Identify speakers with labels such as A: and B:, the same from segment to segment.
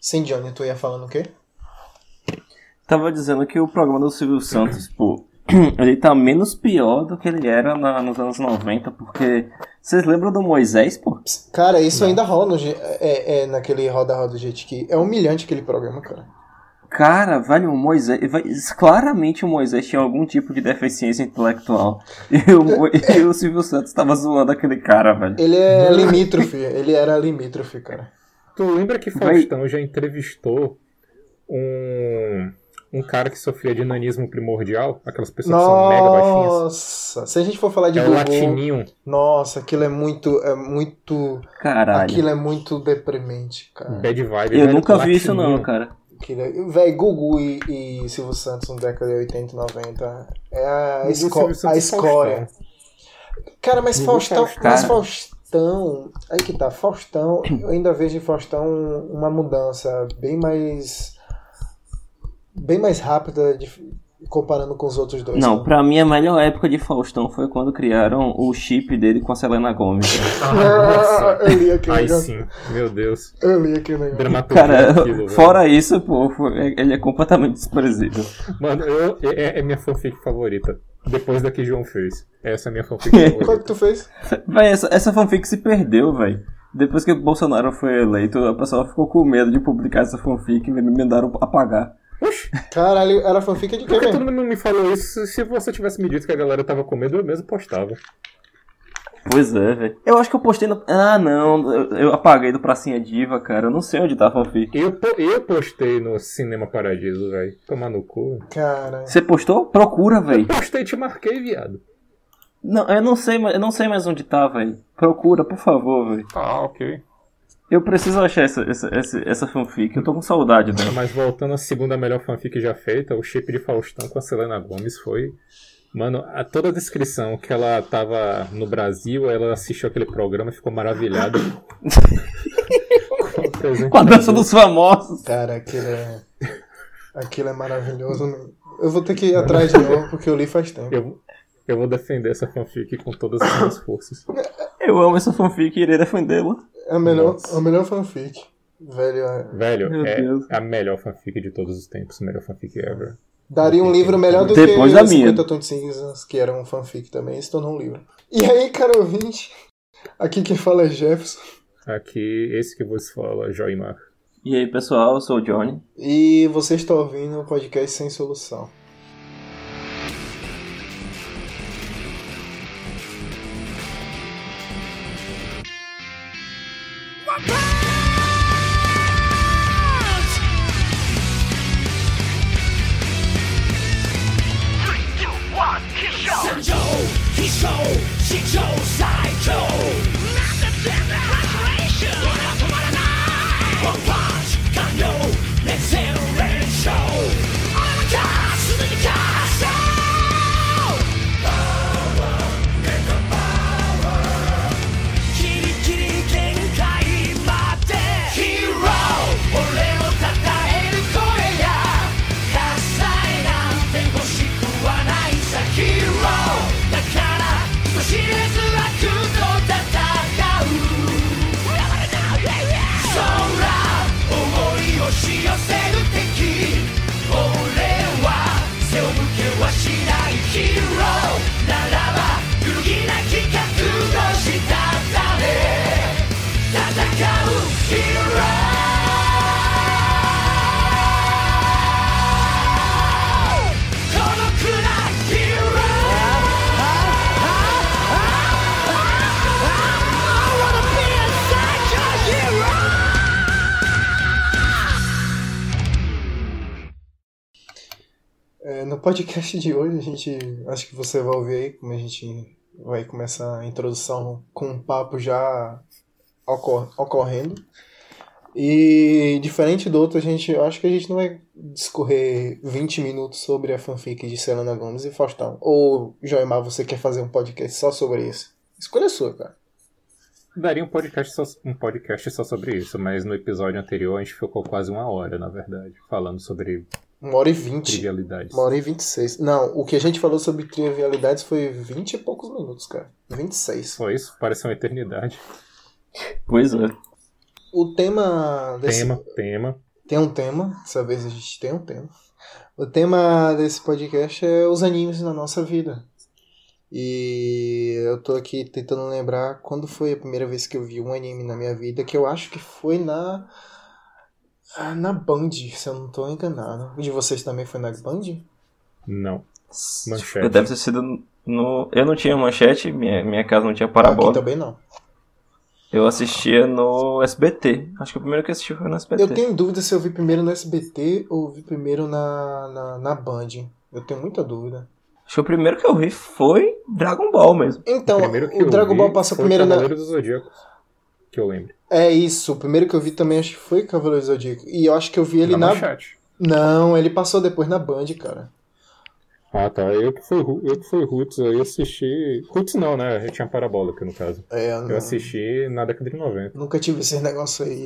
A: Sim, Johnny, tu ia falando o quê?
B: Tava dizendo que o programa do Silvio Santos, pô, ele tá menos pior do que ele era na- nos anos 90, porque. Vocês lembram do Moisés, pô?
A: Cara, isso ainda rola no, G- é, é, naquele Roda Roda Jet que é humilhante aquele programa, cara.
B: Cara, velho, o Moisés. vai- Claramente o Moisés tinha algum tipo de deficiência intelectual. E o, Mo- e o Silvio Santos tava zoando aquele cara, velho.
A: Ele é limítrofe, ele era limítrofe, cara.
C: Tu lembra que
B: Vai.
C: Faustão já entrevistou um, um cara que sofria de nanismo primordial? Aquelas pessoas que são é mega baixinhas.
A: Nossa, se a gente for falar de
C: É o
A: Gugu,
C: latininho.
A: nossa, aquilo é muito, é muito,
B: Caralho.
A: aquilo é muito deprimente, cara.
C: Bad vibe.
B: Eu
C: velho,
B: nunca vi isso,
C: latininho.
B: não, cara.
A: Aquilo é, véi, Gugu e, e Silvio Santos na década de 80 e 90 é a,
C: Gugu,
A: esco
C: Silvio Santos
A: a
C: e
A: escória.
C: Faustão.
A: Cara, mas
C: Gugu,
A: Faustão,
C: Faustão.
A: mas Faustão, aí que tá, Faustão, eu ainda vejo em Faustão uma mudança bem mais bem mais rápida de- comparando com os outros dois.
B: Não,
A: né?
B: pra mim a melhor época de Faustão foi quando criaram o chip dele com a Selena Gomes.
C: Ah,
A: Ah,
C: nossa.
A: eu li aquele
C: Aí
A: negócio.
C: sim. Meu Deus.
A: Eu li aquele negócio.
C: Dramaturgia
B: Cara,
C: aquilo, velho.
B: fora isso, pô, foi- ele é completamente desprezível.
C: Mano, eu, é, é minha fanfic favorita. Depois da que João fez. Essa é a minha fanfic favorita.
A: Qual que tu fez?
B: Véi, essa, essa fanfic se perdeu, véi. Depois que o Bolsonaro foi eleito, a pessoa ficou com medo de publicar essa fanfic e me mandaram apagar.
C: Oxi,
A: Caralho, era fanfic de quem,
C: por que todo
A: velho?
C: mundo não me falou isso? Se você tivesse me dito que a galera tava com medo, eu mesmo postava.
B: Pois é, velho. Eu acho que eu postei no. Ah, não. Eu, eu apaguei do Pracinha Diva, cara. Eu não sei onde tá a fanfic.
C: Eu, po- eu postei no Cinema Paradiso, velho. Tomar no cu.
A: Cara,
B: Você postou? Procura, véi.
C: Postei e te marquei, viado.
B: Não, eu não sei, ma- eu não sei mais onde tá, véi. Procura, por favor, véi.
C: Ah, ok.
B: Eu preciso achar essa, essa, essa, essa fanfic. Eu tô com saudade dela.
C: Mas voltando à segunda melhor fanfic já feita, o chip de Faustão com a Selena Gomes foi. Mano, a, toda a descrição que ela tava no Brasil, ela assistiu aquele programa e ficou maravilhada. com, a presen-
B: Com a dança dos famosos.
A: cara, aquilo é aquilo é maravilhoso. mesmo. Eu vou ter que ir atrás de novo porque eu li faz tempo.
C: Eu, eu vou defender essa fanfic com todas as minhas forças.
B: Eu amo essa fanfic e irei defendê-la.
A: É a melhor,
C: Nossa.
A: a melhor fanfic. Velho, é-
C: Velho,
B: Meu
C: é
B: Deus.
C: a melhor fanfic de todos os tempos, melhor fanfic ever.
A: daria um livro melhor do
B: Depois
A: que
B: da
A: os
B: minha.
A: 50 Tons de Cinzas, que era um fanfic também, se tornou um livro. E aí, cara ouvinte, aqui quem fala é Jefferson.
C: Aqui, esse que vos fala, Joimar.
B: E aí, pessoal, eu sou o Johnny.
A: E você está ouvindo o podcast Sem Solução. É, no podcast de hoje, a gente acho que você vai ouvir aí como a gente vai começar a introdução com um papo já ocor- ocorrendo. E diferente do outro, a gente eu acho que a gente não vai discorrer 20 minutos sobre a fanfic de Selena Gomes e Faustão. Ou, Joemar, você quer fazer um podcast só sobre isso? Escolha sua, cara.
C: Daria um podcast, só, um podcast só sobre isso, mas no episódio anterior a gente ficou quase uma hora, na verdade, falando sobre
A: Uma hora e vinte.
C: trivialidades.
A: Uma hora e 26. Não, o que a gente falou sobre trivialidades foi 20 e poucos minutos, cara. 26.
C: Só isso? Parece uma eternidade.
B: Pois é.
A: O tema desse
C: Tema, tema.
A: Tem um tema, dessa vez a gente tem um tema. O tema desse podcast é os animes na nossa vida. E eu tô aqui tentando lembrar quando foi a primeira vez que eu vi um anime na minha vida, que eu acho que foi na. ah, Na Band, se eu não tô enganado. O de vocês também foi na Band?
C: Não. Manchete.
B: Eu deve ter sido no. Eu não tinha manchete, minha, minha casa não tinha
A: Aqui tá-
B: parabola.
A: também não.
B: Eu assistia no SBT. Acho que o primeiro que eu assisti foi no SBT.
A: Eu tenho dúvida se eu vi primeiro no SBT ou vi primeiro na, na, na Band. Eu tenho muita dúvida.
B: Acho que o primeiro que eu vi foi Dragon Ball mesmo.
A: Então,
C: primeiro que
A: o
C: eu
A: Dragon
C: vi
A: Ball passou
C: foi
A: primeiro na.
C: Cavaleiro do Zodíaco, que eu lembro.
A: É isso, o primeiro que eu vi também acho que foi Cavaleiro do Zodíaco. E eu acho que eu vi ele
C: na
A: na.
C: manchete.
A: Não, ele passou depois na Band, cara.
C: Ah, tá. Eu que fui, Ru- eu que fui Roots, eu assisti... Roots não, né? Eu tinha Parabólica, no caso.
A: É, eu, não-
C: Eu assisti na década de 90.
A: Nunca tive esse negócio aí,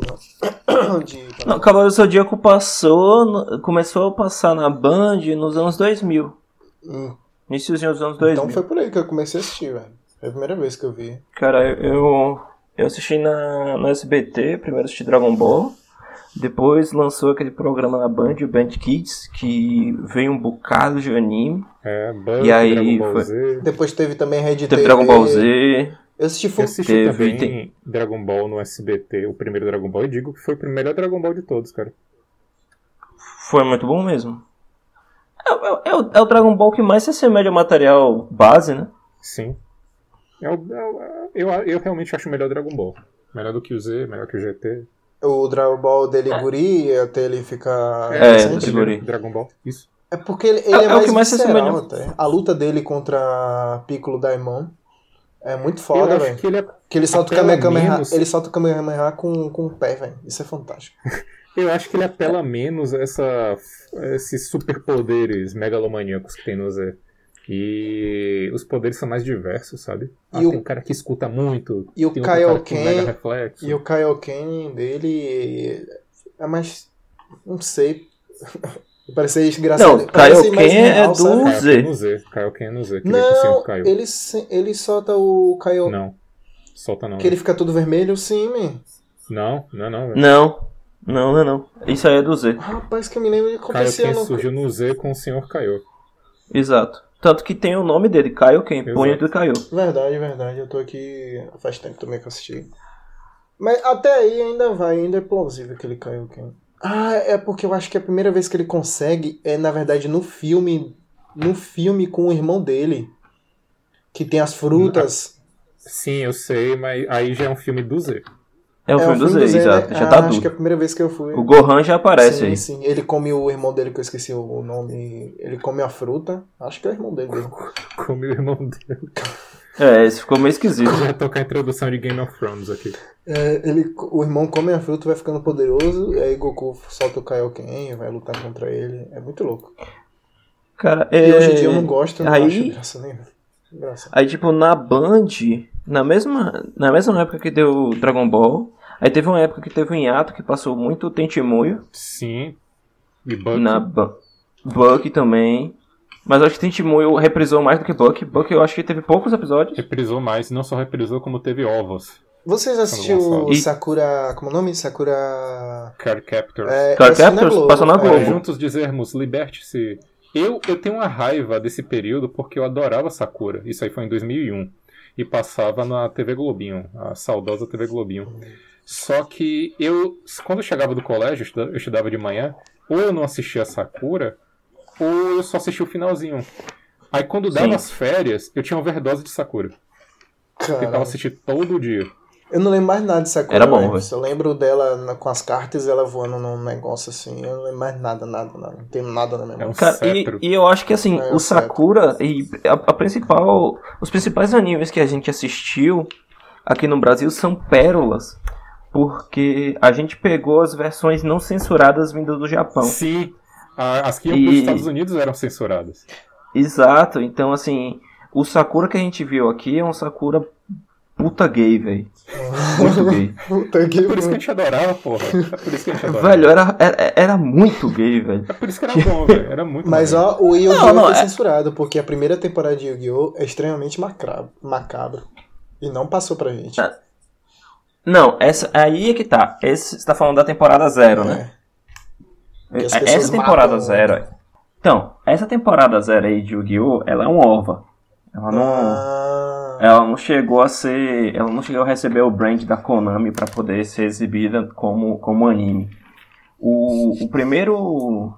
A: não. De...
B: Não, Cavaleiro do Zodíaco passou, no- começou a passar na Band nos anos 2000.
A: Hum,
B: Iniciozinho dos anos 2000.
A: Então foi por aí que eu comecei a assistir, velho. Foi a primeira vez que eu vi.
B: Cara, eu, eu assisti na, no SBT, primeiro assisti Dragon Ball, depois lançou aquele programa na Band, o Band Kids, que veio um bocado de anime.
C: É, Bug,
B: E aí,
C: Dragon Ball
B: foi-
C: Z...
A: Depois teve também Red
B: Teve
A: TV.
B: Dragon Ball Z.
A: Eu assisti
C: Eu
A: foi.
C: assisti
B: Teve,
C: também
B: tem-
C: Dragon Ball no SBT, o primeiro Dragon Ball, e digo que foi o melhor Dragon Ball de todos, cara.
B: Foi muito bom mesmo. É, o- é o- é o Dragon Ball que mais se assemelha ao material base, né?
C: Sim. É o- é o- é- eu, eu realmente acho melhor Dragon Ball. Melhor do que o Z, melhor que o GT.
A: O Dragon Ball dele guri, até ele ficar.
B: É,
A: adolescente.
B: do guri.
C: Dragon Ball, isso.
A: É porque ele, ele é,
B: é o
A: mais,
B: que mais se
A: visceral,
B: assemelha.
A: até. A luta dele contra Piccolo Daimon é muito
C: eu
A: foda,
C: acho
A: velho.
C: que ele é,
A: Que ele solta o
C: Pelo
A: Kamehameha,
C: menos-
A: ele solta o Kamehameha com, com o pé, velho. Isso é fantástico.
C: eu acho que ele apela menos a essa, esses superpoderes megalomaníacos que tem no Z. E os poderes são mais diversos, sabe? Ah,
A: E o-
C: tem um cara que escuta muito.
A: E o
C: Tem um cara que tem
A: Kaioken-
C: mega reflexo.
A: E o Kaioken dele é mais. Não sei. Parece desgraçado.
B: Não,
A: Parece mais
B: Kaioken é
A: real,
B: do-
A: sabe?
C: Kaioken
B: Z.
C: no Z. Kaioken é no Z. Que ele consegue
A: Não,
C: o Kaioken.
A: ele, se- ele solta o Kaioken.
C: Não. Solta não. né?
A: Que ele fica todo vermelho, sim, man.
C: Não, não, não. velho.
B: Não, não, não, não. Isso aí é do Z.
A: Rapaz, que é eu me lembro de acontecer.
C: Kaioken
A: eu não-
C: surgiu no Z com o Senhor Kaioken.
B: Exato. Tanto que tem o nome dele, Kaioken,
C: Exato.
B: punho do Kaioken.
A: Verdade, verdade. Eu tô aqui faz tempo também que eu assisti. Mas até aí ainda vai, ainda é plausível que ele caiu. Ken. Ah, é porque eu acho que a primeira vez que ele consegue é, na verdade, no filme. No filme com o irmão dele. Que tem as frutas.
C: Sim, eu sei, mas aí já é um filme do Z.
B: É o filme do Z, exato.
A: né?
B: Já
A: Ah,
B: tá
A: acho
B: adulto.
A: que é a primeira vez que eu fui.
B: O Gohan já aparece
A: sim,
B: aí.
A: sim. Ele come o irmão dele, que eu esqueci o nome. Ele come a fruta. Acho que é o irmão dele. mesmo.
C: Como o irmão dele.
B: É, esse ficou meio esquisito.
C: Já toca a introdução de Game of Thrones aqui.
A: É, ele, o irmão come a fruta, vai ficando poderoso, e aí Goku solta o Kaioken e vai lutar contra ele. É muito louco.
B: Cara,
A: E
B: é...
A: hoje em dia eu não gosto, eu não
B: aí-
A: acho graça nenhuma. Engraçado.
B: Aí, tipo, na Band, na mesma, na mesma época que deu Dragon Ball, aí teve uma época que teve um hiato que passou muito Tentimuyo
C: Sim. E Buck.
B: na Ban- Buck também. Mas eu acho que Tentimuyo reprisou mais do que Buck. Buck eu acho que teve poucos episódios.
C: Reprisou mais, não só reprisou, como teve ovos.
A: Vocês assistiram
C: Gonçalo.
B: E-
A: Sakura. Como é o nome? Sakura.
C: Card Captor.
A: É,
B: Sakura
A: esse na
B: Captors? Passou na
A: cara.
C: Para
B: Globo.
C: juntos dizermos, liberte-se. Eu, eu tenho uma raiva desse período porque eu adorava Sakura. Isso aí foi em 2001. E passava na TV Globinho, a saudosa TV Globinho. Só que eu, quando eu chegava do colégio, eu estuda- eu estudava de manhã, ou eu não assistia Sakura, ou eu só assistia o finalzinho. Aí quando dava
B: Sim.
C: as férias, eu tinha overdose de Sakura. Eu
A: Cara,
C: tentava assistir todo dia.
A: eu não lembro mais nada de Sakura.
B: Era bom, né?
A: velho.
B: velho.
A: Só lembro dela na- com as cartas e ela voando num negócio assim. Eu não lembro mais nada, nada, nada. Não tenho nada na
C: É
A: memória.
C: um
B: Cara, e,
C: cetro.
B: e eu acho que assim,
A: É,
B: o
A: o cetro.
B: Sakura e a, a principal. Os principais animes que a gente assistiu aqui no Brasil são pérolas. Porque a gente pegou as versões não censuradas vindas do Japão.
C: Sim, a- as que iam para os
B: E-
C: Estados Unidos eram censuradas.
B: Exato, então assim, o Sakura que a gente viu aqui é um Sakura puta gay, velho. Muito gay.
A: Puta que
C: um Por isso que a
A: pariu.
C: gente adorava, porra. É por isso que a gente adorava.
B: velho, era, era, era muito gay, velho.
C: É por isso que era bom, velho. Era muito
A: Mas
C: bom.
A: ó, o Yu-Gi-Oh!
B: Não, não,
A: foi
B: é-
A: censurado, porque a primeira temporada de Yu-Gi-Oh! é extremamente macabro, macabro. E não passou pra gente.
B: Ah, Não, essa aí é que tá. Esse, você tá falando da temporada zero, né?
A: Que as pessoas
B: Essa temporada
A: matam- né?
B: zero. é. Então, essa temporada zero aí de Yu-Gi-Oh! ela é uma ova. Ela não.
A: É. Ah,
B: Ela não chegou a ser. Ela não chegou a receber o brand da Konami pra poder ser exibida como, como anime. O, o primeiro.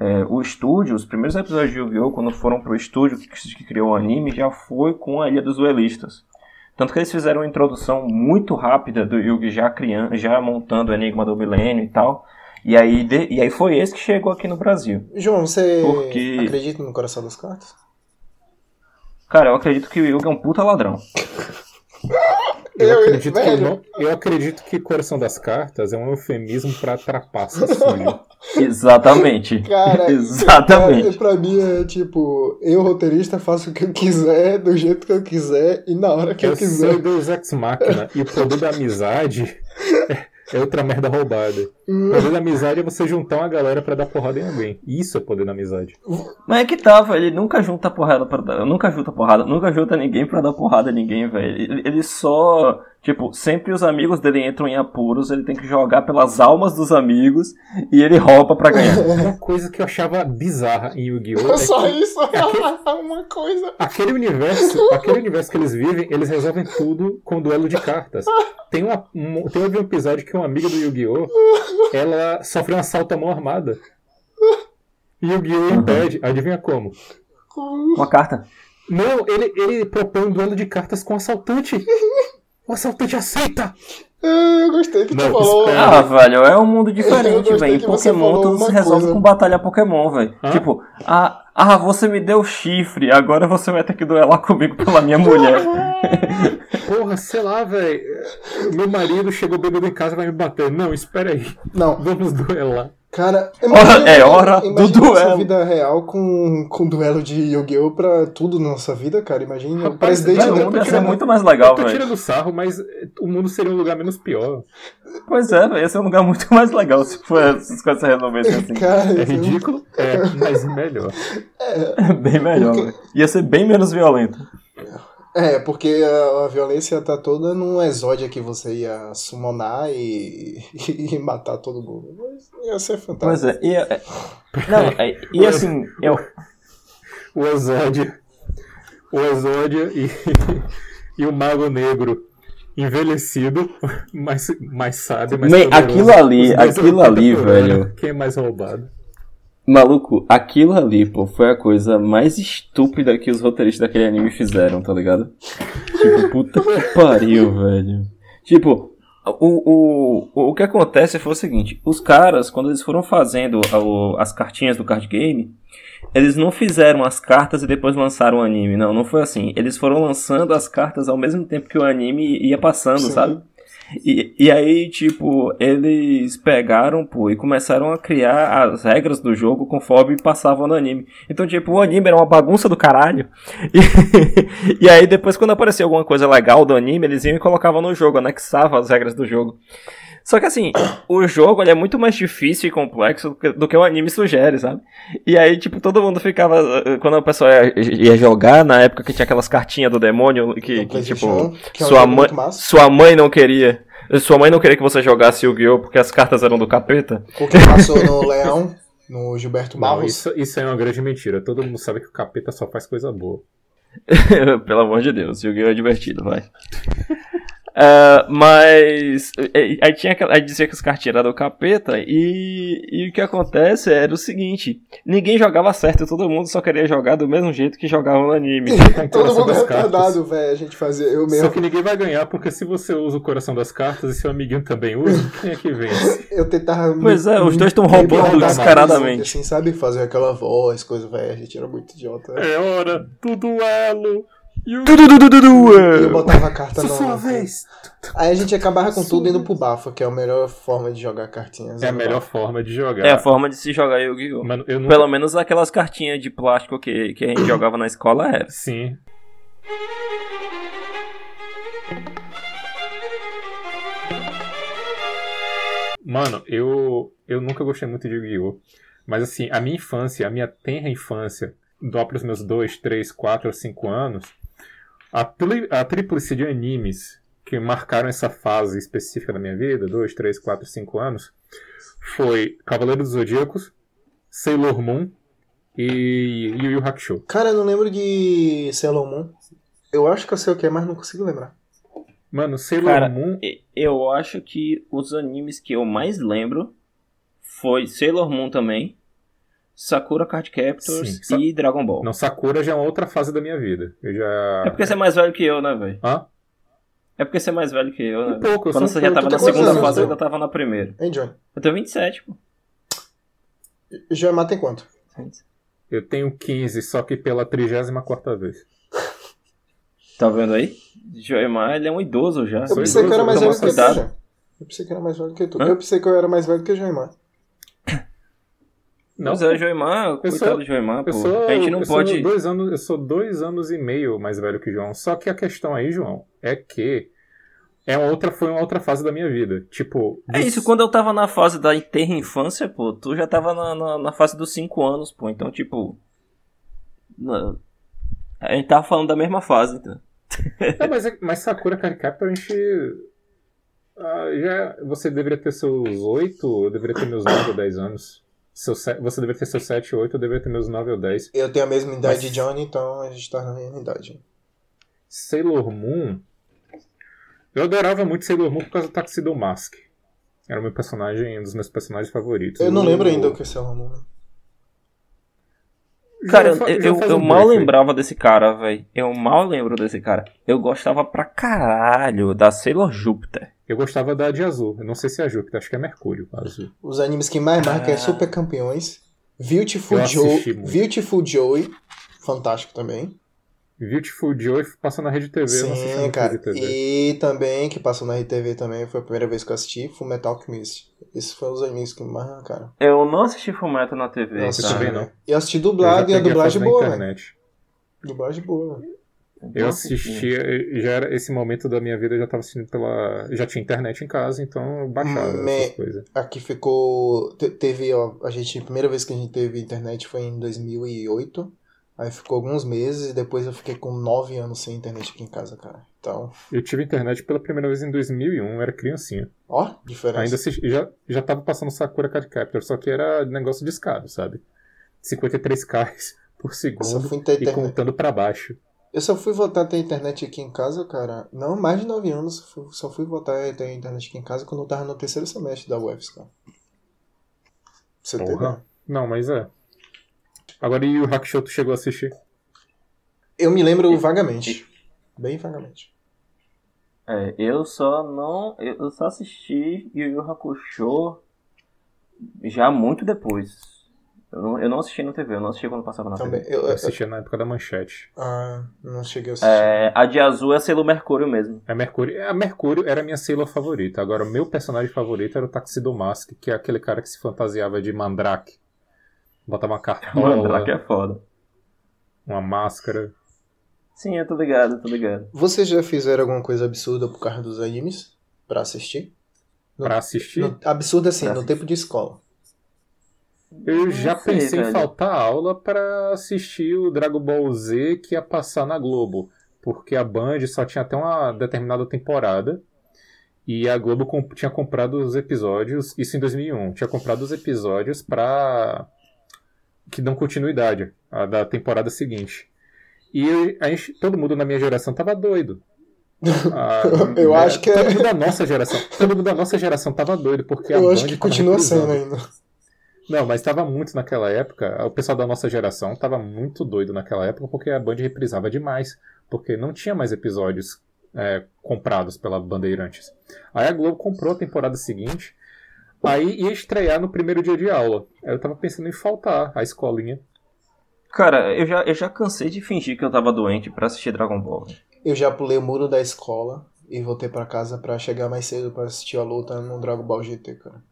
B: é, o estúdio, os primeiros episódios de Yu-Gi-Oh! quando foram pro estúdio que, que criou o anime, já foi com a Ilha dos Duelistas. Tanto que eles fizeram uma introdução muito rápida do Yugi já criando, já montando o Enigma do Milênio e tal. E aí, de- e aí foi esse que chegou aqui no Brasil.
A: João, você
B: Porque-
A: acredita no coração das cartas?
B: Cara, eu acredito que o Yugi é um puta ladrão.
C: Eu,
A: Eu-
C: acredito que
A: velho.
C: não, eu acredito que Coração das Cartas é um eufemismo pra trapaça suja.
B: Exatamente.
A: Cara,
B: Exatamente.
A: Pra, pra mim é tipo, eu roteirista faço o que eu quiser, do jeito que eu quiser e na hora que é?
C: Eu
A: eu
C: sou
A: quiser.
C: Deus Ex Machina e o poder da amizade é outra merda roubada. O poder da amizade é você juntar uma galera pra dar porrada em alguém. Isso é poder da amizade.
B: Mas é que tá, velho. Ele nunca junta porrada pra dar. Nunca junta porrada. Nunca junta ninguém pra dar porrada a ninguém, velho. Ele, ele só. Tipo, sempre os amigos dele entram em apuros. Ele tem que jogar pelas almas dos amigos. E ele rouba pra ganhar.
C: Uma coisa que eu achava bizarra em Yu-Gi-Oh! é
A: Só
C: que
A: isso é uma coisa.
C: Aquele universo, aquele universo que eles vivem, eles resolvem tudo com duelo de cartas. Tem, uma, um, tem um episódio que uma amiga do Yu-Gi-Oh! ela sofre um assalto à mão armada. E Yu-Gi-Oh! impede, adivinha como?
B: Uma carta.
C: Não, ele, ele propõe um duelo de cartas com o assaltante. O assaltante aceita!
A: Ah, Eu gostei que
C: Não,
A: tu falou.
C: espera.
B: Ah, velho, é um mundo
A: Eu
B: diferente,
A: gostei
B: velho.
A: que você
B: Pokémon
A: falou
B: tudo se
A: uma
B: resolve
A: coisa.
B: com batalha Pokémon, velho.
C: Hã?
B: Tipo, ah, ah, você me deu chifre, agora você vai ter que duelar comigo pela minha mulher.
C: Porra, sei lá, velho. Meu marido chegou bêbado em casa e vai me bater. Não, espera aí.
A: Não,
C: Vamos duelar.
A: cara,
B: Ora- é hora do
A: imagina nossa
B: duelo.
A: vida real com, com duelo de Yu-Gi-Oh! pra tudo na nossa vida, cara. Imagina o
C: Rapaz,
A: presidente
B: Velho, o
A: da
C: eu
B: mundo ia
C: tô
B: ser
C: tirando-
B: muito mais legal,
C: eu tô
B: velho.
C: tirando sarro, mas eh, o mundo seria um lugar menos pior.
B: Pois é, velho, ia ser um lugar muito mais legal se for essas coisas se resolvessem assim.
A: Cara,
C: É ridículo? É, mas melhor.
B: bem melhor,
A: Porque-
B: velho. Ia ser bem menos violento.
A: É, porque a, a violência tá toda num exódio que você ia summonar e, e matar todo mundo. Mas ia ser
B: Pois
A: fantástico.
B: é, e, é- não, é- e assim, eu,
C: O Exódio. O Exódio e, e o Mago Negro. Envelhecido, mais, mais sábio, mais
B: Man,
C: poderoso.
B: aquilo ali,
C: Os dois
B: aquilo
C: é um
B: ali,
C: contemporâneo.
B: velho.
C: Quem é mais roubado?
B: maluco, aquilo ali, pô, foi a coisa mais estúpida que os roteiristas daquele anime fizeram, tá ligado? Tipo, puta que pariu, velho. Tipo, o, o, o que acontece foi o seguinte: os caras, quando eles foram fazendo a- o- as cartinhas do card game, eles não fizeram as cartas e depois lançaram o anime. Não, não foi assim. Eles foram lançando as cartas ao mesmo tempo que o anime ia passando,
A: Sim.
B: sabe? E, e aí, tipo, eles pegaram, pô, e começaram a criar as regras do jogo conforme passavam no anime. Então, tipo, o anime era uma bagunça do caralho. E, e aí, depois, quando aparecia alguma coisa legal do anime, eles iam e colocavam no jogo, anexavam as regras do jogo. Só que assim, o jogo ele é muito mais difícil e complexo do que, do que o anime sugere, sabe? E aí, tipo, todo mundo ficava. eh, Quando o pessoal ia, ia jogar, na época que tinha aquelas cartinhas do demônio, que,
A: No
B: que tipo
A: É PlayStation, que é um
B: sua
A: jogo
B: mãe-
A: muito massa.
B: sua mãe não queria. Sua mãe não queria que você jogasse Yu-Gi-Oh! porque as cartas eram do capeta.
A: O que passou no Leão, no Gilberto
C: Não,
A: Barros.
C: isso, isso é uma grande mentira. Todo mundo sabe que o capeta só faz coisa boa.
B: Pelo amor de Deus, Yu-Gi-Oh! é divertido, vai. Ah, mas eh, aí, tinha, aquela- aí dizia que as cartinhas eram do capeta e, e o que acontece era o seguinte: ninguém jogava certo, todo mundo só queria jogar do mesmo jeito que jogavam no anime.
C: Com o
A: Todo
C: coração
A: mundo é
C: das cartas.
A: retardado, velho. A gente fazia. Eu
C: Só
A: mesmo.
C: que ninguém vai ganhar, porque se você usa o coração das cartas e seu amiguinho também usa, quem é que vence?
A: Eu tentava. me-
B: Pois é, os dois estão
A: me
B: roubando
A: guardar
B: descaradamente.
A: na Assim, sabe? Fazer aquela voz, coisa, velho. A gente era muito idiota. né?
C: É hora do duelo! E o...
B: é.
A: E eu botava a carta
C: Só sua
A: no.
C: vez!
A: Aí a gente acabava com tudo indo pro Bafa, que é a melhor forma de jogar cartinhas. né?
C: É a melhor forma de jogar.
B: É a forma de se jogar Yu-Gi-Oh!
C: Mano, eu nunca
B: Pelo menos aquelas cartinhas de plástico que, que a gente jogava na escola era.
C: Sim. Mano, eu, eu nunca gostei muito de Yu-Gi-Oh! Mas assim, a minha infância, a minha tenra infância, lá para os meus 2, 3, 4 ou 5 anos, a, tri, a tríplice de animes que marcaram essa fase específica da minha vida, dois, três, quatro, cinco anos, foi Cavaleiro dos Zodíacos, Sailor Moon e Yu Yu Hakusho.
A: Cara, eu não lembro de Sailor Moon. Eu acho que eu sei o que é, mas não consigo lembrar.
C: Mano, Sailor
B: Cara,
C: Moon
B: e- eu acho que os animes que eu mais lembro foi Sailor Moon também, Sakura Card Captors
C: Sim, Sa-
B: e Dragon Ball.
C: Não, Sakura já é uma outra fase da minha vida. Eu já.
B: É porque você é mais velho que eu, né, velho?
C: Hã?
B: É porque você é mais velho que eu, né?
C: Um pouco, eu sou
B: Quando
C: um
B: você já
C: pouco.
B: tava
A: Tu
B: na
A: tem quantos
B: segunda
A: anos,
B: fase, eu
A: João?
B: ainda tava na primeira.
A: Hein, Johnny?
B: Eu tenho 27, pô.
A: Já mata em quanto?
C: Eu tenho 15, só que pela 34 vez.
B: Tá vendo aí? Joemar, ele é um idoso já.
A: Eu
C: Sou
A: pensei que eu era
C: idoso,
A: mais
B: Toma
A: velho que tu,
B: cuidado.
A: Johnny. Eu pensei que eu era mais velho que tu.
B: Hã?
A: Eu pensei que eu era mais velho que o Jaimar.
C: Não,
B: Mas é, o Joemar,
C: Eu
B: coitado
C: sou-
B: do Joemar, pô.
C: eu sou.
B: a gente não
C: eu
B: pode.
C: Sou um dois anos, eu sou dois anos e meio mais velho que o João. Só que a questão aí, João, é que. É uma outra, foi uma outra fase da minha vida. Tipo.
B: É
C: dos-
B: isso, quando eu tava na fase da terra infância, pô, tu já tava na, na, na fase dos 5 anos, pô. Então, tipo. na- A gente tava falando da mesma fase, então.
C: É, mas, é- mas Sakura Caricato a gente. ah, já, você deveria ter seus 8, eu deveria ter meus 9 ou 10 anos. Seu se- você deveria ter seus 7, 8, eu deveria ter meus 9 ou 10.
A: Eu tenho a mesma idade
C: Mas-
A: de Johnny, então a gente tá na mesma idade.
C: Sailor Moon. Eu adorava muito Sailor Moon por causa do Tuxedo Mask. Era o meu personagem, um dos meus personagens favoritos.
A: Eu não
C: O-
A: lembro ainda o que é Sailor Moon. né?
C: Já
B: Cara,
C: fa-
B: eu,
C: já
B: eu,
C: faz
B: eu
C: um
B: mal
C: break aí.
B: lembrava desse cara, velho. Eu mal lembro desse cara. Eu gostava pra caralho da Sailor Júpiter.
C: Eu gostava da de azul. Eu não sei se é Júpiter, acho que é Mercúrio. Azul.
A: Os animes que mais marcam é
B: Ah.
A: Super Campeões, Beautiful,
C: Eu
A: Joe,
C: assisti muito.
A: Beautiful Joey, fantástico também.
C: Beautiful Joy passou na Rede TV. eu não é assisti
A: Sim,
C: muito
A: cara.
C: Rede TV.
A: E também, que passou na RTV também, foi a primeira vez que eu assisti, Full Metal Alchemist. Esses foram os animes que me marcaram.
B: Eu não assisti Fullmetal na TV,
A: Eu
B: cara.
A: assisti,
C: também não.
A: E eu assisti
C: Eu já
A: dublado e a
C: peguei a fase
A: dublagem
C: da
A: boa, né?
C: internet.
A: Dublagem boa. né?
C: Eu assistia, eu- já era esse momento da minha vida, eu já tava assistindo pela. Já tinha internet em casa, então eu baixava
A: Me-
C: essas coisas.
A: Aqui ficou. te- Teve, ó, a gente. A primeira vez que a gente teve internet foi em 2008. Aí ficou alguns meses e depois eu fiquei com 9 anos sem internet aqui em casa, cara. Então,
C: Eu tive internet pela primeira vez em 2001, eu era criancinha.
A: ó,
C: Ainda
A: diferença.
C: assisti, já, já tava passando Sakura Card Captor, só que era negócio de escada, sabe? 53k por
A: Eu só
C: segundo
A: fui ter
C: e
A: internet.
C: contando pra baixo.
A: Eu só fui voltar a ter internet aqui em casa, cara. Não, mais de 9 anos. fu- Só fui voltar a ter internet aqui em casa quando eu tava no terceiro semestre da UFS, cara. Pra Você tem
C: Porra.
A: ideia.
C: Não, mas é. Agora e o Hakusho tu chegou a assistir?
A: Eu me lembro vagamente. Bem vagamente.
B: É, eu só não. Eu eu só assisti Yu Yu Hakusho já muito depois. Eu não, eu não assisti na TV, eu não assisti quando passava
C: Ah,
B: na
A: Também.
B: TV.
A: Eu,
C: Eu
A: eu-
C: assistia na época da manchete.
A: ah, não cheguei a assistir.
B: É, a de azul é Sailor Mercúrio mesmo.
C: A Mercúrio, a Mercúrio era a minha Sailor favorita. Agora, o meu personagem favorito era o Taxido Mask, que é aquele cara que se fantasiava de mandrake. Botava uma cartola,
B: Mandrake é foda.
C: uma máscara.
B: Sim, eu tô ligado, eu tô ligado.
A: Vocês já fizeram alguma coisa absurda por causa dos animes? Pra assistir? Não-
C: Pra assistir,
A: No- absurda assim,
B: Pra
A: no tempo de escola.
C: Eu
B: Não
C: já
B: sei,
C: pensei em
B: velho.
C: faltar a aula pra assistir o Dragon Ball Z que ia passar na Globo, porque a Band só tinha até uma determinada temporada e a Globo comp- tinha comprado os episódios, isso em 2001, tinha comprado os episódios pra que dão continuidade a da temporada seguinte. E eu- a gente- todo mundo na minha geração tava doido. Ah,
A: Eu
C: né?
A: acho que é-
C: todo mundo da nossa geração, todo mundo da nossa geração tava doido porque é a
A: Eu
C: Band
A: acho que
C: tava
A: continua sendo
C: reprisando.
A: ainda.
C: Não, mas tava muito naquela época. O pessoal da nossa geração tava muito doido naquela época porque a Band reprisava demais. Porque não tinha mais episódios é, comprados pela Bandeirantes. Aí a Globo comprou a temporada seguinte. Aí ia estrear no primeiro dia de aula. Aí eu tava pensando em faltar a escolinha.
B: Cara, eu já, eu já cansei de fingir que eu tava doente pra assistir Dragon Ball. velho.
A: Eu já pulei o muro da escola e voltei pra casa pra chegar mais cedo pra assistir a luta no Dragon Ball GT, cara.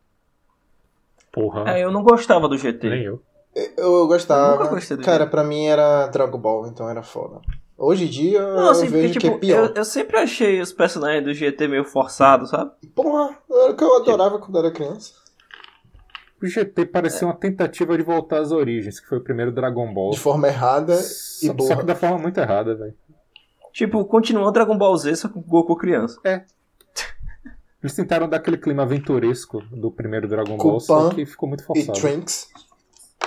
C: Porra,
B: É, eu não gostava do GT.
C: nem eu.
A: Eu, eu
B: Eu nunca
A: gostava.
B: gostei do
A: Cara,
B: GT.
A: pra mim era Dragon Ball, então era foda. Hoje em dia
B: Não,
A: eu
B: assim, porque,
A: vejo
B: tipo,
A: que é pior.
B: Eu, eu sempre achei os personagens do GT meio forçados, sabe?
A: Porra, era o que eu adorava quando era criança.
C: O GT parecia uma tentativa de voltar às origens, que foi o primeiro Dragon Ball.
A: De forma errada e
C: Só, só que
A: burra.
C: da forma muito errada, velho.
B: Tipo, continuou Dragon Ball Z só com Goku criança.
C: Eles tentaram dar aquele clima aventuresco do primeiro Dragon Ball,
A: Culpa
C: só que ficou muito
A: E
C: forçado.
A: Trunks.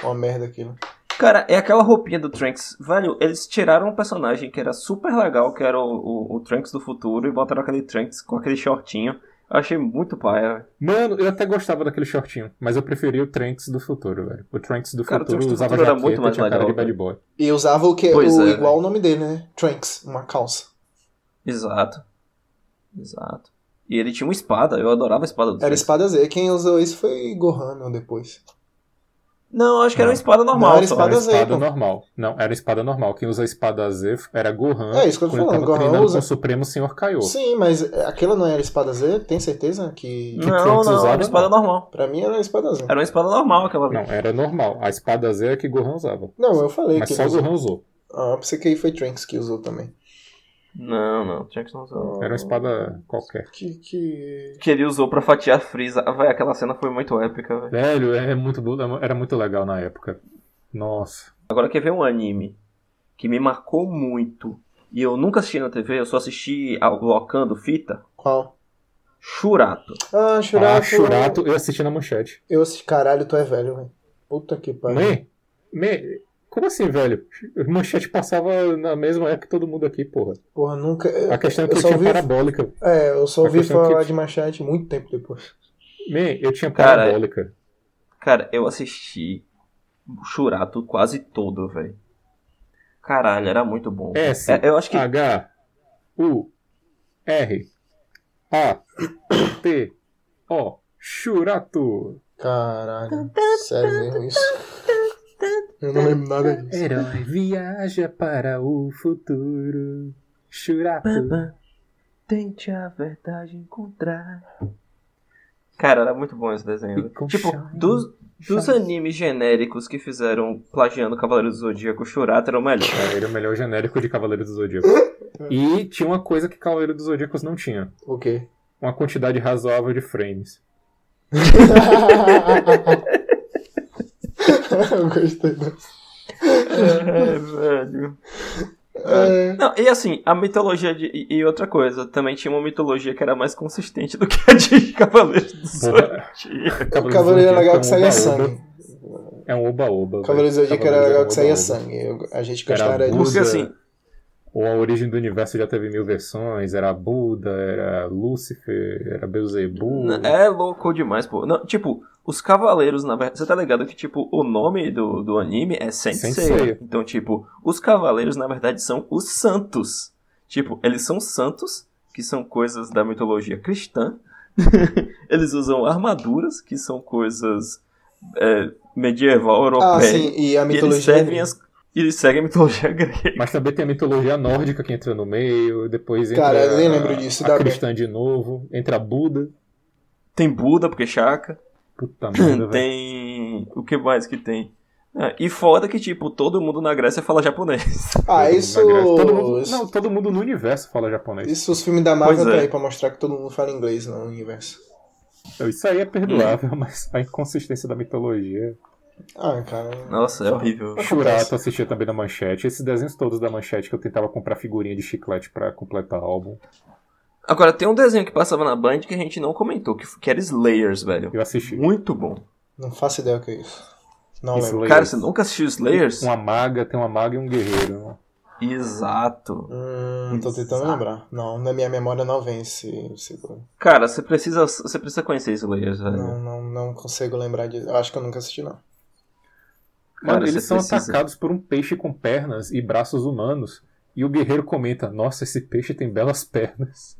A: Uma merda aquilo.
B: Cara, é aquela roupinha do Trunks. Velho, eles tiraram um personagem que era super legal, que era o, o, o Trunks do futuro, e botaram aquele Trunks com aquele shortinho. Eu achei muito paia, velho.
C: Mano, eu até gostava daquele shortinho, mas eu preferia o Trunks do futuro, velho. O Trunks do
B: Cara, o
C: futuro
B: Trunks do
C: usava
B: futuro era
C: jaqueta,
B: muito mais
C: tinha cara
B: legal,
C: de bad
B: velho.
C: boy.
A: E usava o que?
B: Pois
A: o,
B: é,
A: igual o nome dele, né? Trunks, uma calça.
B: Exato. Exato. E ele tinha uma espada, eu adorava a espada do
A: Era
B: Trunks.
A: espada Z. Quem usou isso foi Gohan não, depois.
B: Não, acho que era uma
C: Não.
B: espada normal.
A: era
B: só.
A: espada-
C: Era
A: Todas aí,
C: espada
A: pô.
C: normal. Não, era espada normal. Quem usa a espada Z era Gohan.
A: É, isso que eu tô
C: quando
A: falando,
C: tava
A: Gohan
C: treinando
A: usa.
C: com o Supremo Senhor Kaiô.
A: Sim, mas aquela não era espada Z? Tem certeza que.
C: que
B: Não,
C: Trunks
B: não,
C: usava,
B: era uma espada normal.
A: Pra mim era a espada Z.
B: Era uma espada normal aquela
C: Não,
B: vez.
C: era normal. A espada Z é que Gohan usava.
A: Não, eu falei
C: Mas
A: que
C: só
A: ele
C: o
A: usou.
C: Gohan usou.
A: Ah, eu pensei que aí foi Trunks que usou também.
B: Não, não, Trunks não usou.
C: Era uma espada qualquer.
A: Que. que...
B: Que ele usou pra fatiar Freeza. Ah, Véi, aquela cena foi muito épica, velho.
C: Velho, é muito bo- era muito legal na época. Nossa.
B: Agora quer ver um anime que me marcou muito. E eu nunca assisti na TV, eu só assisti ao- locando fita.
A: Qual?
B: Churato.
A: Ah, Shurato.
C: Ah, Churato, eu assisti na manchete.
A: Eu assisti. Caralho, tu é velho, velho. Puta que pariu.
C: Mãe? Mãe? Como assim, velho? Manchete passava na mesma época que todo mundo aqui, porra.
A: Porra, nunca.
C: A questão é
A: eu
C: que eu,
A: só
C: tinha
A: vi-
C: parabólica.
A: É, eu só
C: A
A: ouvi
C: questão é que-
A: falar de Machete muito tempo depois.
C: Mãe, eu tinha
B: Cara,
C: parabólica.
B: Cara, eu assisti Churato quase todo, velho. Caralho, era muito bom.
C: S,
B: É, eu acho que.
C: H, U, R, A, T, O, Churato.
A: Caralho. Sério mesmo isso? Eu não lembro nada disso.
C: Herói viaja para o futuro. Churato.
B: Tente a verdade encontrar. Cara, era muito bom esse desenho.
C: E
B: velho.
C: com
B: Tipo,
C: charme,
B: dos, dos
C: charme.
B: animes genéricos que fizeram plagiando Cavaleiro do Zodíaco, Churato era o melhor.
C: Cara, Ah, Era o melhor genérico de Cavaleiro do Zodíaco. E tinha uma coisa que Cavaleiro dos Zodíacos não tinha.
A: O quê?
C: Uma quantidade razoável de frames.
A: eu gostei né? dessa.
B: É, velho.
A: É,
B: Não, e assim, a mitologia de. E, e outra coisa, também tinha uma mitologia que era mais consistente do que a de Cavaleiros do
C: Porra.
B: Zodíaco.
A: o É, Cavaleiro era legal que saía
C: sangue.
A: sangue.
C: um É um oba-oba.
A: O né? Cavaleiro
C: velho.
A: Zodíaco era legal que saía
C: é um oba-oba.
A: sangue. Eu- a gente
C: Era
A: gostava era
C: Buda.
B: Porque
A: disso.
B: assim,
C: Ou a origem do universo já teve mil versões, era Buda, era Lúcifer, era Beuzebu.
B: é louco demais, pô. Não, tipo, os cavaleiros, na verdade. Você tá ligado que, tipo, o nome do, do anime é Sensei.
C: Sensei.
B: Então, tipo, os cavaleiros, na verdade, são os santos. Tipo, eles são santos, que são coisas da mitologia cristã. eles usam armaduras, que são coisas é, medieval europeia.
A: Ah, sim, e a
B: E eles
A: mitologia.
B: servem as. E eles seguem a mitologia grega.
C: Mas também tem a mitologia nórdica que entra no meio, depois entra
A: Cara, eu nem
C: a-
A: lembro disso, dá
C: a
A: bem.
C: cristã de novo, entra Buda.
B: Tem Buda, porque Shaka.
C: Puta merda, velho.
B: Tem. O que mais que tem? Ah, e foda que, tipo, todo mundo na Grécia fala japonês.
A: Ah,
C: Todo mundo
A: isso.
C: na Grécia. Todo mundo- Não, todo mundo no universo fala japonês.
A: Isso os filmes da Marvel
B: Pois é.
A: tá aí pra mostrar que todo mundo fala inglês no universo.
C: Então, Isso aí é perdoável, mas a inconsistência da mitologia.
A: Ah, cara.
B: Nossa, é horrível.
C: Churato assistia também da Manchete. Esses desenhos todos da Manchete que eu tentava comprar figurinha de chiclete pra completar o álbum.
B: Agora, tem um desenho que passava na Band que a gente não comentou, que, que era Slayers, velho.
C: Eu assisti.
B: Muito bom.
A: Não faço ideia o que é isso. Não
C: Isso
A: lembro.
C: Slayers.
B: Cara, você nunca assistiu Slayers?
C: Uma maga, tem uma maga e um guerreiro. né?
B: Exato.
A: Hum, tô tentando
B: Exato.
A: lembrar. Não, na minha memória não vem esse. esse-
B: Cara, você precisa, você precisa conhecer Slayers,
C: É.
B: velho.
A: não, não, não consigo lembrar disso. Eu acho que eu nunca assisti, não.
C: Mano,
B: Cara,
C: eles
B: você
C: são
B: precisa.
C: atacados por um peixe com pernas e braços humanos. E o guerreiro comenta: Nossa, esse peixe tem belas pernas.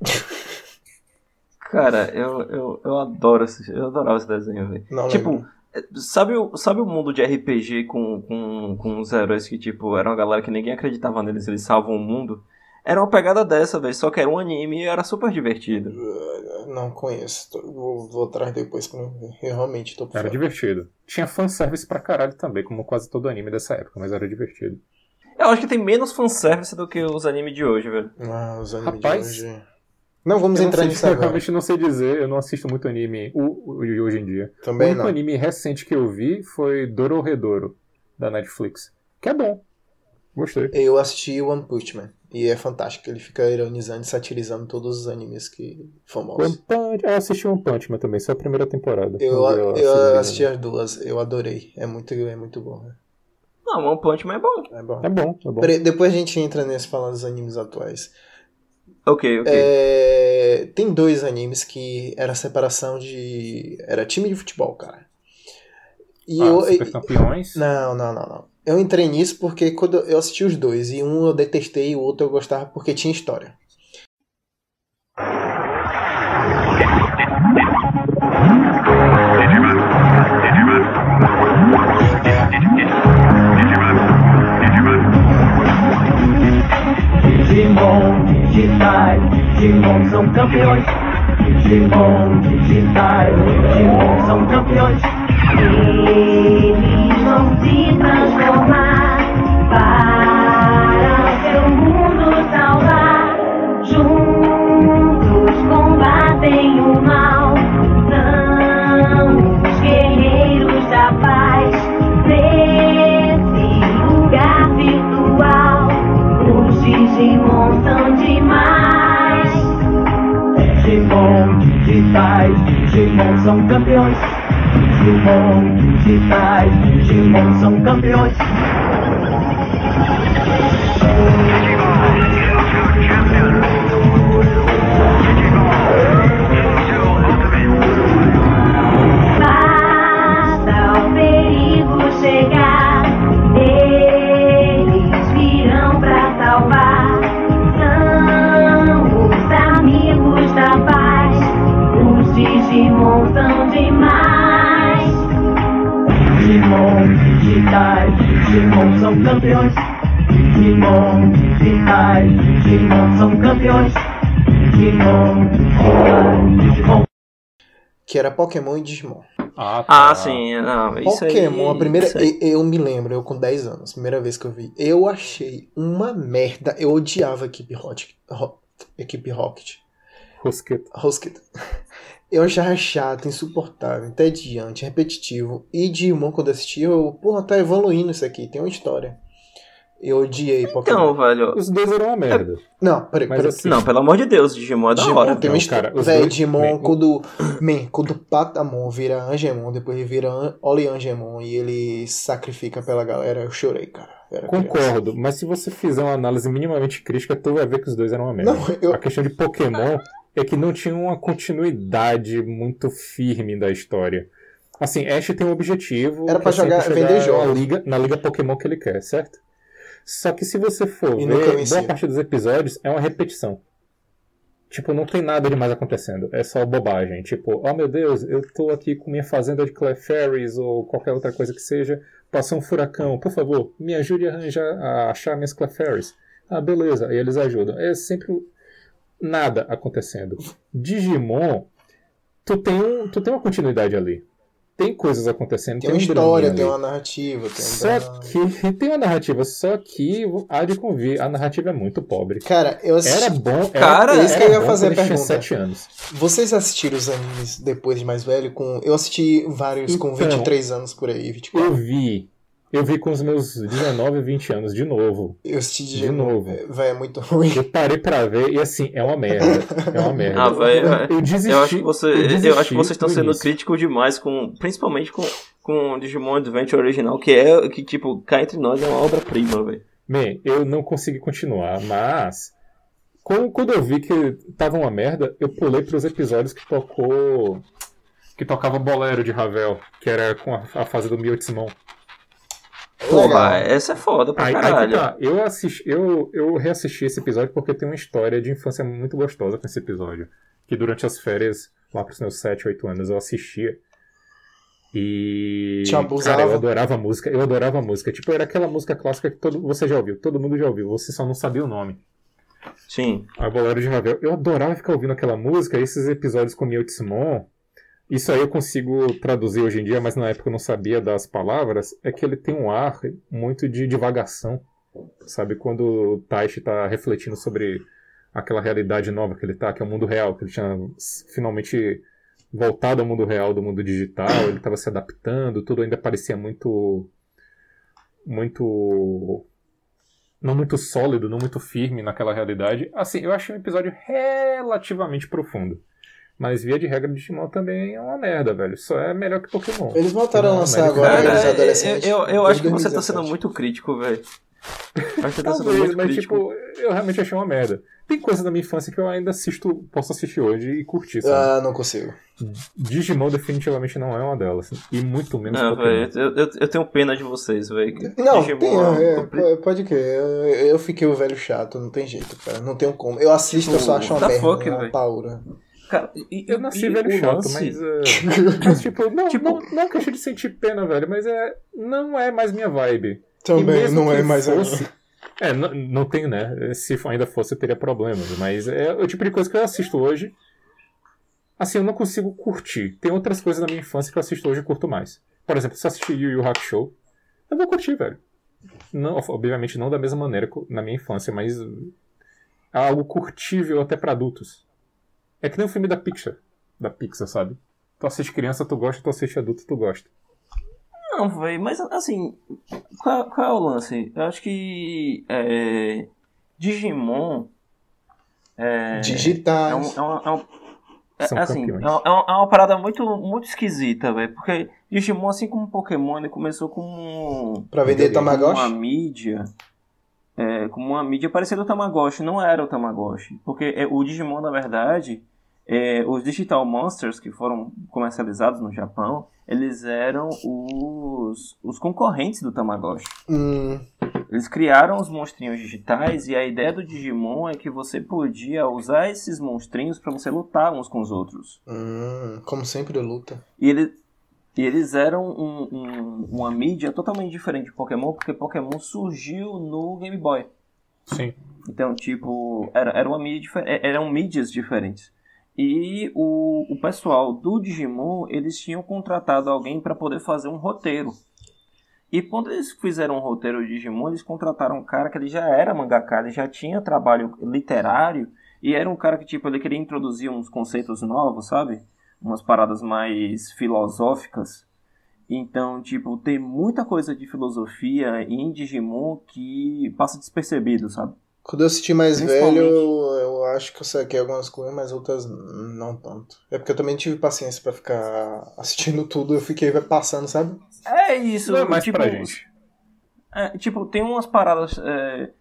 B: Cara, eu, eu, eu adoro esse, eu adorava esse desenho, velho.
A: Não
B: Tipo,
A: lembro.
B: Sabe o, sabe o mundo de RPG com, com, com os heróis que, tipo, eram a galera que ninguém acreditava neles, eles salvam o mundo? Era uma pegada dessa, velho, só que era um anime e era super divertido.
A: Uh, Não conheço. Tô- Vou, vou atrás depois pra não ver. Eu realmente tô por
C: Era
A: fora.
C: divertido. Tinha fanservice pra caralho também, como quase todo anime dessa época, mas era divertido.
B: Eu acho que tem menos fanservice do que os animes de hoje, velho.
A: Ah, os animes
C: Rapaz.
A: de hoje. Não vamos
C: eu não
A: entrar
C: sei,
A: nisso
C: dizer, eu
A: agora.
C: realmente não sei dizer, eu não assisto muito anime o- o- de hoje em dia. o
A: Também
C: único
A: não.
C: anime recente que eu vi foi Dororedoro, da Netflix. Que é bom. Gostei.
A: Eu assisti One Punch Man. E é fantástico, ele fica ironizando e satirizando todos os animes que
C: One
A: famosos.
C: Um Punch, eu assisti One Punch Man também, só a primeira temporada.
A: Eu,
C: Não assim, vi
A: eu,
C: a segunda,
A: assisti
C: não.
A: as duas, eu adorei. É muito, é muito bom, né?
B: Não, One Punch Man é bom.
A: É bom.
C: É bom, é bom.
A: Peraí, Depois a gente entra nesse falando dos animes atuais.
B: Ok, ok.
A: É, tem dois animes que era separação de. Era time de futebol, cara. E
C: ah,
A: eu.
C: Super Campeões.
A: Não, não, não, não. Eu entrei nisso porque quando eu assisti os dois, e um eu detestei e o outro eu gostava porque tinha história.
D: Digimon digitais, Digimon são campeões. Digimon digitais, Digimon são campeões.
E: Eles vão se transformar para seu mundo salvar. Juntos combatem o mal. São os guerreiros da paz. Nesse um lugar virtual, os Digimon são demais.
D: Digimon digitais, Digimon são campeões. Digimon digitais, Digimon são campeões.
E: Basta o perigo chegar, eles virão pra salvar. São os amigos da paz, os Digimon são demais.
D: Digimon digitais, Digimon são campeões. Digimon digitais, Digimon são campeões. Digimon digitais, Digimon
A: Que era Pokémon e Digimon.
C: Ah, tá.
B: Ah, sim, não, isso aí. é
A: Pokémon, a primeira.
B: isso aí.
A: e- Eu me lembro, eu com 10 anos, primeira vez que eu vi. Eu achei uma merda. Eu odiava a equipe Rocket. Ro- Equipe Rocket.
C: Rosqueta.
A: Rocket. Eu achava chato, insuportável, até diante, repetitivo. E Digimon, quando assisti, eu, porra, tá evoluindo isso aqui, tem uma história. Eu odiei
B: Então,
A: Pokémon.
B: velho.
C: Os dois eram uma merda.
A: É, Não, peraí,
C: Mas
A: peraí.
C: assim,
B: Não, pelo amor de Deus, Digimon é da
A: Digimon
B: hora.
A: tem uma
C: Não,
A: história.
C: cara, os
A: Véi,
C: dois-
A: Digimon,
C: Man,
A: quando. Man, quando Patamon vira Angemon, depois ele vira An- Oleangemon e ele sacrifica pela galera, eu chorei, cara. Eu era criança.
C: Concordo, mas se você fizer uma análise minimamente crítica, tu vai ver que os dois eram uma merda.
A: Não, eu-
C: A questão de Pokémon é que não tinha uma continuidade muito firme da história. Assim, Ash tem um objetivo.
A: Era
C: que
A: pra
C: é sempre
A: jogar-
C: chegar
A: vender
C: na
A: jogos.
C: liga- na liga Pokémon que ele quer, certo? Só que se você for
A: E nunca
C: ver,
A: vencia.
C: boa parte dos episódios é uma repetição. Tipo, não tem nada demais acontecendo. É só bobagem. Tipo, oh meu Deus, eu tô aqui com minha fazenda de Clefairies ou qualquer outra coisa que seja. Passou um furacão, por favor, me ajude a arranjar, a achar minhas Clefairies. Ah, beleza. E eles ajudam. É sempre nada acontecendo. Digimon, tu tem, um, tu tem uma continuidade ali. Tem coisas acontecendo.
A: Tem uma
C: um
A: história,
C: draminha
A: tem
C: ali. é
A: uma narrativa, tem um
C: Só
A: drama.
C: que tem uma narrativa, só que há de convir, a narrativa é muito pobre.
A: Cara, eu assisti.
C: Era bom, era,
B: Cara,
C: era
A: é isso que eu ia
C: bom
A: fazer a
C: quando tinha
A: pergunta.
C: 7 anos.
A: Vocês assistiram os animes depois de mais velho? Com... Eu assisti vários com
C: Então.
A: 23 anos por aí, 24.
C: Eu vi, eu vi com os meus 19, 20 anos de novo.
A: Eu assisti
C: De
A: Digimon.
C: novo.
A: É, Véi, é muito ruim.
C: Eu parei pra ver e assim, é uma merda, é uma merda.
B: Ah, vai, vai.
C: Eu desisti.
B: Eu acho que, você, eu
C: desisti
B: acho que vocês estão
C: no
B: sendo
C: início.
B: críticos demais, com, principalmente com, com o Digimon Adventure original, que é que, tipo, cá entre nós é uma obra-prima, velho.
C: Bem, eu não consegui continuar, mas quando, quando eu vi que tava uma merda, eu pulei pros episódios que tocou. que tocava Bolero de Ravel, que era com a, a fase do Miotismon.
B: Porra, essa é foda
A: Ah,
B: pra
C: Aí, aí que
B: caralho.
C: tá, eu, assisti, eu, eu reassisti esse episódio porque tem uma história de infância muito gostosa com esse episódio. Que durante as férias, lá pros meus 7, 8 anos, eu assistia. E.
A: Te abusava.
C: Cara, eu adorava a música. Eu adorava a música. Tipo, era aquela música clássica que todo, você já ouviu, todo mundo já ouviu, você só não sabia o nome.
B: Sim.
C: A Bolero de Ravel. Eu adorava ficar ouvindo aquela música, esses episódios com Milt Simon. Isso aí eu consigo traduzir hoje em dia, mas na época eu não sabia das palavras. É que ele tem um ar muito de divagação. Sabe? Quando o Taishi tá refletindo sobre aquela realidade nova que ele tá, que é o mundo real, que ele tinha s- finalmente voltado ao mundo real, do mundo digital, ele tava se adaptando, tudo ainda parecia muito. muito não muito sólido, não muito firme naquela realidade. Assim, eu achei um episódio relativamente profundo. Mas via de regra, Digimon também é uma merda, velho. Só é melhor que Pokémon.
A: Eles voltaram a
C: Não,
A: lançar
C: mas-
A: agora
C: Cara,
A: eles
B: eu-
A: adolescentes.
B: É, eu, eu
A: desde
B: acho que você tá
A: 2017.
B: sendo muito crítico, velho. Acho que você tá sendo
C: Talvez,
B: muito
C: mas
B: crítico.
C: tipo, eu realmente achei uma merda. Tem coisa da minha infância que eu ainda assisto, posso assistir hoje e curtir, sabe?
A: Ah, não consigo.
C: Digimon definitivamente não é uma delas. E muito menos
B: Não,
C: Pokémon.
B: Ah, velho, eu, eu, eu tenho pena de vocês, velho.
A: Não,
B: Digimon
A: tem,
B: é um
A: é,
B: compli-
A: po- pode crer. Eu, eu fiquei o velho chato, não tem jeito, cara. Não tenho como. Eu assisto, eu só acho uma
B: What Tipo, the
A: merda.
B: fuck,
A: uma
B: velho?
A: paura.
B: Cara, e-
C: Eu
B: e-
C: nasci
B: e
C: velho
B: o
C: chato,
B: lance-
C: mas. eh, mas, tipo, não,
B: Tipo-
C: não, não que eu deixe de sentir pena, velho, mas é, não é mais minha vibe. E
A: Também
C: mesmo
A: não
C: que
A: é mais
C: fosse- É, não, não tenho, né? Se ainda fosse, eu teria problemas. Mas é o tipo de coisa que eu assisto hoje. Assim, eu não consigo curtir. Tem outras coisas da minha infância que eu assisto hoje e curto mais. Por exemplo, se eu assistir Yu Yu Hakusho, eu vou curtir, velho. Não, obviamente não da mesma maneira que na minha infância, mas uh, é algo curtível até pra adultos. É que nem o filme da Pixar. Da Pixar, sabe? Tu assiste criança, tu gosta, tu assiste adulto, tu gosta.
B: Não, velho, mas assim, qual, qual é o lance? Eu acho que é, Digimon é,
A: digitais.
B: é, um, é, uma- é um- é-
C: São
B: assim, é,
C: campeões.
B: uma- é uma- é uma parada muito, muito esquisita, velho, porque Digimon, assim como Pokémon, ele começou como
A: Pra vender
C: Entendi.
A: Tamagotchi?
B: uma mídia é, como uma mídia parecida ao Tamagotchi, não era o Tamagotchi, porque é, o Digimon na verdade, é, os Digital Monsters que foram comercializados no Japão, eles eram os, os concorrentes do Tamagotchi. um
A: Hum,
B: Eles criaram os monstrinhos digitais e a ideia do Digimon é que você podia usar esses monstrinhos para você lutar uns com os outros.
A: hum, como sempre, luta.
B: E ele- e eles eram um- um- uma mídia totalmente diferente de Pokémon, porque Pokémon surgiu no Game Boy.
C: Sim.
B: Então, tipo, era, era uma mídia difer- é- eram mídias diferentes. E o, o pessoal do Digimon, eles tinham contratado alguém para poder fazer um roteiro. E quando eles fizeram um roteiro de Digimon, eles contrataram um cara que ele já era mangaka, ele já tinha trabalho literário, e era um cara que, tipo, ele queria introduzir uns conceitos novos, sabe? Umas paradas mais filosóficas. Então, tipo, tem muita coisa de filosofia em Digimon que passa despercebido, sabe?
A: Quando eu assisti mais
B: Principalmente-
A: velho, eu, eu acho que eu saquei algumas coisas, mas outras não tanto. É porque eu também tive paciência pra ficar assistindo tudo, eu fiquei passando, sabe?
B: É isso,
C: Não é mais
B: tipo,
C: pra gente.
B: é, tipo, tem umas paradas. é,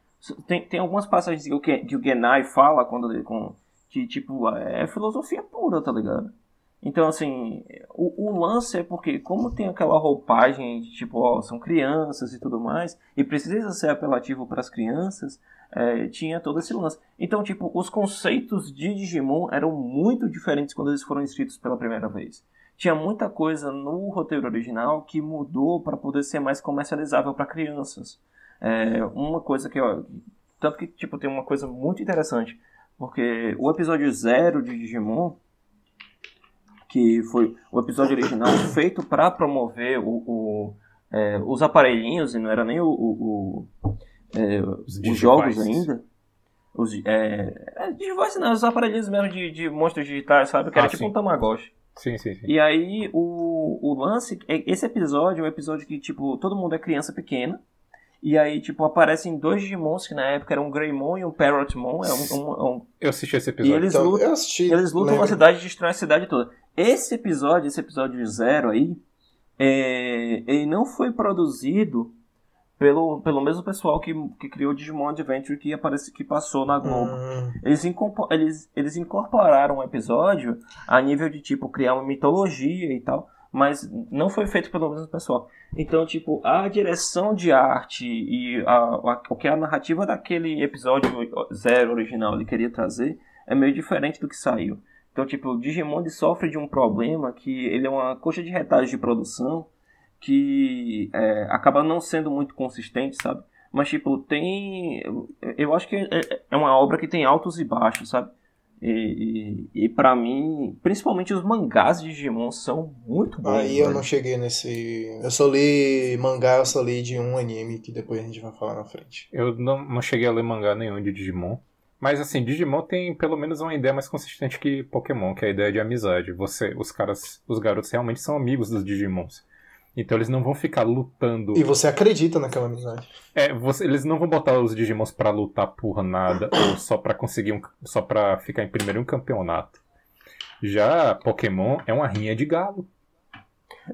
B: tem, tem algumas passagens que o, Ken- que o Genai fala quando ele- com, que, tipo, é filosofia pura, tá ligado? Então, assim, o, o lance é porque, como tem aquela roupagem de tipo, ó, são crianças e tudo mais, e precisa ser apelativo para as crianças, é, tinha todo esse lance. Então, tipo, os conceitos de Digimon eram muito diferentes quando eles foram escritos pela primeira vez. Tinha muita coisa no roteiro original que mudou para poder ser mais comercializável para crianças. É, uma coisa que, ó, tanto que, tipo, tem uma coisa muito interessante, porque o episódio zero de Digimon que foi o episódio original feito para promover o, o, é, os aparelhinhos, e não era nem o, o- o, é, os,
C: digivices.
B: jogos ainda. Os, é, é, digivice não, os aparelhinhos mesmo de, de monstros digitais, sabe? Que era
C: Ah,
B: tipo
C: sim.
B: um Tamagotchi.
C: Sim, sim, sim.
B: E aí o, o lance, é- esse episódio é um episódio que, tipo, todo mundo é criança pequena. E aí, tipo, aparecem dois Digimons que na época eram um Greymon e um Parrotmon. É um- um- um-
C: Eu assisti esse episódio.
B: e eles
A: Então,
B: lutam.
A: eu assisti. né?
B: Eles lutam
A: lembro.
B: uma cidade, destroem a cidade toda. Esse episódio, esse episódio zero aí, é, ele não foi produzido pelo, pelo mesmo pessoal que, que criou Digimon Adventure que, aparece, que passou na Globo.
A: Hum,
B: Eles, incorpo- eles, eles incorporaram um episódio a nível de, tipo, criar uma mitologia e tal, mas não foi feito pelo mesmo pessoal. Então, tipo, a direção de arte e a, a- o que a narrativa daquele episódio zero original ele queria trazer é meio diferente do que saiu. Então, tipo, o Digimon ele sofre de um problema que ele é uma coxa de retalhos de produção que é, acaba não sendo muito consistente, sabe? Mas, tipo, tem. Eu acho que é, é uma obra que tem altos e baixos, sabe? E, e, e para mim, principalmente os mangás de Digimon são muito bons. né?
A: Aí eu
B: velho.
A: não cheguei nesse. Eu só li mangá, eu só li de um anime que depois a gente vai falar na frente.
C: Eu não, não cheguei a ler mangá nenhum de Digimon. Mas assim, Digimon tem pelo menos uma ideia mais consistente que Pokémon, que é a ideia de amizade. Você, os caras, os garotos realmente são amigos dos Digimons. Então eles não vão ficar lutando.
A: E você acredita naquela amizade.
C: É, você- eles não vão botar os Digimons pra lutar por nada ou só pra conseguir um, só para ficar em primeiro em um campeonato. Já Pokémon é uma rinha de galo.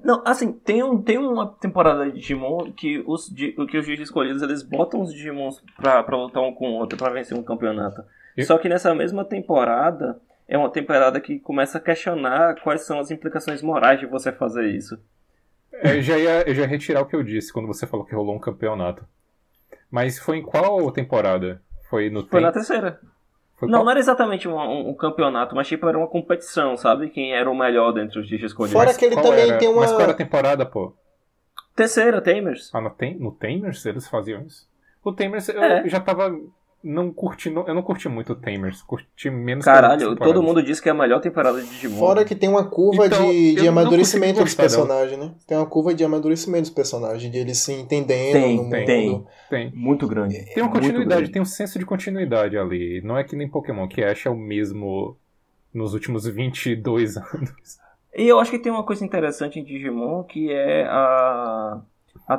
B: Não, assim, tem, um, tem uma temporada de Digimon que os, di- que os Digimon escolhidos eles botam os Digimons pra, pra lutar um com o outro, pra vencer um campeonato.
C: Eu-
B: Só que nessa mesma temporada, é uma temporada que começa a questionar quais são as implicações morais de você fazer isso.
C: É, Eu já ia, eu já ia retirar o que eu disse quando você falou que rolou um campeonato. Mas foi em qual temporada? Foi no
B: Foi na
C: tempo?
B: terceira.
C: Foi
B: Não,
C: qual-
B: não era exatamente um, um- um campeonato, mas tipo, era uma competição, sabe? Quem era o melhor dentre os Digimon escolhidos.
A: Fora que ele
C: qual
A: também
C: era-
A: tem uma.
C: Mas qual era a temporada, pô?
B: Terceira, Tamers.
C: Ah, no, tem, no Tamers eles faziam isso? O Tamers, eu
B: É.
C: já tava não curtindo... Eu não curti muito o Tamers. Curti menos que as
B: Caralho,
C: temporadas.
B: todo mundo diz que é a melhor temporada de Digimon.
A: Fora que tem uma curva
C: Então,
A: de, de
C: eu não
A: amadurecimento
C: consigo
A: dos
C: gostar dela.
A: personagens, né? Tem uma curva de amadurecimento dos personagens, de eles se entendendo
B: Tem,
A: no mundo.
B: tem.
C: Tem.
B: Muito grande.
C: Tem uma
B: é Muito
C: continuidade,
B: grande.
C: tem um senso de continuidade ali. Não é que nem Pokémon, que Ash é o mesmo nos últimos 22 anos.
B: E eu acho que tem uma coisa interessante em Digimon que é a, a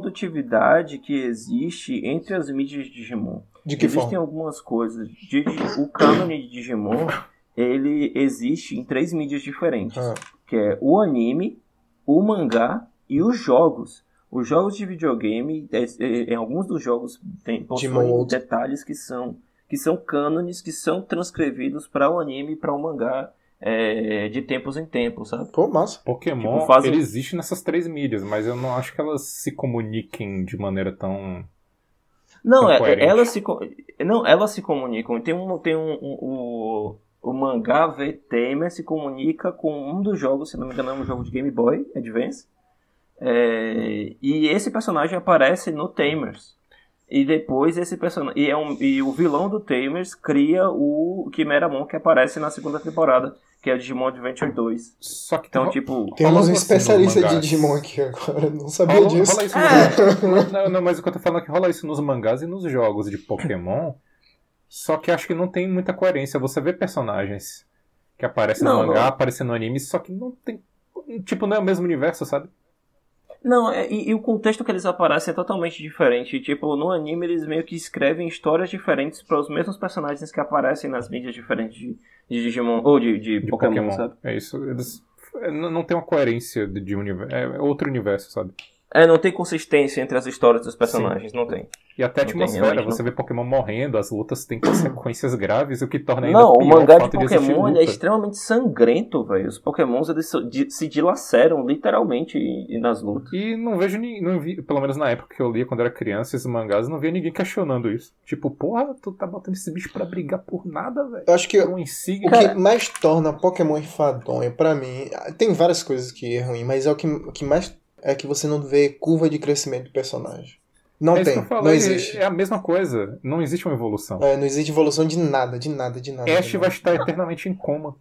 B: transcondutividade que existe entre as mídias de Digimon.
A: De que
B: Existem
A: forma?
B: algumas coisas. Digi- o cânone de Digimon ele existe em três mídias diferentes.
A: Ah,
B: que é o anime, o mangá e os jogos. Os jogos de videogame, é, é, em alguns dos jogos, tem, possuem
A: World.
B: detalhes que são que são cânones que são transcrevidos para o anime e para o mangá é, de tempos em tempos, sabe?
A: pô, massa.
C: Pokémon,
B: Tipo, fazem-
C: ele existe nessas três mídias, mas eu não acho que elas se comuniquem de maneira tão...
B: Não,
C: São
B: é,
C: coerentes.
B: elas se co- não, elas se comunicam. Tem um tem um, um- o, o mangá V Tamer se comunica com um dos jogos, se não me engano, é um jogo de Game Boy Advance. É, e esse personagem aparece no Tamers. E depois esse personagem e, é um- e o vilão do Tamers cria o Chimeramon que aparece na segunda temporada, que é o Digimon Adventure 2.
C: Só que
B: Então,
C: ro-
B: tipo,
A: Temos
C: Rola
A: um
C: assim
A: especialista de
C: nos mangás.
A: Digimon aqui agora, não sabia
C: rola,
A: disso. É.
C: rola isso nos... não, não, mas o que eu tô falando é que rola isso nos mangás e nos jogos de Pokémon. Só que acho que não tem muita coerência. Você vê personagens que aparecem
B: Não,
C: no mangá,
B: não.
C: aparecem no anime, só que não tem. Tipo, não é o mesmo universo, sabe?
B: Não, é- e, e o contexto que eles aparecem é totalmente diferente. Tipo, no anime eles meio que escrevem histórias diferentes para os mesmos personagens que aparecem nas mídias diferentes de, de Digimon ou de, de
C: De
B: Pokémon, sabe?
C: É isso. Eles é, n- não tem uma coerência de, universo. É outro universo, sabe?
B: É, não tem consistência entre as histórias dos personagens, não tem.
C: E até a
B: Não tem,
C: atmosfera,
B: realmente
C: você vê Pokémon morrendo, as lutas têm consequências graves, o que torna ainda
B: Não,
C: pior
B: o mangá de
C: fato existir
B: Pokémon ele é
C: luta.
B: extremamente sangrento, velho. Os Pokémons eles so- di- se dilaceram literalmente e- e nas lutas.
C: E não vejo ni- não vi, pelo menos na época que eu lia quando era criança esses mangás, não via ninguém questionando isso. Tipo, porra, tu tá botando esse bicho pra brigar por nada, velho.
A: Eu acho que
C: É
A: o
C: uma
A: que
C: insígnia.
A: mais torna Pokémon enfadonho, pra mim, tem várias coisas que é ruim, mas é o que, o que mais é que você não vê curva de crescimento do personagem. Não
C: É isso que
A: tem,
C: eu falo,
A: não
C: é-
A: existe.
C: É a mesma coisa. Não existe uma evolução.
A: É, não existe evolução de nada, de nada, de nada.
C: Ash
A: de
C: vai
A: nada.
C: estar eternamente em coma.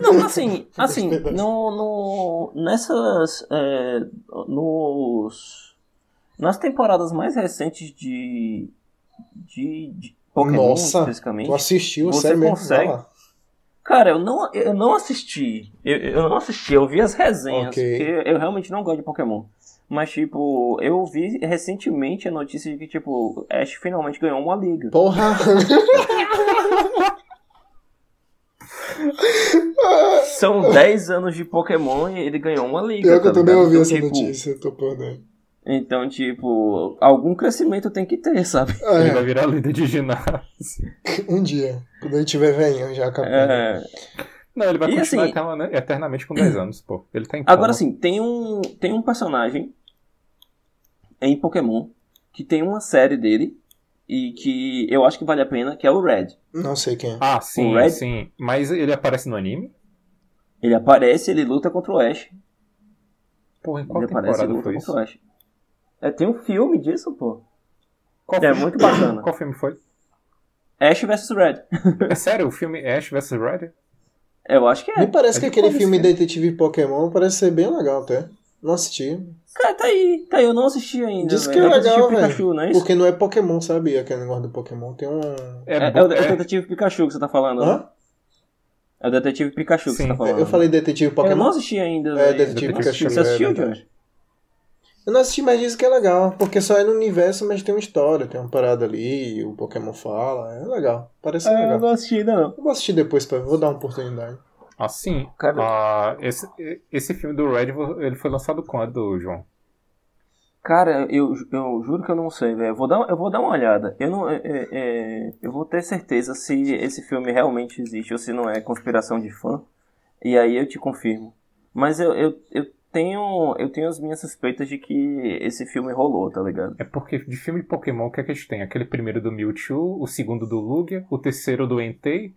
B: Não, assim, assim, no, no, nessas, é, nos, nas temporadas mais recentes de, de, de Pokémon,
A: Nossa,
B: especificamente,
A: Tu assistiu,
B: Você
A: sério mesmo? Vai
B: consegue.
A: lá.
B: cara, eu não, eu não assisti, eu, eu não assisti, eu vi as resenhas,
A: Ok.
B: porque eu realmente não gosto de Pokémon, mas, tipo, eu vi recentemente a notícia de que, tipo, Ash finalmente ganhou uma liga.
A: Porra!
B: São 10 anos de Pokémon e ele ganhou uma liga,
A: Pior que eu
B: tá
A: também
B: ligado?
A: ouvi
B: Então,
A: essa
B: tipo,
A: notícia, eu tô por dentro.
B: Então, tipo, algum crescimento tem que ter, sabe?
A: Ah,
C: Ele
A: é,
C: vai virar líder de ginásio.
A: um dia. Quando ele tiver velhinho, já acabou.
B: É,
C: Não, ele vai
B: E
C: continuar
B: assim-
C: eterna- eternamente com 10 anos, pô. Ele tá em coma.
B: Agora sim, tem um, tem um personagem em Pokémon que tem uma série dele e que eu acho que vale a pena, que é o Red.
A: Não sei quem é.
C: Ah, sim,
B: O Red-
C: sim. Mas ele aparece no anime?
B: Ele aparece, ele luta contra o Ash.
C: Porra, em qual
B: ele aparece e
C: temporada
B: luta
C: foi
B: contra
C: isso?
B: o Ash. É, tem um filme disso, pô.
C: Qual
B: É
C: filme-
B: muito bacana.
C: Qual filme foi?
B: Ash vs Red.
C: É sério, o filme Ash vs. Red?
B: Eu acho que é.
A: Me parece que
C: Ele
A: aquele
C: pode
A: filme
C: ser.
A: Detetive Pokémon parece ser bem legal até. Não assisti.
B: Cara, tá aí, tá aí. Eu não assisti ainda.
A: Diz
B: velho.
A: que é
B: Eu assisti o
A: legal,
B: Pikachu, não é isso?
A: Porque não é Pokémon, sabe? Aquele negócio do Pokémon. Tem um.
B: É, é,
C: bo-
B: o é o detetive Pikachu que você tá falando. né?
A: Hã?
B: É o Detetive Pikachu que
C: Sim.
B: você tá falando.
A: É, Eu falei Detetive
B: Eu não
A: Pokémon.
B: assisti ainda,
A: É,
B: velho.
A: Detetive
C: Pikachu,
B: Você assistiu,
A: é
B: Jorge?
A: verdade. Eu não assisti, mas dizem que é legal. Porque só é no universo, mas tem uma história. Tem uma parada ali, o Pokémon fala. É legal. Parece
B: Ah, eu
A: legal.
B: não assisti ainda, não.
A: Eu vou assistir depois, pra... vou dar uma oportunidade.
C: Assim,
B: Cara-
C: ah, esse, esse filme do Red ele foi lançado quando, João?
B: Cara, eu, eu juro que eu não sei, velho. Eu vou dar, eu vou dar uma olhada. Eu não, é, é, é, eu vou ter certeza se esse filme realmente existe ou se não é conspiração de fã. E aí eu te confirmo. Mas eu, eu, eu tenho, eu tenho as minhas suspeitas de que esse filme rolou, tá ligado?
C: É porque de filme de Pokémon, o que é que a gente tem? Aquele primeiro do Mewtwo, o segundo do Lugia, o terceiro do Entei,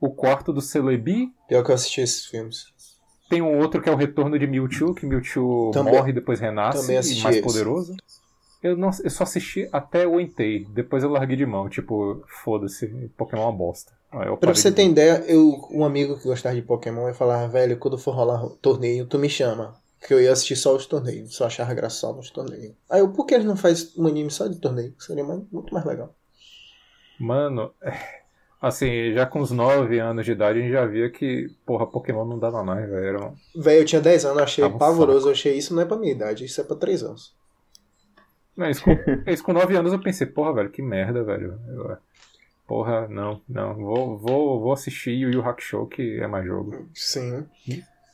C: o quarto do Celebi,
A: Pior que eu assisti esses filmes.
C: tem um outro que é o Retorno de Mewtwo, que Mewtwo
A: Também-
C: morre e depois renasce,
A: também assisti
C: e mais
A: esse.
C: poderoso. Eu, não, eu só assisti até o Entei, depois eu larguei de mão, tipo, foda-se, Pokémon é uma bosta. Aí
A: Pra
C: eu parei
A: você
C: de
A: ter
C: ver.
A: ideia, eu, um amigo que gostava de Pokémon ia falar, velho, quando for rolar torneio, tu me chama. Que eu ia assistir só os torneios, só achava graça só nos torneios. Aí eu, por que eles não fazem um anime só de torneio? Seria mais- muito mais legal.
C: Mano, é, assim, já com uns 9 anos de idade a gente já via que, porra, Pokémon não dava mais, velho. Era um-
A: Velho, eu tinha 10 anos, eu achei
C: Tava um
A: pavoroso, eu achei isso não é pra minha idade, isso é pra 3 anos.
C: Não, isso, com, isso com 9 anos eu pensei, porra, velho, que merda, velho. Eu, é, porra, não, não. Vou, vou, vou assistir Yu Yu Hakusho, que é mais jogo.
A: Sim.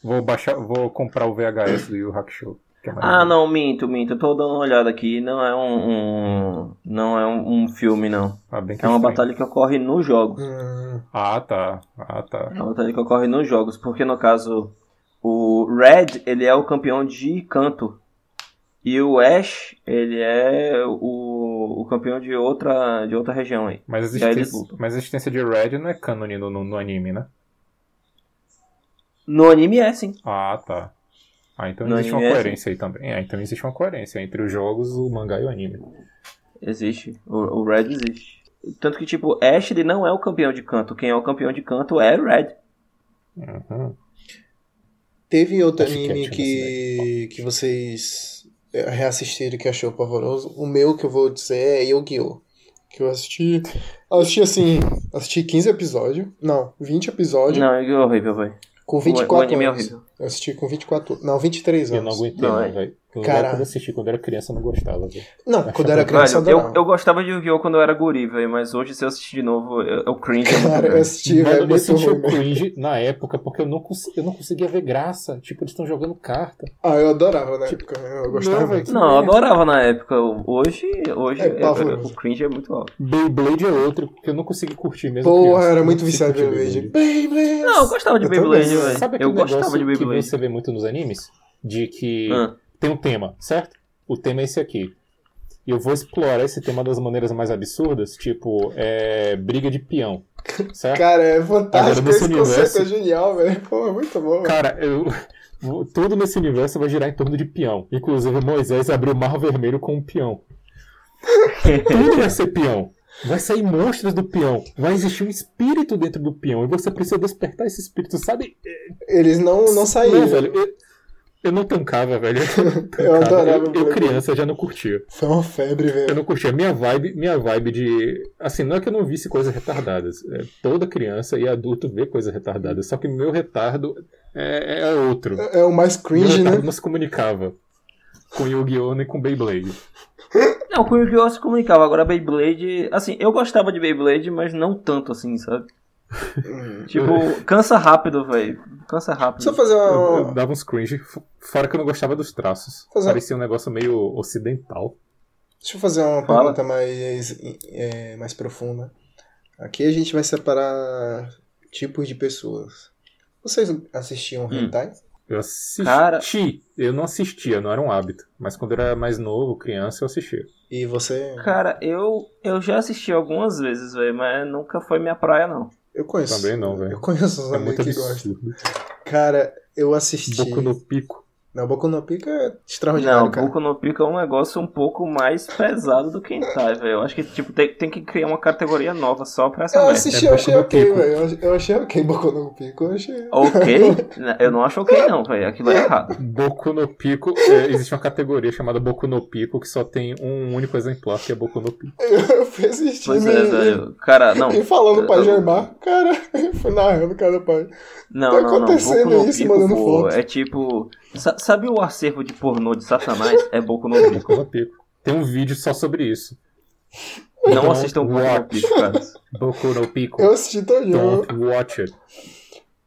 C: Vou baixar, vou comprar o VHS do Yu Yu Hakusho. Que é mais
B: Ah,
C: jogo.
B: não, minto, minto. Eu tô dando uma olhada aqui. Não é um, um- não é um, um filme, não.
C: Ah, bem que
B: É uma
C: estranho.
B: batalha que ocorre nos jogos.
A: Hum,
C: Ah, tá. Ah, tá.
B: É uma batalha que ocorre nos jogos, porque no caso o Red ele é o campeão de canto e o Ash ele é o, o campeão de outra de outra região aí.
C: Mas a,
B: E aí eles
C: existência,
B: lutam.
C: mas a existência de Red não é cânone no, no, no anime, né?
B: No anime é sim.
C: Ah, tá. Ah, então
B: No
C: existe
B: anime
C: uma
B: é
C: coerência aí também. É, então existe uma coerência entre os jogos, o mangá e o anime.
B: Existe. O, o Red existe. Tanto que tipo Ash ele não é o campeão de canto. Quem é o campeão de canto é o Red.
C: Uhum.
A: Teve outro
C: Acho que é
A: anime
C: Tio
A: que, que vocês eh, reassistiram e que achou pavoroso. O meu que eu vou dizer é Yu-Gi-Oh! Que eu assisti. Assisti assim. Assisti 15 episódios. Não, 20 episódios.
B: Não, é horrível, velho.
A: Com
B: O, o
A: 24
B: anime é
A: anos.
B: horrível.
A: Eu assisti com 24. Não, 23
C: Eu não
A: anos.
C: aguentei,
B: Não,
C: não,
B: é-
C: velho. Eu
A: Cara.
C: quando assisti quando era criança, eu não gostava, velho.
A: Não, quando eu era criança eu
B: Velho, eu,
A: adorava.
B: eu gostava de Yu-Gi-Oh! quando eu era guri, velho, mas hoje se eu assistir de novo, eu, eu cringe. é muito
A: Cara, eu
B: grande.
A: assisti,
C: Mano,
A: velho,
C: eu
A: muito
C: senti
A: ruim.
C: o
A: mesmo.
C: cringe na época porque eu não, cons- eu não conseguia ver graça. Tipo, eles estão jogando carta.
A: Ah, eu adorava na época. Eu gostava
C: Tipo,
A: muito.
C: Não, velho.
B: Não, eu adorava na época. Hoje, hoje
A: É
B: eu-
A: pavoroso.
B: o cringe é muito alto.
C: Beyblade é outro que eu não consegui curtir mesmo.
A: Porra,
C: criança.
A: eu era
C: Não
A: muito
C: consegui
A: viciado em
C: curtir
A: Beyblade. Beyblade!
B: Não, eu gostava de
A: Eu
B: Beyblade,
A: também.
B: velho.
C: Sabe aquele
B: Eu gostava de
C: negócio que
B: Beyblade.
C: você vê muito nos animes? De que
B: Ah,
C: tem um tema, certo? O tema é esse aqui. E eu vou explorar esse tema das maneiras mais absurdas, tipo, é, briga de peão, certo?
A: Cara, é
C: Agora,
A: fantástico.
C: nesse
A: Esse conceito é
C: universo-
A: genial, velho. Pô, é muito bom.
C: Cara, eu... tudo nesse universo vai girar em torno de peão. Inclusive, Moisés abriu o mar vermelho com um peão. tudo vai ser peão. Vai sair monstros do peão. Vai existir um espírito dentro do peão. E você precisa despertar esse espírito, sabe?
A: Eles não, não saíram.
C: Não, velho. Eu, eu não tancava, velho. Eu, não tancava.
A: Eu adorava um
C: Eu, eu
A: Beyblade.
C: criança já não curtia.
A: Foi é uma febre,
C: Eu
A: velho.
C: não curtia. Minha vibe, minha vibe de. Assim, não é que eu não visse coisas retardadas. É, toda criança e adulto vê coisas retardadas. Só que meu retardo é, é outro.
A: É o mais cringe,
C: Meu
A: né?
C: retardo não se comunicava com Yu-Gi-Oh! nem com Beyblade.
B: Não, com Yu-Gi-Oh! se comunicava. Agora Beyblade. Assim, eu gostava de Beyblade, mas não tanto assim, sabe? Tipo, cansa rápido, velho. Cansa rápido.
A: Só fazer
C: Eu, eu
A: uma.
C: dava uns cringe, f- fora que eu não gostava dos traços.
A: Ah. Pois é.
C: Parecia um negócio meio ocidental.
A: Deixa eu fazer uma
B: Fala.
A: pergunta mais, é, mais profunda. Aqui a gente vai separar tipos de pessoas. Vocês assistiam
C: Hum.
A: Hentai?
C: Eu assisti.
B: Cara-
C: Eu não assistia, não era um hábito. Mas quando eu era mais novo, criança, eu assistia.
A: E você.
B: Cara, eu, eu já assisti algumas vezes, velho, mas nunca foi minha praia, não.
A: Eu conheço.
C: Também não, velho.
A: Eu conheço os
C: É
A: amigos
C: muito
A: que gostam.
C: absurdo.
A: Cara, eu assisti.
C: Boku no pico.
A: Não, Boku no Pico é extraordinário,
B: Não,
A: cara.
B: Boku no Pico é um negócio um pouco mais pesado do que Hentai, velho. Eu acho que tipo, tem, tem que criar uma categoria nova só pra essa
A: Eu
B: merda.
A: assisti,
C: é
A: eu
C: Boku
A: achei
C: no
A: ok,
C: Pico.
A: velho. Eu ach- Eu achei ok Boku no Pico. Eu achei...
B: Ok? Né, Eu não acho ok não, velho. Aquilo é errado.
C: Boku no Pico, é, existe uma categoria chamada Boku no Pico que só tem um único exemplar, que é Boku no Pico.
A: Eu fui assistir
B: Pois
A: e-
B: é, velho. Cara, não.
A: E falando pra
B: eu-
A: Germar, cara, eu fui narrando cada página.
B: Não,
A: Tá
B: não, não.
A: acontecendo
B: Boku no
A: isso,
B: Pico,
A: mandando
B: pô,
A: foto.
B: é tipo... sa- Sabe o acervo de pornô de Satanás? É Boku no Pico.
C: Boku no Pico. Tem um vídeo só sobre isso.
B: Não
C: Don't
B: assistam Boku no
C: watch.
B: Pico, cara.
C: Boku no Pico.
A: Eu assisti todinho. Eu,
C: Don't watch it.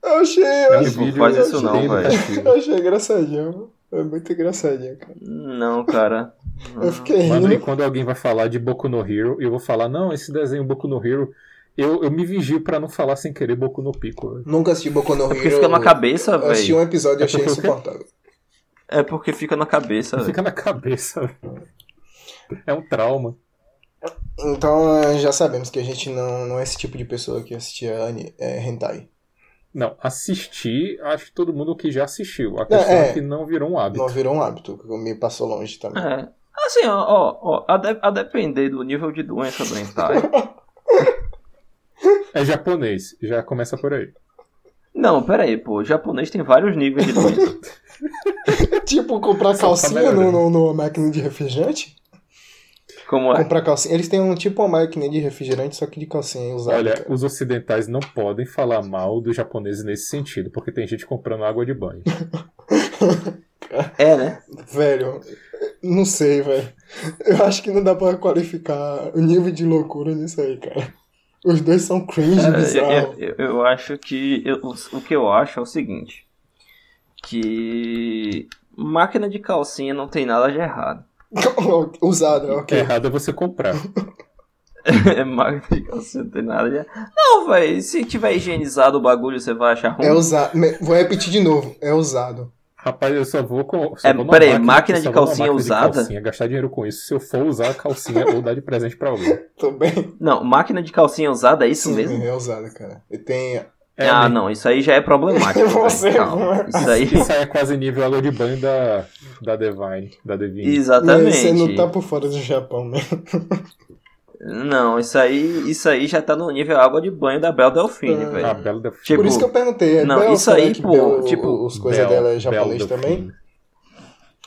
A: eu achei, eu
C: É um
A: achei,
B: Tipo,
C: vídeo
B: faz isso não,
C: bem
B: velho.
C: educativo.
A: eu achei engraçadinho. É muito engraçadinho, cara.
B: Não, cara. Ah,
A: Eu fiquei
C: Mano, e
A: rindo.
C: quando alguém vai falar de Boku no Hero, eu vou falar, não, esse desenho Boku no Hero, eu, eu me vigio pra não falar sem querer Boku no Pico. velho.
A: Nunca assisti Boku no
B: É porque fica na cabeça,
A: Eu assisti
B: velho.
A: um episódio e achei
C: porque o quê?
A: insuportável.
B: É porque fica na cabeça, velho.
C: Fica na cabeça. velho. É um trauma.
A: Então eh, já sabemos que a gente não, não é esse tipo de pessoa que assistia ani- é, hentai.
C: Não, assistir, acho que todo mundo que já assistiu. A
A: Não,
C: questão
A: é.
C: é que não virou um hábito.
A: Não virou um hábito, que me passou longe também.
B: É. Assim, ó, ó, ó, a, de- a depender do nível de doença do hentai.
C: É japonês, já começa por aí.
B: Não, pera aí, pô. Japonês tem vários níveis de doença.
A: Tipo, comprar
C: Só tá
A: calcinha
C: melhorando.
A: no, no, numa máquina de refrigerante?
B: Como é?
A: Comprar calcinha. Eles têm um tipo uma máquina de refrigerante, só que de calcinha usada.
C: Olha,
A: cara.
C: os ocidentais não podem falar mal dos japoneses nesse sentido, porque tem gente comprando água de banho.
B: É, né?
A: Velho, não sei, velho. Eu acho que não dá pra qualificar o nível de loucura disso aí, cara. Os dois são cringe,
B: Cara,
A: bizarro.
B: É, eu, eu- eu acho que. eu- o que eu acho é o seguinte: que. Máquina de calcinha não tem nada de errado.
A: Usado, ok.
C: Errado é você comprar.
B: É, Máquina de calcinha não tem nada de errado. Não, velho. Se tiver higienizado o bagulho, você vai achar ruim.
A: É usado. Me- Vou repetir de novo. É usado.
C: Rapaz, eu só vou com. Só
B: É,
C: vou numa
B: peraí, máquina
C: eu só
B: de
C: vou numa
B: calcinha
C: máquina
B: usada?
C: calcinha, gastar dinheiro com isso se eu for usar a calcinha ou dar de presente pra alguém.
A: Tô bem.
B: Não, máquina de calcinha usada é isso mesmo?
A: É usado, cara. E tem.
C: É,
B: ah,
C: né?
B: não, isso aí já é problemático.
A: Você
B: velho. Calma, Isso aí.
C: Isso aí é quase nível água de banho da, da Divine, da Devine.
A: Né, Você
B: Exatamente.
A: não tá por fora do Japão, né?
B: Não, isso aí, isso aí já tá no nível água de banho da Bel Delfine,
A: Ah.
C: A
B: velho.
C: bela da
B: Tipo,
A: Por isso que eu perguntei. É
B: não,
A: Bel,
B: isso
A: será
B: aí,
A: que
B: pô,
A: Bel-
B: tipo,
A: Os coisas dela é japonês
C: Bela
A: também?
C: Delphine.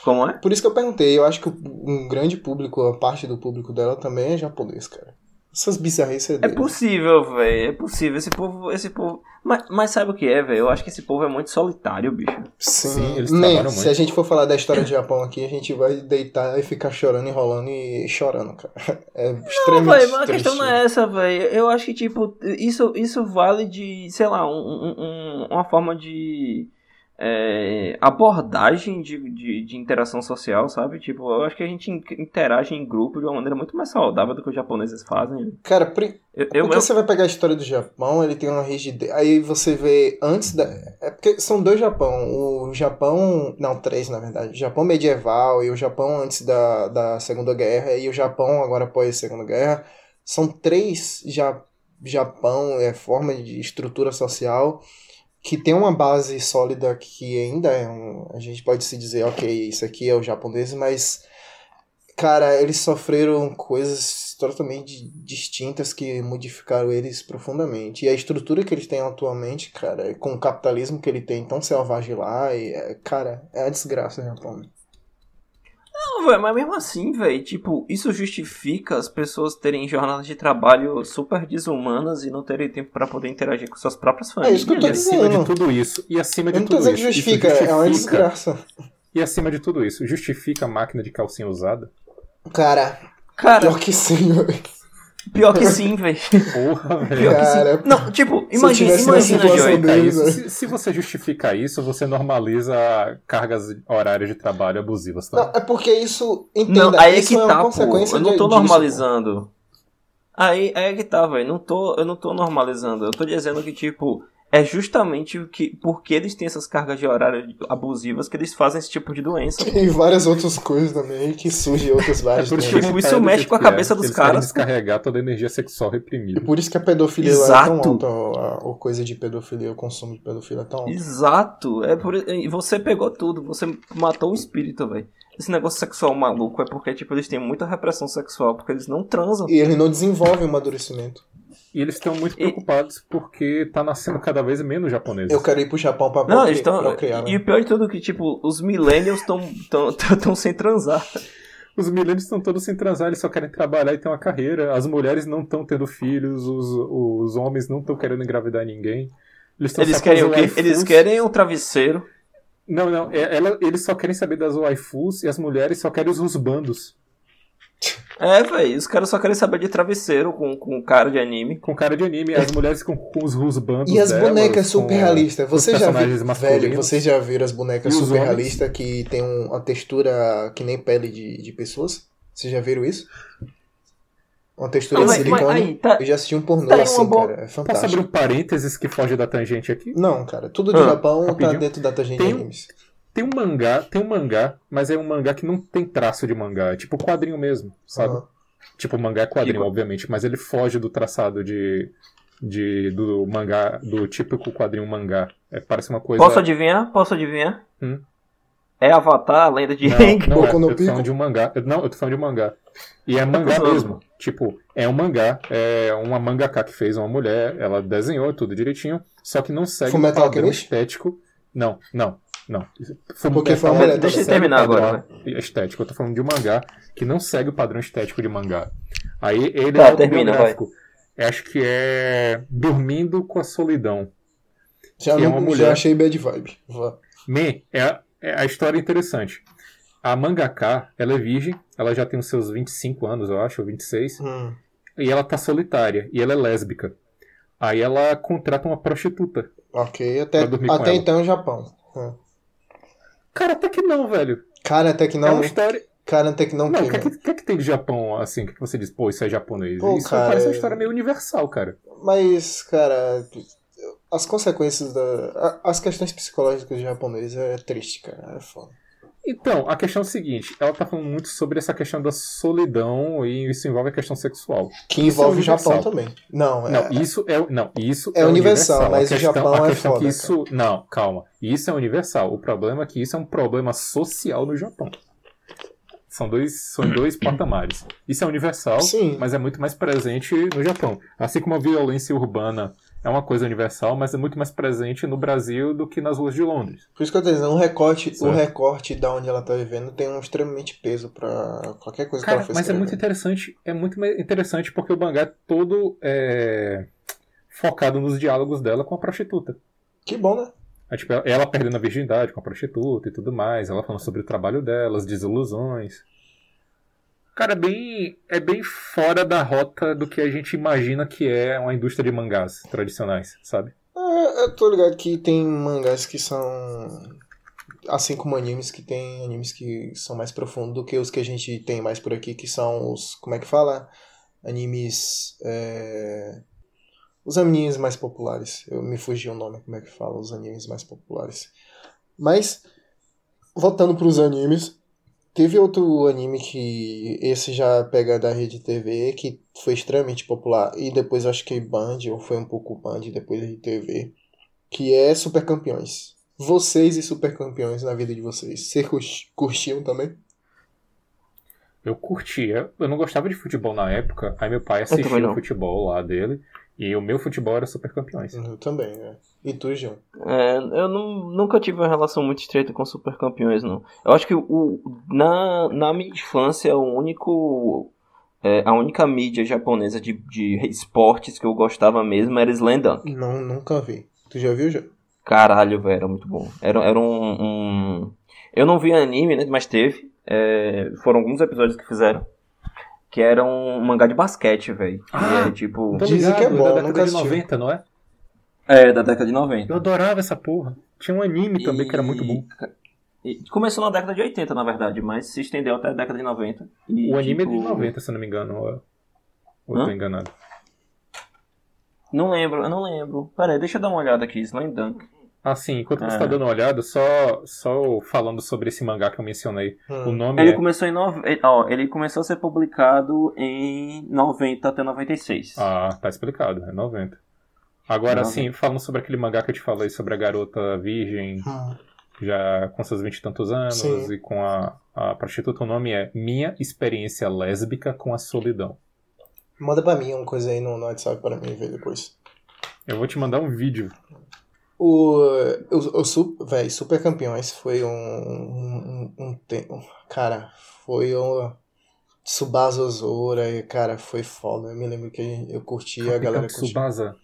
B: Como é?
A: Por isso que eu perguntei, eu acho que um grande público, a parte do público dela também é japonês, cara. Essas bizarrices é
B: É
A: dele.
B: possível, velho. É possível. Esse povo, esse povo. Mas, mas sabe o que é, velho? Eu acho que esse povo é muito solitário, bicho.
A: Sim,
C: Sim, eles
A: Uhum. Man,
C: trabalham
A: se
C: muito.
A: a gente for falar da história do Japão aqui, a gente vai deitar e ficar chorando, enrolando e chorando, cara. É
B: Não,
A: extremamente
B: velho, mas a
A: triste.
B: questão não é essa, velho. Eu acho que, tipo, isso, isso vale de, sei lá, um- um- um- uma forma de é, abordagem de, de, de interação social, sabe? Tipo, eu acho que a gente in- interage em grupo de uma maneira muito mais saudável do que os japoneses fazem.
A: Cara, pri-
B: Eu, eu,
A: porque
B: eu-
A: você vai pegar a história do Japão, ele tem uma rigidez. Aí você vê antes da. É porque são dois Japão. O Japão. Não, três, na verdade. O Japão medieval e o Japão antes da, da Segunda Guerra e o Japão agora após a Segunda Guerra. São três ja... Japão, é forma de estrutura social que tem uma base sólida que ainda é um. A gente pode se dizer, ok, isso aqui é o japonês, mas. Cara, eles sofreram coisas totalmente distintas que modificaram eles profundamente. E a estrutura que eles têm atualmente, cara, com o capitalismo que ele tem tão selvagem lá, e, é, cara, é a desgraça, Japão.
B: Não, velho, mas mesmo assim, velho, tipo, isso justifica as pessoas terem jornadas de trabalho super desumanas e não terem tempo pra poder interagir com suas próprias
A: É
B: famílias.
A: isso que eu tô
C: E acima de
A: dizendo.
C: tudo isso, e acima
A: Eu
C: de
A: não tô
C: tudo isso,
A: dizendo que
C: isso
A: justifica, é uma desgraça.
C: E acima de tudo isso, justifica a máquina de calcinha usada?
A: Cara,
B: Cara,
A: pior que sim, velho.
B: pior que sim, velho.
C: Porra, velho.
A: Cara,
B: Não, tipo,
A: Se eu
B: imagina,
A: tivesse na
B: imagina,
A: situação
B: Joey.
C: Justifica
A: Deus,
C: isso.
A: velho.
C: Se, se você justificar isso, você normaliza cargas horárias de trabalho abusivas. Tá?
A: não, é porque isso, entenda,
B: Não, aí é
A: isso
B: que
A: é uma
B: tá, pô.
A: consequência
B: Eu não tô
A: de- disso,
B: normalizando. Aí, aí é que tá, velho. Não tô, eu não tô normalizando. Eu tô dizendo que, tipo, é justamente o que, porque eles têm essas cargas de horário abusivas que eles fazem esse tipo de doença.
A: E várias outras coisas também que surgem em outras várias.
C: É por
A: doenças.
C: isso
A: por, isso...
B: Tipo,
C: que eles
B: isso
C: caem do
B: mexe
C: jeito
B: com a
C: que é.
B: cabeça dos
C: Eles querem
B: caras.
C: descarregar toda a energia sexual reprimida.
A: que a pedofilia é
B: Exato.
A: tão alta, a, a coisa de pedofilia, o consumo de pedofilia é tão alto.
B: Exato. É por... e Você pegou tudo, você matou um espírito, velho. Esse negócio sexual maluco é porque, tipo, eles têm muita repressão sexual, porque eles não transam.
A: E ele não desenvolve o amadurecimento.
C: E eles estão muito
B: E-
C: preocupados porque tá nascendo cada vez menos japoneses.
A: Eu quero ir pro Japão pra
B: Não,
A: procri-
B: eles tão...
A: procriar, né?
B: E o pior de tudo é que, tipo, os millennials estão tão, tão, tão sem transar.
C: Os milênios estão todos sem transar, eles só querem trabalhar e ter uma carreira. As mulheres não estão tendo filhos, os, os homens não estão querendo engravidar ninguém. Eles, tão
B: Eles
C: só com
B: querem
C: as
B: o quê?
C: waifus.
B: Eles querem um travesseiro.
C: Não, não. é- ela- eles só querem saber das waifus e as mulheres só querem os rusbandos.
B: É, velho, os caras só querem saber de travesseiro com, com cara de anime.
C: Com cara de anime,
B: É.
C: as mulheres com, com os rusbandos.
A: E as
C: delas,
A: bonecas super
C: com-
A: realistas. Você
C: os
A: já
C: personagens
A: viu,
C: masculinos.
A: velho, vocês já viram as bonecas
C: E os
A: super
C: homens?
A: realistas que tem um- uma textura que nem pele de, de pessoas? Vocês já viram isso? Uma textura
B: Ah,
A: de
B: mas- mas
A: silicone.
B: aí, tá-
A: Eu já assisti um pornô
B: tá aí uma
A: assim,
B: boa-
A: cara. É
C: Posso abrir
A: fantástico.
C: um parênteses que foge da tangente aqui?
A: Não, cara, tudo do
B: Ah,
A: Japão tá
C: rapidinho.
A: dentro da tangente de
C: Tem-
A: animes.
C: Tem um mangá, tem um mangá, mas é um mangá que não tem traço de mangá. É tipo quadrinho mesmo, sabe?
A: Aham.
C: Tipo, mangá é quadrinho,
B: Igual.
C: obviamente, mas ele foge do traçado de, de do mangá, do típico quadrinho mangá. É, parece uma coisa.
B: Posso adivinhar? Posso adivinhar?
C: Hum.
B: É Avatar, a lenda de
C: Não,
B: Aang.
C: não é,
A: Boku no
C: eu tô falando
A: Pico?
C: de um mangá. Eu- Não, eu tô falando de um mangá.
B: Tá
C: E é mangá
B: pensando.
C: mesmo. Tipo, é um mangá, é uma mangaka que fez uma mulher, ela desenhou tudo direitinho, só que não segue o
A: Fullmetal
C: padrão
A: Alchemist?
C: estético. Não, não, não.
A: Porque foi
C: Fullmetal
A: uma mulher,
B: Deixa eu
A: tá
B: terminar
C: segue o
B: agora, né?
C: padrão Estético, eu tô falando de um mangá que não segue o padrão estético de mangá. Aí ele
B: Tá,
C: é
B: termina,
C: autobiográfico. Acho que é Dormindo com a Solidão.
A: Já,
C: Que é
A: não-
C: uma
A: já
C: mulher.
A: achei bad vibe. Vá.
C: Me, é, a- é a história interessante. A mangaka, ela é virgem, ela já tem os seus 25 anos, eu acho, ou 26,
A: Hum.
C: e ela tá solitária, e ela é lésbica. Aí ela contrata uma prostituta.
A: Ok, até,
C: Pra dormir com
A: até
C: ela.
A: então Japão. Hum.
C: Cara, até que não, velho.
A: Cara, até que
C: é
A: não.
C: uma história.
A: Cara, até que não.
C: Não, o
A: que,
C: que, é que,
A: né?
C: o que é que tem de Japão, assim, que você diz, pô, isso é japonês?
A: Pô,
C: isso
A: cara,
C: parece uma
A: é-
C: história meio universal, cara.
A: Mas, cara, as consequências da. a- As questões psicológicas do japonês é triste, cara. É foda.
C: Então, a questão é a seguinte: ela tá falando muito sobre essa questão da solidão, e isso envolve a questão sexual.
A: Que
C: Isso
A: envolve
C: é
A: o Japão
C: universal.
A: também. Não, é.
C: Não, isso é, não, isso
A: É universal, mas
C: A
A: o Japão
C: a
A: é
C: questão que
A: foda,
C: isso, não, calma. Isso é universal. O problema é que isso é um problema social no Japão. São dois, são dois patamares. Isso é universal,
A: Sim.
C: mas é muito mais presente no Japão. Assim como a violência urbana é uma coisa universal, mas é muito mais presente no Brasil do que nas ruas de Londres.
A: Por isso que eu tô dizendo, um recorte, o
C: Certo.
A: recorte da onde ela tá vivendo tem um extremamente peso pra qualquer coisa
C: Cara,
A: que ela for
C: mas é muito
A: escrever.
C: interessante, é muito me- interessante porque o mangá é todo é, focado nos diálogos dela com a prostituta.
A: Que bom, né?
C: É, tipo, ela- ela perdendo a virgindade com a prostituta e tudo mais, ela falando sobre o trabalho dela, as desilusões. Cara, é bem, é bem fora da rota do que a gente imagina que é uma indústria de mangás tradicionais, sabe?
A: É, eu tô ligado que tem mangás que são. Assim como animes, que tem animes que são mais profundos do que os que a gente tem mais por aqui, que são os. Como é que fala? Animes. é, Os animes mais populares. Eu me fugi o nome, como é que fala? Os animes mais populares. Mas, voltando pros animes, teve outro anime que esse já pega da rede TV, que foi extremamente popular, e depois acho que Band, ou foi um pouco Band, depois rede TV, que é Super Campeões. Vocês e Super Campeões na vida de vocês. Vocês cur- curtiam também?
C: Eu curtia, eu não gostava de futebol na época, aí meu pai
B: também
C: assistia
B: não.
C: o futebol lá dele, e o meu futebol era super campeões.
A: Eu também, né? E tu, João?
B: É, eu nu- nunca tive uma relação muito estreita com super campeões, não. Eu acho que o, na, na minha infância, o único. é, a única mídia japonesa de, de esportes que eu gostava mesmo era Slendan.
A: Não, nunca vi. Tu já viu, João?
B: Caralho, velho, era muito bom. Era, era um, um- Eu não vi anime, né? Mas teve. É, foram alguns episódios que fizeram. Que era um mangá de basquete, velho. Que
C: Ah!
B: é tipo.
C: Tô
A: Dizem que é
C: ligado,
A: bom,
C: da
A: nunca
C: década de
A: assisti.
C: 90, não é?
B: É, da década de 90.
C: Eu adorava essa porra. Tinha um anime também que era muito bom.
B: E começou na década de 80, na verdade, mas se estendeu até a década de 90. E,
C: O anime é de
B: tipo,
C: 90, se eu não me engano, ou ou eu
B: Hã?
C: tô enganado.
B: Não lembro, eu não lembro. Pera aí, deixa eu dar uma olhada aqui, Slam Dunk.
C: Assim, enquanto você
B: É.
C: tá dando uma olhada, só, só falando sobre esse mangá que eu mencionei. O
A: Hum.
C: nome
B: Ele
C: é.
B: começou em nove... ele- ó, ele começou a ser publicado em 90 até 96.
C: Ah, tá explicado, é 90. Agora,
B: 90.
C: assim, falando sobre aquele mangá que eu te falei sobre a garota virgem,
A: Hum.
C: já com seus vinte e tantos anos,
A: Sim.
C: e com a, a prostituta, o nome é Minha Experiência Lésbica com a Solidão.
A: Manda pra mim uma coisa aí no, no WhatsApp pra mim ver depois.
C: Eu vou te mandar um vídeo.
A: O, o, o su, véi, Super Campeões foi um, um, um, um tempo. Cara, foi um. Tsubasa Ozora, e, cara, foi foda. Eu me lembro que eu curti, a galera
C: Capitão
A: curtiu.
C: Tsubasa.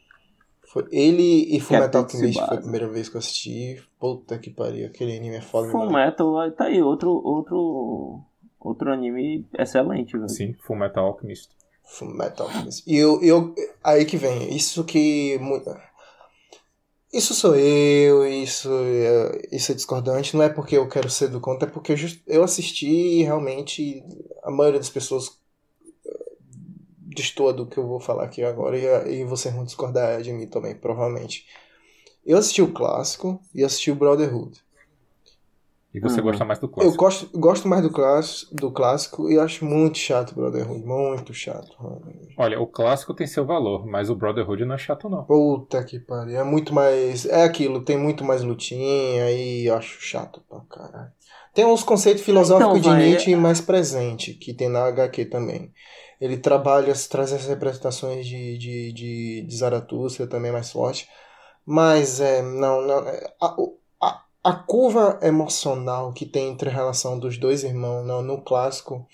A: Foi ele e Fullmetal
B: Capitão
A: Alchemist foi a
B: Tsubasa.
A: primeira vez que eu assisti. Puta que pariu, aquele anime é foda.
B: Full
A: demais.
B: Metal, tá aí, outro, outro, outro anime excelente,
A: Hum.
B: velho.
C: Sim, Full Metal Alchemist.
A: Fullmetal Alchemist. E eu, eu, aí que vem, isso que. mu- Isso sou eu, isso é, isso é discordante. Não é porque eu quero ser do contra, é porque eu, jus- eu assisti e realmente a maioria das pessoas eh, destoa do que eu vou falar aqui agora e, a- e vocês vão discordar de mim também, provavelmente. Eu assisti o clássico e assisti o Brotherhood.
C: E você
B: Uhum.
C: gosta mais do
A: Eu
C: clássico.
A: gosto, gosto mais do, class, do clássico e acho muito chato o Brotherhood. Muito chato. mano.
C: Olha, o clássico tem seu valor, mas o Brotherhood não é chato, não.
A: Puta que pariu. É muito mais. É aquilo, tem muito mais lutinha e eu acho chato pra caralho. Tem uns conceitos filosóficos
B: Então,
A: de
B: vai,
A: Nietzsche mais presente, que tem na HQ também. Ele trabalha, traz essas representações de, de, de, de Zaratustra também mais forte. Mas é, não, não. é, A, o- a, a curva emocional que tem entre a relação dos dois irmãos no, no clássico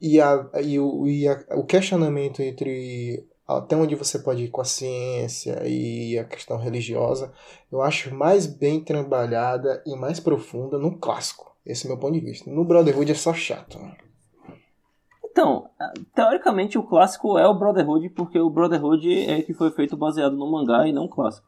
A: e, a, e, o, e a, o questionamento entre até onde você pode ir com a ciência e a questão religiosa, eu acho mais bem trabalhada e mais profunda no clássico. Esse é o meu ponto de vista. No Brotherhood é só chato. né?
B: Então, teoricamente o clássico é o Brotherhood, porque o Brotherhood é que foi feito baseado no mangá e não o clássico.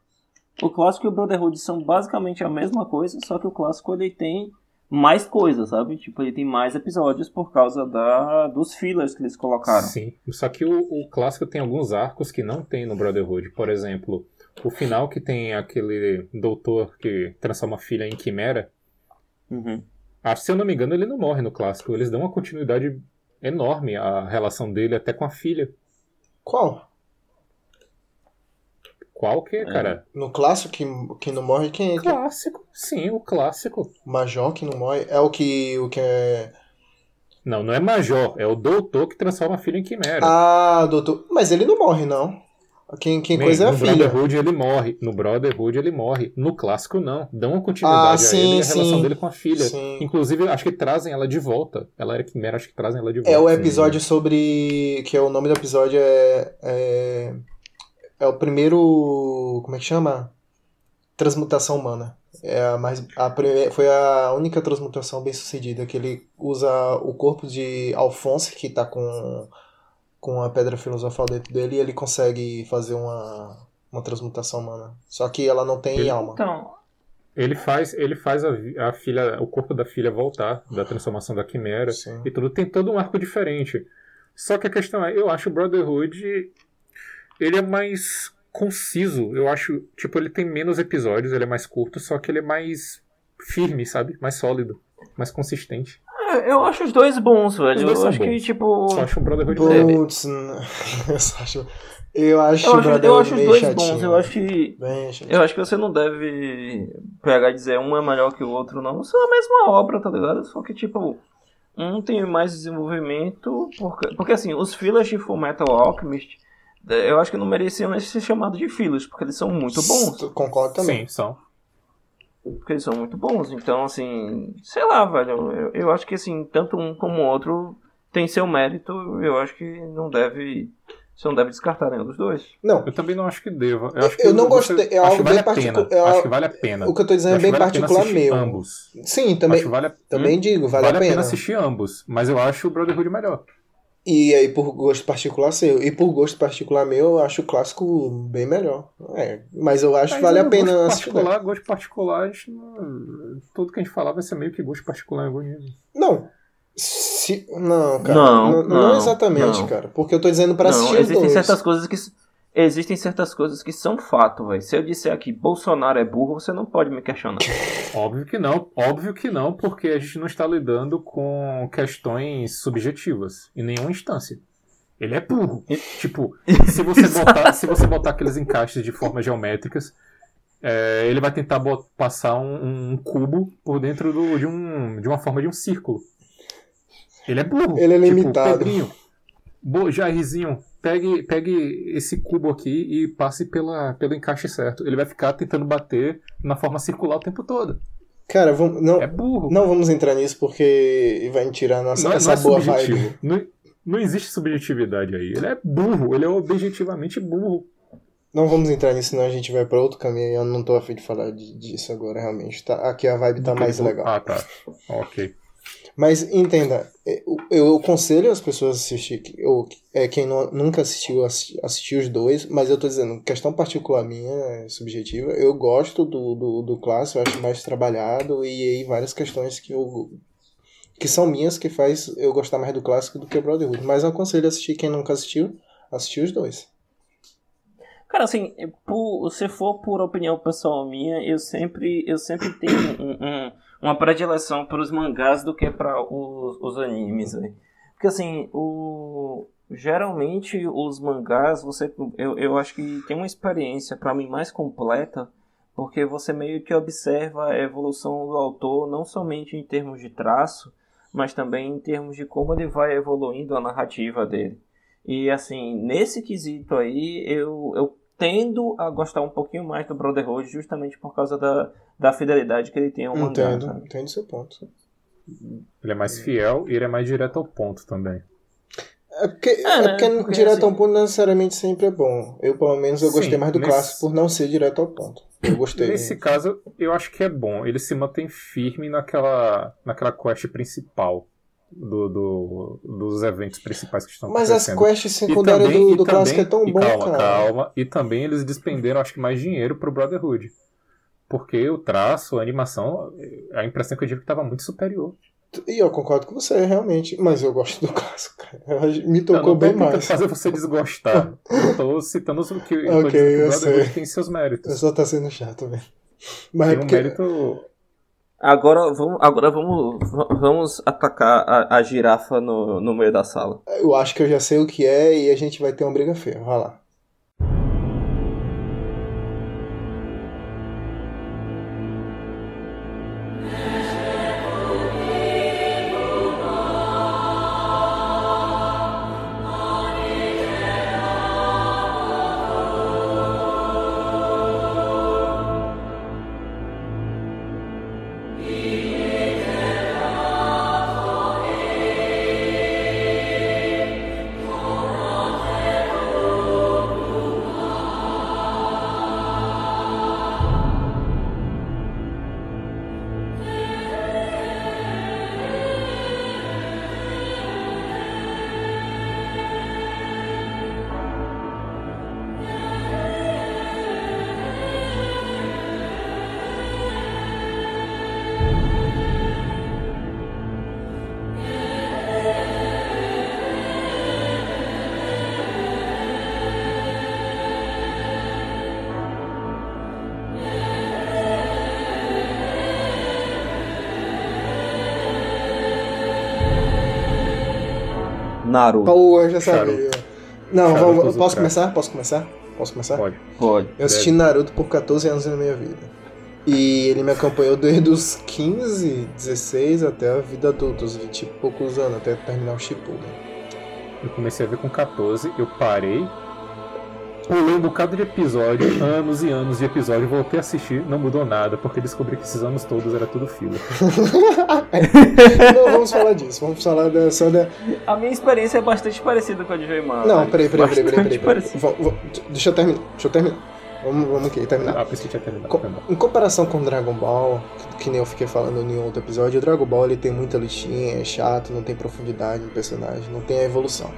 B: O clássico e o Brotherhood são basicamente a mesma coisa, só que o clássico ele tem mais coisas, sabe? Tipo, ele tem mais episódios por causa da, dos fillers que eles colocaram.
C: Sim. Só que o, o clássico tem alguns arcos que não tem no Brotherhood. Por exemplo, o final que tem aquele doutor que transforma a filha em quimera.
B: Uhum.
C: Ah, se eu não me engano, ele não morre no clássico. Eles dão uma continuidade enorme à relação dele até com a filha.
A: Qual?
C: Qual que é, cara?
A: No clássico que, que não morre, quem é que
C: Clássico. Sim, o clássico.
A: Major que não morre? É o que, o que é.
C: Não, não é major. É o doutor que transforma a filha em quimera.
A: Ah, doutor. Mas ele não morre, não. Quem, quem
C: Bem,
A: coisa é a
C: no
A: filha.
C: Brotherhood ele morre. No Brotherhood ele morre. No clássico não. Dão uma continuidade
A: Ah, sim,
C: a ele e a relação
A: sim.
C: dele com a filha.
A: Sim.
C: Inclusive, acho que trazem ela de volta. Ela era quimera, acho que trazem ela de volta.
A: É o episódio sobre. Que é o nome do episódio é. É, é o primeiro. Como é que chama? Transmutação humana. É a mais, a, prime- foi a única transmutação bem sucedida, que ele usa o corpo de Alphonse, que tá com, com a pedra filosofal dentro dele, e ele consegue fazer uma, uma transmutação humana. Só que ela não tem
C: Ele-
A: alma.
B: Então,
C: Ele faz, ele faz a, vi- a filha, o corpo da filha voltar, da transformação da quimera.
A: Sim.
C: E tudo tem todo um arco diferente. Só que a questão é, eu acho o Brotherhood ele é mais conciso. Eu acho, tipo, ele tem menos episódios, ele é mais curto, só que ele é mais firme, sabe? Mais sólido, mais consistente.
B: eu- É, eu acho os dois bons, velho.
C: Os
B: eu
C: dois são
B: acho que,
C: bons.
B: tipo.
C: Só acho o Brotherhood melhor.
A: Putz, eu só acho. Eu acho,
B: Eu acho,
A: Brotherhood
B: eu acho os
A: meio
B: dois
A: chatinho.
B: bons. Eu acho que.
A: Bem chatinho.
B: Eu acho que você não deve pegar e dizer um é melhor que o outro, não. São a mesma obra, tá ligado? Só que, tipo, um tem mais desenvolvimento. Porque, porque assim, os fillers de Full Metal Alchemist, eh, eu acho que não mereciam ser chamados de fillers, porque eles são muito bons.
A: Tu Concordo também.
C: Sim, são.
B: Porque eles são muito bons. Então, assim, sei lá, velho. Eu, eu acho que, assim, tanto um como o outro tem seu mérito. Eu acho que não deve. Você não deve descartar nenhum dos dois.
A: Não,
C: Eu também não acho que deva. Eu, acho que
A: Eu não
C: você-
A: gostei, é
C: acho
A: algo
C: que vale
A: bem
C: a pena.
A: particu- é
C: Acho
A: algo-
C: que vale a pena.
A: o que eu tô dizendo
C: Eu
A: é
C: acho
A: bem
C: que vale a pena
A: particular
C: assistir
A: meu.
C: Ambos.
A: Sim,
C: Acho
A: também,
C: que vale a...
A: também digo, vale, a pena.
C: assistir ambos, mas eu acho o Brotherhood melhor.
A: E aí, por gosto particular seu. E por gosto particular meu, eu acho o clássico bem melhor. É, mas eu acho que
C: Mas um
A: vale a
C: gosto
A: pena assistir.
C: particular, gosto particular, a gente não- tudo que a gente falar vai ser meio que gosto particular em algum nível.
A: Não. Se- não, cara.
B: Não,
A: não,
B: não,
A: exatamente,
B: não.
A: cara. Porque eu tô dizendo pra
B: não,
A: assistir os
B: existem
A: dois.
B: certas coisas que. existem certas coisas que são fato, velho. Se eu disser aqui Bolsonaro é burro, você não pode me questionar.
C: Óbvio que não, óbvio que não, porque a gente não está lidando com questões subjetivas em nenhuma instância. Ele é burro. Tipo, se você botar, se você botar aqueles encaixes de formas geométricas, é, ele vai tentar bot- passar um, um cubo por dentro do- de, um, de uma forma de um círculo. Ele é burro.
A: Ele é
C: Tipo,
A: limitado.
C: Pedrinho, bo, Jairzinho, pegue, pegue esse cubo aqui e passe pela, pelo encaixe certo. Ele vai ficar tentando bater na forma circular o tempo todo.
A: Cara, vamos, não,
C: É burro.
A: não vamos entrar nisso porque vai me tirar nossa,
C: Não é-
A: essa
C: não é
A: boa
C: subjetivo.
A: vibe.
C: Não, não existe subjetividade aí. Ele é burro, ele é objetivamente burro.
A: Não vamos entrar nisso, senão a gente vai pra outro caminho e eu não tô afim de falar de- disso agora, realmente. Tá, aqui a vibe tá mais legal.
C: Ah, tá. Ok.
A: Mas entenda, eu, eu aconselho as pessoas a assistir, que- ou é, quem não- nunca assistiu, assi- assistir os dois, mas eu tô dizendo, questão particular minha, é, subjetiva, eu gosto do, do, do clássico, eu acho mais trabalhado, e aí várias questões que eu que são minhas que faz eu gostar mais do clássico do que o Brotherhood. Mas eu aconselho a assistir quem nunca assistiu, assistir os dois.
B: Cara, assim, por- se for por opinião pessoal minha, eu sempre, eu sempre tenho um- um- uma predileção para os mangás do que para os, os animes, velho. Porque assim, o, geralmente os mangás, você, eu, eu acho que tem uma experiência para mim mais completa, porque você meio que observa a evolução do autor, não somente em termos de traço, mas também em termos de como ele vai evoluindo a narrativa dele. E assim, nesse quesito aí, eu, eu tendo a gostar um pouquinho mais do Brotherhood justamente por causa da, da fidelidade que ele
C: É
B: tem ao mangá.
A: Entendo,
B: sabe?
A: entendo seu ponto.
C: Ele é mais fiel e ele é mais direto ao ponto também.
A: É porque,
B: Ah,
A: é porque
B: porque
A: direto
B: assim-
A: ao ponto não necessariamente sempre é bom. Eu, pelo menos, eu
C: Sim,
A: gostei mais do
C: nesse-
A: clássico por não ser direto ao ponto. Eu gostei.
C: Nesse caso, eu acho que é bom. Ele se mantém firme naquela, naquela quest principal do, do- dos eventos principais que estão
A: Mas as
C: acontecendo.
A: quests
C: né? E
A: secundárias
C: também-
A: do,
C: e
A: do
C: também-
A: clássico é tão
C: e
A: bom,
C: calma,
A: cara.
C: Calma, e também eles despenderam, acho que mais dinheiro pro Brotherhood. Porque o traço, a animação, a impressão que eu tive é que tava muito superior.
A: E eu concordo com você, realmente. Mas eu gosto do clássico, cara. Eu- Me tocou
C: eu não tô
A: bem
C: tentando
A: mais.
C: fazer você desgostar. eu tô citando o que, eu tô
A: Ok,
C: dizendo que
A: eu
C: o Brotherhood
A: sei.
C: tem seus
A: Eu
C: méritos.
A: só tá sendo chato, velho. Mas é
C: Tem um
A: porque.
C: mérito
B: Agora vamos, agora vamos, va- vamos atacar a, a girafa no, no meio da sala.
A: Eu acho que eu já sei o que é e a gente vai ter uma briga feia. Vai lá.
B: Naruto,
A: Pô, eu já
C: Charuto.
A: sabia. Não,
C: Charuto
A: vamos,
C: usa
A: posso
C: o
A: começar? Posso começar? Posso começar?
C: pode.
B: pode.
A: Eu assisti Naruto por 14 anos na minha vida. E ele me acompanhou desde os 15, 16 até a vida adulta, os 20 e poucos anos, até terminar o Shippuden.
C: Eu comecei a ver com 14, eu parei, pulei um bocado de episódio, anos e anos de episódio, voltei a assistir, não mudou nada, porque descobri que esses anos todos era tudo fila.
A: Não vamos falar disso, vamos falar da, só da,
B: A minha experiência é bastante parecida com a de Joimar.
A: Não, peraí, peraí, peraí, peraí, peraí. peraí.
B: parecida.
A: Vou- vou- deixa eu terminar, deixa eu terminar. Vamos, vamos aqui, terminar.
C: Ah, por isso que tinha terminado.
A: Tá. Co-
C: foi mal.
A: em comparação com Dragon Ball, que, que nem eu fiquei falando em outro episódio, o Dragon Ball ele tem muita lutinha, é chato, não tem profundidade no personagem, não tem a evolução.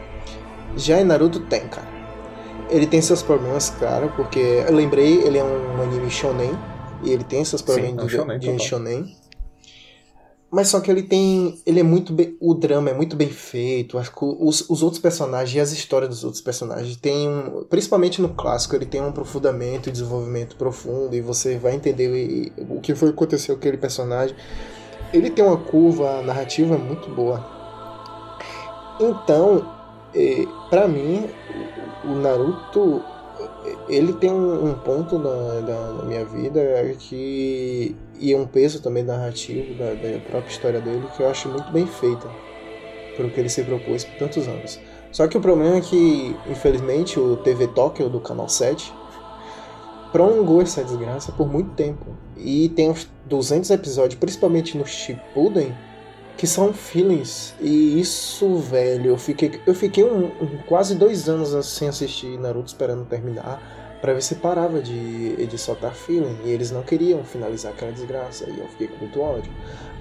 A: Já em Naruto tem, cara. Ele tem seus problemas, claro, porque eu lembrei, ele é um anime shonen e ele tem seus problemas
C: é um
A: de,
C: shonen,
A: de
C: total.
A: shonen. Mas só que ele tem. Ele é muito bem. O drama é muito bem feito. Acho que os, os outros personagens e as histórias dos outros personagens tem um. Principalmente no clássico, ele tem um aprofundamento e desenvolvimento profundo. E você vai entender e- e o que foi que aconteceu com aquele personagem. Ele tem uma curva narrativa é muito boa. Então, eh, pra mim, o o Naruto. eh, Ele tem um um ponto na, na- na minha vida é que. E um peso também narrativo da, da própria história dele que eu acho muito bem feita. Pelo que ele se propôs por tantos anos. Só que o problema é que, infelizmente, o TV Tóquio do Canal 7 prolongou essa desgraça por muito tempo. E tem uns 200 episódios, principalmente no Shippuden, que são fillings. E isso, velho, eu fiquei, eu fiquei um, um- quase dois anos assim, sem assistir Naruto esperando terminar pra ver se parava de, de soltar feeling. E eles não queriam finalizar aquela desgraça. E eu fiquei com muito ódio.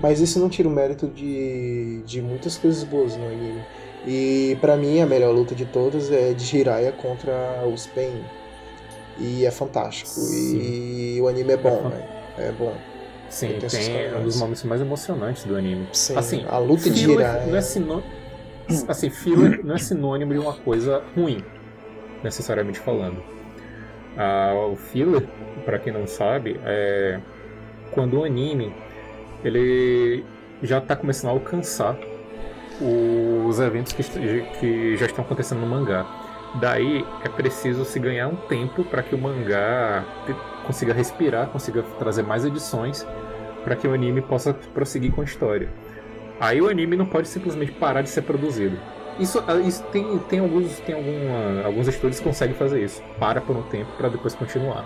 A: Mas isso não tira o mérito de, de muitas coisas boas no anime. E pra mim a melhor luta de todas é de Jiraiya contra os Pain. E é fantástico. E o anime é bom,
C: fan-
A: velho. É bom.
C: Sim,
A: Tem
C: tem,
A: esses
C: é um
A: caras.
C: dos momentos mais emocionantes do anime.
A: Sim,
C: Assim,
A: a luta de
C: Filler
A: Jiraiya.
C: não é sinônimo. Assim, filler não é sinônimo de uma coisa ruim, necessariamente falando. Ah, o filler, pra quem não sabe, é quando o anime ele já tá começando a alcançar os eventos que, est- que já estão acontecendo no mangá. Daí é preciso se ganhar um tempo para que o mangá te- consiga respirar, consiga trazer mais edições, para que o anime possa prosseguir com a história. Aí o anime não pode simplesmente parar de ser produzido. Isso, ah, isso tem, tem alguns tem alguma, alguns estúdios que conseguem fazer isso. Para por um tempo para depois continuar.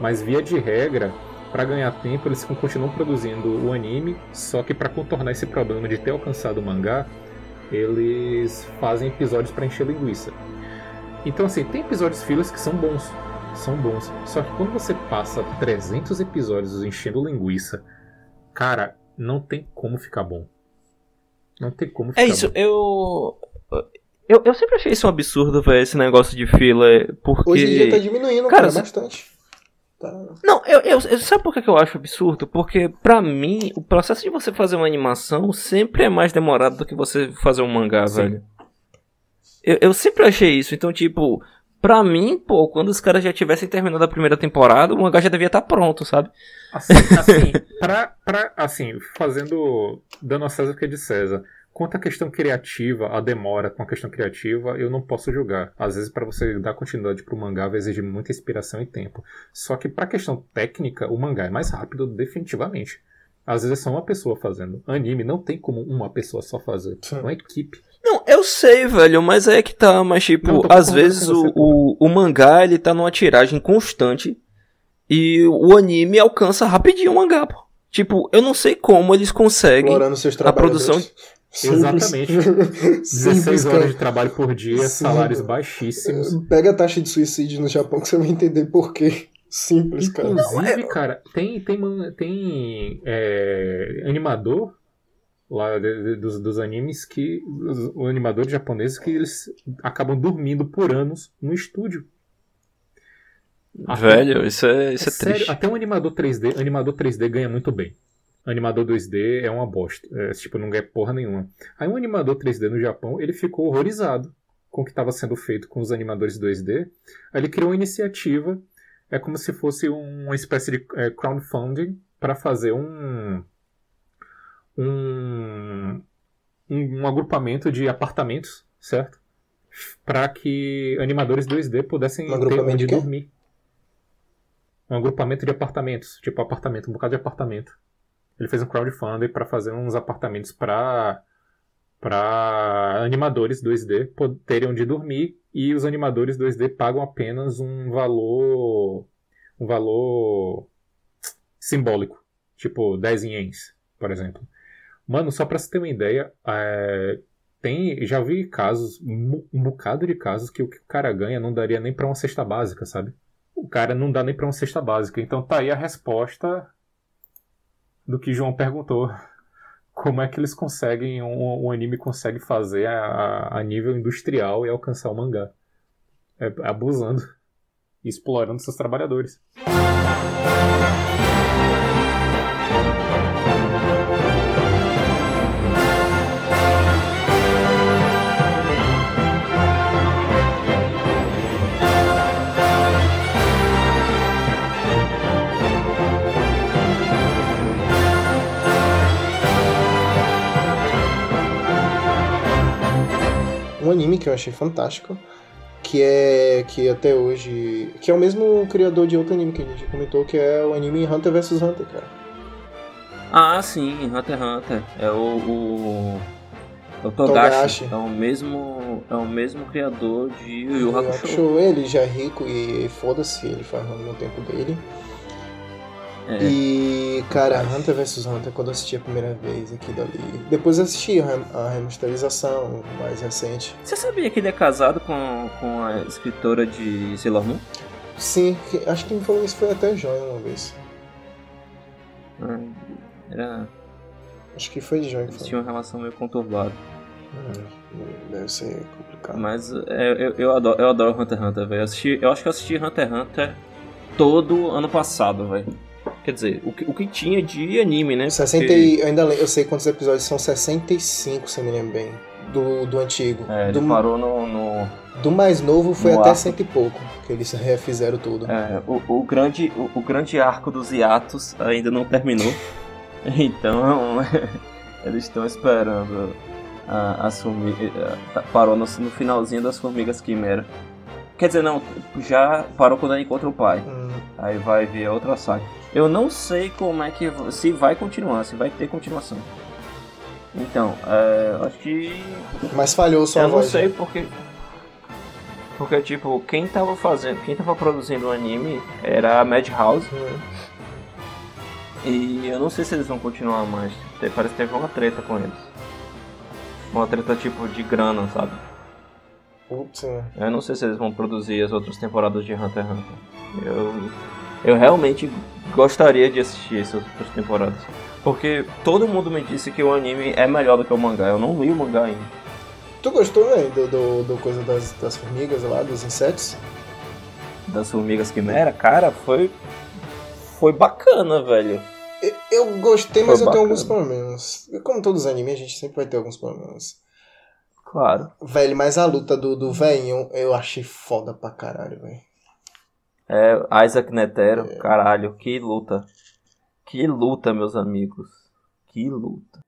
C: Mas via de regra, para ganhar tempo, eles continuam produzindo o anime, só que para contornar esse problema de ter alcançado o mangá, eles fazem episódios para encher linguiça. Então assim, tem episódios fillers que são bons, são bons. Só que quando você passa 300 episódios enchendo linguiça, cara, não tem como ficar bom. Não tem como ficar
B: É isso,
C: bom.
B: eu... eu. Eu sempre achei isso um absurdo, velho, esse negócio de fila. Porque.
A: Hoje em dia tá diminuindo,
B: Cara,
A: cara,
B: você-
A: bastante. Tá.
B: Não, eu, eu, eu- sabe por que que eu acho absurdo? Porque, pra mim, o processo de você fazer uma animação sempre é mais demorado do que você fazer um mangá,
C: Sim.
B: velho. Eu, eu sempre achei isso. Então, tipo, pra mim, pô, quando os caras já tivessem terminado a primeira temporada, o mangá já devia estar pronto, sabe?
C: Assim, assim, pra, pra, assim, fazendo. dando a César o que é de César. Quanto à questão criativa, a demora com a questão criativa, eu não posso julgar. Às vezes, para você dar continuidade pro mangá, vai exigir muita inspiração e tempo. Só que, pra questão técnica, o mangá é mais rápido, definitivamente. Às vezes é só uma pessoa fazendo. Anime não tem como uma pessoa só fazer.
A: Sim.
C: É uma equipe.
B: Não, eu sei, velho, mas é que tá, mas tipo,
C: Não, tô
B: às
C: concordando
B: vezes
C: com você,
B: o, o, o mangá, ele tá numa tiragem constante e o anime alcança rapidinho o mangá, pô. Tipo, eu não sei como eles conseguem.
A: Explorando seus
B: a
A: trabalhadores.
B: produção-
C: Exatamente.
A: Simples,
C: 16 horas
A: cara.
C: de trabalho por dia,
A: Sim. É,
C: salários baixíssimos.
A: Pega a taxa de suicídio no Japão que você vai entender por quê. Simples, cara.
C: Inclusive, cara, tem, tem, man- tem é, animador lá de- de- dos, dos animes que. Os, o animador japonês que eles acabam dormindo por anos no estúdio.
B: Velho, isso é, isso é,
C: sério,
B: triste.
C: até um animador 3D, animador 3D ganha muito bem. Animador 2D é uma bosta. É, tipo, não ganha porra nenhuma. Aí um animador 3D no Japão, ele ficou horrorizado com o que estava sendo feito com os animadores 2D. Aí ele criou uma iniciativa, é como se fosse uma espécie de é, crowdfunding para fazer um, um um um agrupamento de apartamentos, certo? Para que animadores 2D pudessem
A: Um agrupamento de
C: onde
A: quê?
C: dormir. Um agrupamento de apartamentos, tipo apartamento, um bocado de apartamento. Ele fez um crowdfunding para fazer uns apartamentos para para animadores 2D po- terem onde dormir e os animadores 2D pagam apenas um valor um valor simbólico, tipo 10 ienes, por exemplo. Mano, só pra você ter uma ideia, é, tem, já vi casos, um um bocado de casos que o que o cara ganha não daria nem pra uma cesta básica, sabe? O cara não dá nem pra uma cesta básica. Então tá aí a resposta do que João perguntou. Como é que eles conseguem, um, um anime consegue fazer a, a nível industrial e alcançar o mangá? É, abusando e explorando seus trabalhadores.
A: um anime que eu achei fantástico, que é que até hoje, que é o mesmo criador de outro anime que a gente comentou, que é o anime Hunter vs Hunter, cara.
B: Ah, sim, Hunter x Hunter. É o. o... É o Togashi.
A: Togashi.
B: É o mesmo. É o mesmo criador de Yu Yu
A: O
B: Hakusho.
A: Hakusho, ele já é rico e foda-se, ele faz no tempo dele.
B: É.
A: E, cara, Hunter vs Hunter, quando eu assisti a primeira vez aqui dali. Depois eu assisti a rem- a remasterização mais recente.
B: Você sabia que ele é casado com, com a escritora de Sailor Moon?
A: Sim, que- acho que me falou isso foi até Joy uma vez.
B: É, Era,
A: Acho que foi de Joy que
B: eles
A: foi.
B: tinham uma relação meio conturbada.
A: Hum, Deve ser complicado.
B: Mas é, eu, eu, adoro, eu adoro Hunter x Hunter, velho. Eu, assisti- eu acho que eu assisti Hunter x Hunter todo ano passado, velho. Quer dizer, o que, o que tinha de anime, né?
A: 60
B: Porque-
A: e- eu ainda le- eu sei quantos episódios são 65, se eu me lembro bem. Do, do antigo.
B: É, ele
A: do,
B: parou no. no-
A: do mais novo foi
B: no
A: até
B: arco.
A: cento e pouco. Que eles refizeram tudo.
B: é, o, o grande, o, o grande arco dos hiatos ainda não terminou. Então, eles estão esperando a- as formigas. Parou no, no finalzinho das formigas quimera. Quer dizer, não, já parou quando ela encontra o pai.
A: Hum,
B: Aí vai ver a outra saga. Eu não sei como é que. v- Se vai continuar, se vai ter continuação. Então, é, acho que.
A: mas falhou só a
B: eu não
A: voz. né?
B: sei porque. Porque, tipo, quem tava fazendo. Quem tava produzindo o anime era a Madhouse.
A: Hum,
B: E eu não sei se eles vão continuar mais. Te- Parece que teve uma treta com eles. Uma treta tipo de grana, sabe?
A: Putz, né?
B: Eu não sei se eles vão produzir as outras temporadas de Hunter x Hunter. Eu, eu realmente gostaria de assistir essas outras temporadas. Porque todo mundo me disse que o anime é melhor do que o mangá. Eu não li o mangá ainda.
A: Tu gostou, velho, do, do, do coisa das, das formigas lá, dos insetos?
B: Das Formigas Quimera, cara, foi. Foi bacana, velho.
A: Eu- Eu gostei, mas
B: Foi
A: eu tenho
B: bacana.
A: alguns problemas. Como todos os animes, a gente sempre vai ter alguns problemas.
B: Claro.
A: Velho, mas a luta do, do velhinho eu achei foda pra caralho, velho.
B: É, Isaac Netero, caralho, que luta. Que luta, meus amigos. Que luta.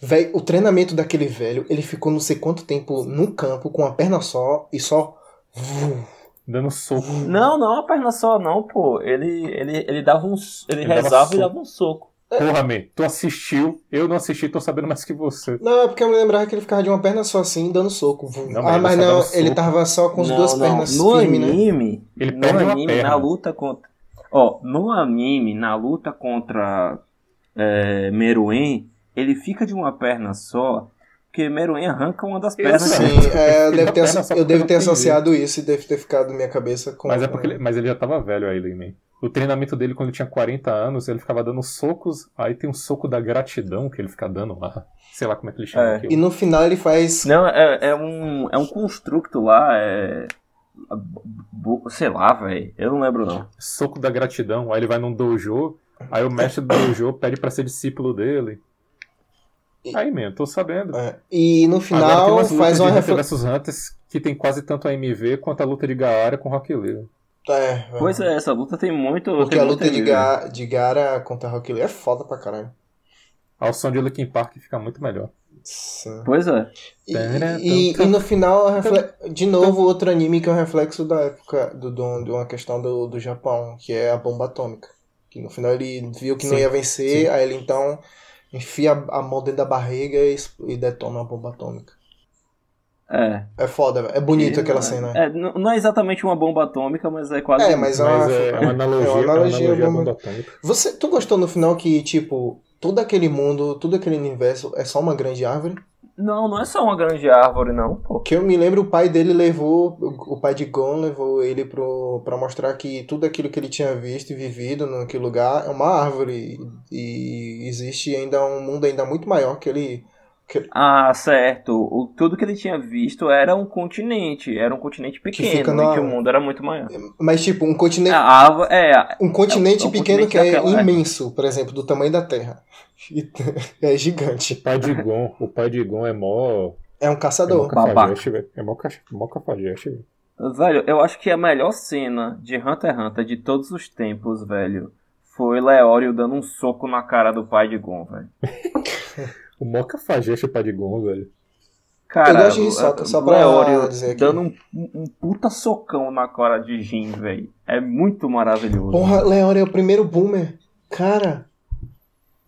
A: Velho, o treinamento daquele velho, ele ficou não sei quanto tempo no campo com a perna só e só. Vum.
C: Dando soco.
B: Não, não, a perna só, não, pô. Ele, ele, ele dava um. s- Ele,
C: Ele dava
B: rezava e
C: soco.
B: dava um soco.
C: Porra, man, tu assistiu, eu não assisti, tô sabendo mais que você.
A: Não, é porque eu me lembrava que ele ficava de uma perna só assim, dando soco. Vum.
C: Não, mas
A: ah,
C: ele
A: mas
C: só
A: não,
C: dava soco.
A: ele tava só com as
B: Não,
A: duas
B: não.
A: pernas
B: no
A: firmes, né?
B: anime,
C: Ele
B: no
C: perde uma
B: anime,
C: perna.
B: na luta contra. Ó, no anime, na luta contra é, Meruem, ele fica de uma perna só, porque Meruem arranca uma das pernas. dele.
A: Sim, é, eu,
C: Ele
A: devo ter,
C: dá perna só
A: eu devo
C: porque
A: ter
C: não tem
A: associado isso e deve ter ficado minha cabeça com.
C: Mas é porque ele, mas ele já tava velho aí, man. O treinamento dele quando ele tinha 40 anos, ele ficava dando socos, aí tem um soco da gratidão que ele fica dando lá. Sei lá como é que ele chama
B: É.
C: aquilo.
A: E no final ele faz.
B: Não, é, é um, é um construto lá, é. bo- Sei lá, velho. Eu não lembro, não.
C: Soco da gratidão, aí ele vai num dojo, aí o mestre do dojo pede pra ser discípulo dele. Aí, man, tô sabendo.
A: É, E no
C: Agora tem
A: final
C: umas lutas
A: faz uma
C: de Hunter
A: reflexão.
C: vs Hunters que tem quase tanto a MV quanto a luta de Gaara com Rock Lee.
A: É, é.
B: Pois é, essa luta tem muito.
A: Porque
B: tem
A: a
B: muito
A: luta é de,
B: nível.
A: Ga de Gara contra Rock Lee é foda pra caralho.
C: Ao som de Linkin Park fica muito melhor.
A: Sim.
B: Pois é.
A: E, e- e no final, é refle- de novo, outro anime que é um reflexo da época, do, do, de uma questão do, do Japão, que é a bomba atômica. Que no final ele viu que não
C: Sim,
A: ia vencer,
C: sim.
A: aí ele então enfia a mão dentro da barriga e, es- e detona a bomba atômica.
B: É.
A: É foda, velho. é bonito
B: E
A: aquela
B: não é-
A: cena.
B: É, não não é exatamente uma bomba atômica, mas é quase.
A: É, mas é uma,
C: Mas é, é uma analogia, é uma analogia, à
A: bomba-
C: bomba atômica.
A: Você, tu gostou no final que, tipo, todo aquele mundo, todo aquele universo é só uma grande árvore?
B: Não, não é só uma grande árvore, não, pô.
A: Que eu me lembro, o pai dele levou, o pai de Gon levou ele pro, pra mostrar que tudo aquilo que ele tinha visto e vivido naquele lugar é uma árvore. E existe ainda um mundo ainda muito maior que ele.
B: Ah, certo. O, tudo que ele tinha visto era um continente. Era um continente
A: fica
B: pequeno,
A: na-
B: em que o mundo era muito maior.
A: Mas, tipo, um continente,
B: A árvore, é, a-
A: um continente
B: é um
A: pequeno
B: continente
A: que é
B: daquela, é.
A: imenso, por exemplo, do tamanho da Terra. E é gigante.
C: O pai de Gon, o pai de Gon é mó.
A: É um
C: É mó
A: caçador.
B: Babaca.
C: cafajeste, velho. É mó ca- mó cafajeste, velho.
B: velho, eu acho que a melhor cena de Hunter x Hunter de todos os tempos, velho, foi Leório dando um soco na cara do pai de Gon, velho.
C: O mó cafajeste é o pai de Gon, velho.
B: Cara,
A: Eu gosto de Hisoka, só pra
B: Leório
A: dizer aqui.
B: dando um, um puta socão na cara de Jin, velho. É muito maravilhoso.
A: Porra, Leora é o primeiro boomer. Cara,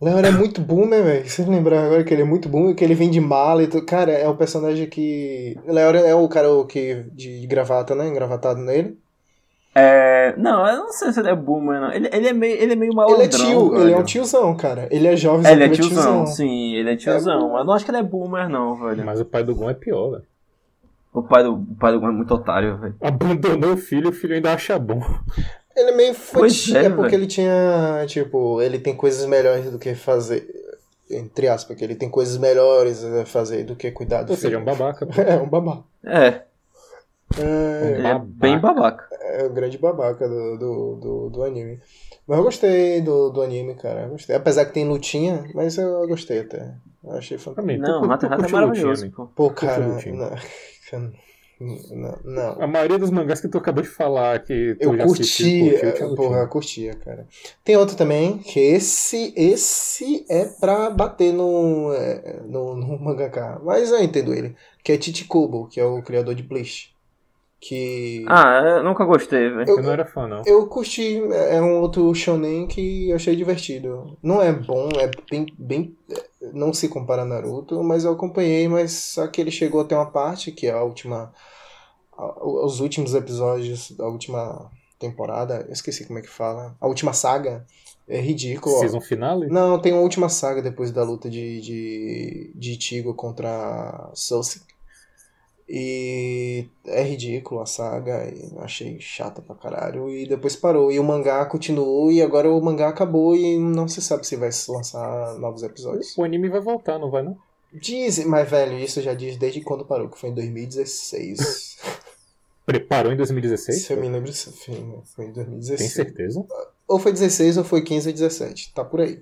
A: Leora é muito boomer, velho. Vocês lembraram agora que ele é muito boomer, que ele vem de mala e tudo. Cara, é o personagem que. Leora é o cara o que de gravata, né? Engravatado nele.
B: É, não, eu não sei se ele é boomer, não. Ele, ele é, meio, ele é meio malandrão.
A: ele é tio,
B: velho.
A: ele é um tiozão, cara. Ele é jovem,
B: É,
A: só que
B: Ele é tiozão, sim, ele é tiozão. Eu não acho que ele é boomer, não, velho.
C: Mas o pai do Gon é pior, velho.
B: O pai do, o pai do Gon é muito otário, velho.
C: Abandonou o filho, o filho ainda acha bom.
A: Ele é meio
B: Pois
A: infantil,
B: é,
A: é, porque
B: velho.
A: ele tinha, tipo, ele tem coisas melhores do que fazer, entre aspas, que ele tem coisas melhores a fazer do que cuidar do
C: Ou seja, é um
A: filho.
C: babaca. Um pô.
A: É, um babaca.
B: É,
A: É,
B: ele é bem babaca.
A: é o grande babaca do, do, do, do anime. Mas eu gostei do, do anime, cara. Eu gostei. Apesar que tem lutinha, mas eu gostei até. Eu achei fantástico.
C: Também, tu-
B: Não,
C: tu-
B: Mata
C: tu
B: Rata é
C: curte Então, o Lutini.
B: maravilhoso, pô.
A: Pô, cara.
C: curti lutinha.
A: Não, não, não.
C: A maioria dos mangás que tu acabou de falar que tu
A: Eu
C: já
A: curti, é, eh,
C: assistiu, curtiu, tinha
A: porra, eu
C: Lutini.
A: curtia, cara. Tem outro também, que esse, esse é pra bater no, é, no, no mangaka, mas eu entendo ele, que é Titi Kubo, que é o criador de Bleach, que
B: Ah, eu nunca gostei, velho.
C: Eu não era fã, não.
A: eu curti, é é um outro shonen que eu achei divertido. Não é bom, é bem, bem, não se compara a Naruto, mas eu acompanhei, mas só que ele chegou até uma parte, que é a última, a- os últimos episódios da última temporada, eu esqueci como é que fala, a última saga, é ridículo. ó.
C: Season finale?
A: Não, tem uma última saga depois da luta de, de, de Tigo contra Sousik. E é ridículo a saga, e eu achei chata pra caralho. E depois parou. E o mangá continuou, e agora o mangá acabou, e não se sabe se vai se lançar novos episódios.
C: O anime vai voltar, não vai, não?
A: Dizem, mas velho, isso já diz desde quando parou, que foi em 2016.
C: Preparou em 2016?
A: se eu me lembro, se- foi foi em
C: Tem
A: 2016.
C: certeza?
A: ou foi 16 ou foi 15 ou 17, tá por aí.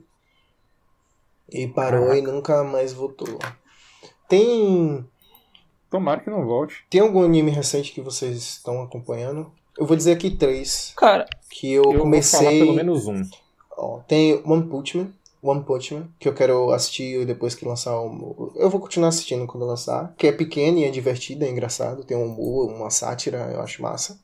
A: E parou e nunca mais voltou. Tem
C: Tomara que não volte.
A: tem algum anime recente que vocês estão acompanhando? Eu vou dizer aqui três
B: Cara,
A: que eu,
C: eu
A: comecei.
C: vou falar pelo menos um.
A: Ó, tem One Punch Man, One Punch Man, que eu quero assistir depois que lançar o. Eu vou continuar assistindo quando lançar, que é pequeno e é divertido, é engraçado, tem um humor, uma sátira, eu acho massa.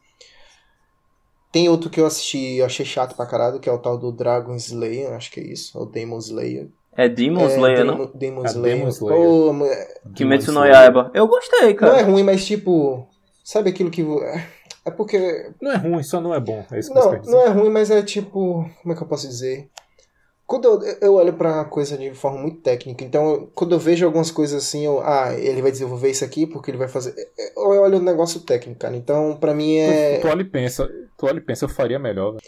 A: Tem outro que eu assisti, eu achei chato pra caralho, que é o tal do Dragon Slayer, acho que é isso, ou Demon Slayer.
B: é Demon
A: é,
B: Slayer, não?
A: Demon, Demon
C: Ah,
A: Slayer.
C: Demon Slayer.
A: Pô, mo-
B: Kimetsu no
C: Demon
B: Yaiba. Eu gostei,
A: não é
B: cara.
A: ruim, mas tipo, sabe aquilo que. vo- É porque
C: Não é ruim, só não é bom. É isso que
A: Não,
C: você quer
A: não
C: dizer.
A: é ruim, mas é tipo. Como é que eu posso dizer? Quando eu, eu olho pra coisa de forma muito técnica, então eu- quando eu vejo algumas coisas assim, eu, ah, ele vai desenvolver isso aqui porque ele vai fazer. Ou eu olho o negócio técnico, cara. Então, pra mim é.
C: Tu, tu olha e pensa, tu olha e pensa, eu faria melhor, velho.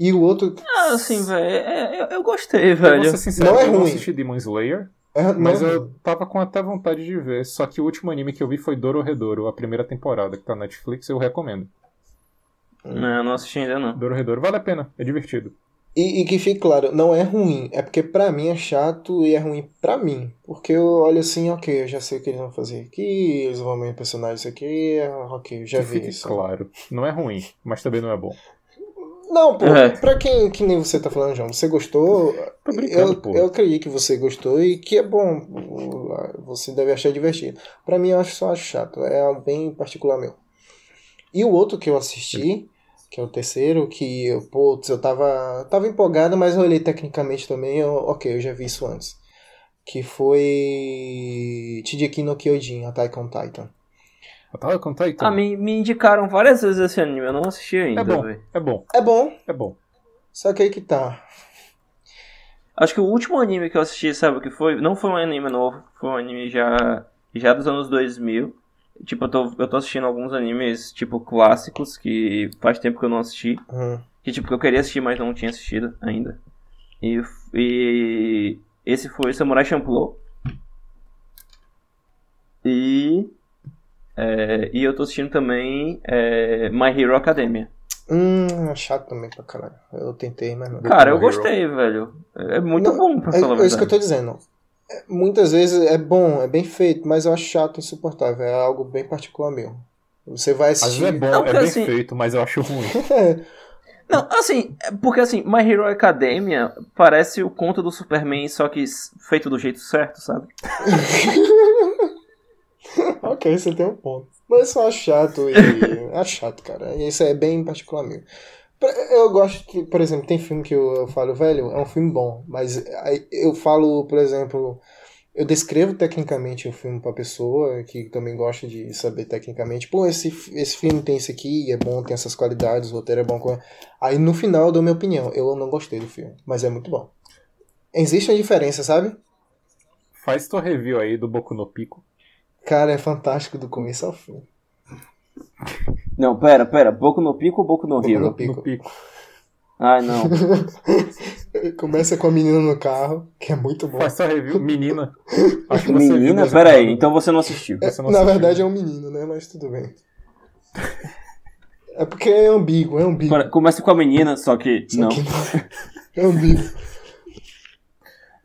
A: E o outro.
B: Ah, assim, velho, é- eu, eu gostei,
C: Eu
B: velho.
C: vou ser sincero,
A: Não é
C: eu não
A: ruim.
C: assisti Demon Slayer,
A: é- não,
C: mas eu tava com até vontade de ver. Só que o último anime que eu vi foi Dororedoro, a primeira temporada que tá na Netflix, eu recomendo.
B: Não, eu não assisti ainda, não.
C: Dororedoro vale a pena, é divertido.
A: E, e que fique claro, não é ruim. É porque pra mim é chato e é ruim pra mim. Porque eu olho assim, ok, eu já sei o que eles vão fazer aqui, eles vão me personagem isso aqui, ah, ok, eu já
C: Que
A: vi
C: fique
A: isso.
C: claro. Não é ruim, mas também não é bom.
A: Não, pô,
B: É.
A: pra quem que nem você tá falando, João, você gostou,
C: Tô
A: Eu,
C: brincando, pô.
A: eu acredito que você gostou e que é bom. Você deve achar divertido. Pra mim, eu acho só acho chato. É algo bem particular meu. E o outro que eu assisti, que é o terceiro, que eu, putz, eu tava, tava empolgado, mas eu olhei tecnicamente também. Eu, ok, eu já vi isso antes. Que foi. Chideki no Kyojin, Attack on Titan.
C: Tá, conta aí,
B: Ah, me, me indicaram várias vezes esse anime, eu não assisti ainda,
C: bom.
B: velho.
C: É bom,
A: É bom,
C: é bom.
A: só que aí que tá.
B: Acho que o último anime que eu assisti, sabe o que foi? Não foi um anime novo, foi um anime já, já dos anos 2000. Tipo, eu tô, eu tô assistindo alguns animes, tipo, clássicos, que faz tempo que eu não assisti.
A: Hum.
B: Que, tipo, que eu queria assistir, mas não tinha assistido ainda. E, e esse foi Samurai Champloo. E... é, e eu tô assistindo também é, My Hero Academia.
A: Hum, é chato também pra caralho. Eu tentei, mas não.
B: Cara, eu
C: Hero.
B: gostei, velho. É muito
A: Não,
B: bom, pra
A: É,
B: falar a
A: é isso que eu
B: verdade.
A: tô dizendo. É, Muitas vezes é bom, é bem feito, mas eu acho chato, insuportável. É algo bem particular meu. Você vai
C: Às vezes
A: assistir.
C: é bom,
B: Não,
C: é
B: porque
C: bem
B: assim-
C: feito, mas eu acho ruim.
B: Não, assim, é porque assim, My Hero Academia parece o conto do Superman, só que s- feito do jeito certo, sabe?
A: ok, você tem um ponto. Mas só acho chato e. acho chato, cara. E Isso é bem particular meu. Pra- Eu gosto que, por exemplo, tem filme que eu eu falo, velho, é um filme bom, mas aí eu falo, por exemplo, eu descrevo tecnicamente o filme pra pessoa que também gosta de saber tecnicamente, pô, esse, fi- esse filme tem isso aqui, é bom, tem essas qualidades, o roteiro é bom. co- Aí no final eu dou minha opinião. Eu não gostei do filme, mas é muito bom. Existe uma diferença, sabe?
C: Faz tua review aí do Boku no Pico.
A: Cara, é fantástico do começo ao fim.
B: Não, pera, pera. Boku no Pico ou Boku no
A: Boku no
B: Hero?
A: Pico.
C: No Pico.
B: Ai, não.
A: Começa com a menina no carro, que é muito bom.
C: Faz tua review, menina. Acho que você viu
B: Menina,
C: desenhado.
B: pera aí. Então você não assistiu.
A: É,
C: Você não
A: na
C: assistiu.
A: verdade é um menino, né? Mas tudo bem. É porque é ambíguo, é ambíguo.
B: Pera, Começa com a menina, só que
A: Só
B: não.
A: que não- É ambíguo.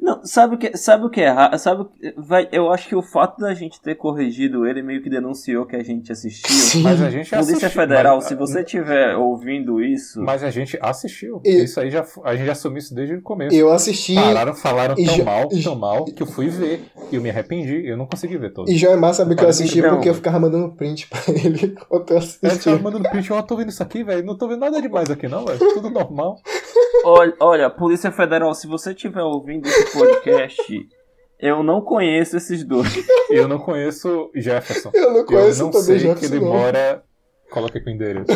B: Não, sabe o que, sabe o que é errado? Sabe, o que- vai, eu acho que o fato da gente ter corrigido ele meio que denunciou que a gente assistiu.
A: Sim.
C: Mas é a gente
B: Polícia
C: assistiu,
B: Federal,
C: mas-
B: se você estiver ouvindo isso,
C: Mas a gente assistiu.
A: E-
C: Isso aí já f- a gente já assumiu isso desde o começo.
A: Eu assisti
C: Pararam, falaram
A: e
C: tão
A: já-
C: mal,
A: e-
C: tão mal, que eu fui ver. E eu me arrependi, eu não consegui ver todo.
A: e já é massa saber que eu assisti
B: Não.
A: porque eu ficava mandando print pra ele enquanto eu
C: Aí eu
A: assisti.
C: tava mandando print, ó, tô vendo isso aqui, velho. Não tô vendo nada demais aqui, não, velho. Tudo normal.
B: olha, olha, Polícia Federal, se você estiver ouvindo esse podcast, eu não conheço esses dois.
C: E eu não conheço Jefferson.
A: Eu não
C: Eu
A: conheço
C: não
A: também
C: sei que
A: Jefferson.
C: ele
A: não.
C: mora. Coloca aqui o endereço.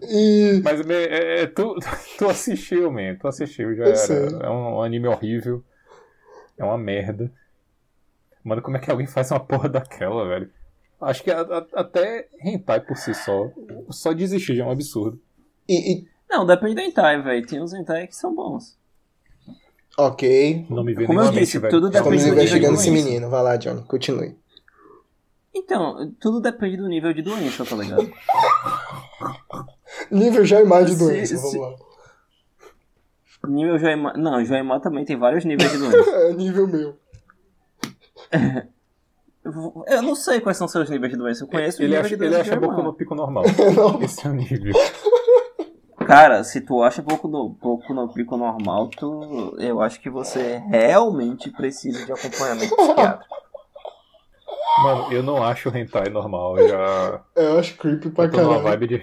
A: E
C: Mas me- é, é, tu, tu assistiu, man. Tu assistiu, já
A: Eu
C: era.
A: sei.
C: É um anime horrível. É uma merda. Mano, como é que alguém faz uma porra daquela, velho? Acho que a- a- até hentai por si só, só desistir já é um absurdo.
A: e- e-
B: Não, depende do hentai, velho. Tem uns hentai que são bons.
A: ok.
C: Não me vê
B: Como eu
C: nenhuma
B: disse,
C: mente,
B: tudo
C: velho.
A: Estamos
B: depende do
A: investigando
B: nível
C: é
A: esse
B: de doença.
A: menino. Vai lá, John, continue.
B: Então, tudo depende do nível de doença, tá ligado?
A: Nível já é mais de
B: Se-
A: doença,
B: se-
A: vamos lá.
B: Nível Joema. Não, Joema também tem vários níveis de doença.
A: É nível meu.
B: Eu- Eu não sei quais são seus níveis de doença. Eu conheço
C: Ele
B: o nível
C: acha,
B: de é
C: ele
B: doença. de
C: acha Boku
B: Joema.
C: no Pico normal.
A: Não.
C: Esse é o nível.
B: Cara, se tu acha pouco no, pouco no pico normal, tu, eu acho que você realmente precisa de acompanhamento psiquiátrico.
C: Mano, eu não acho hentai normal. Eu já
A: Eu acho creepy pra
C: eu tô numa
A: caralho.
C: vibe de.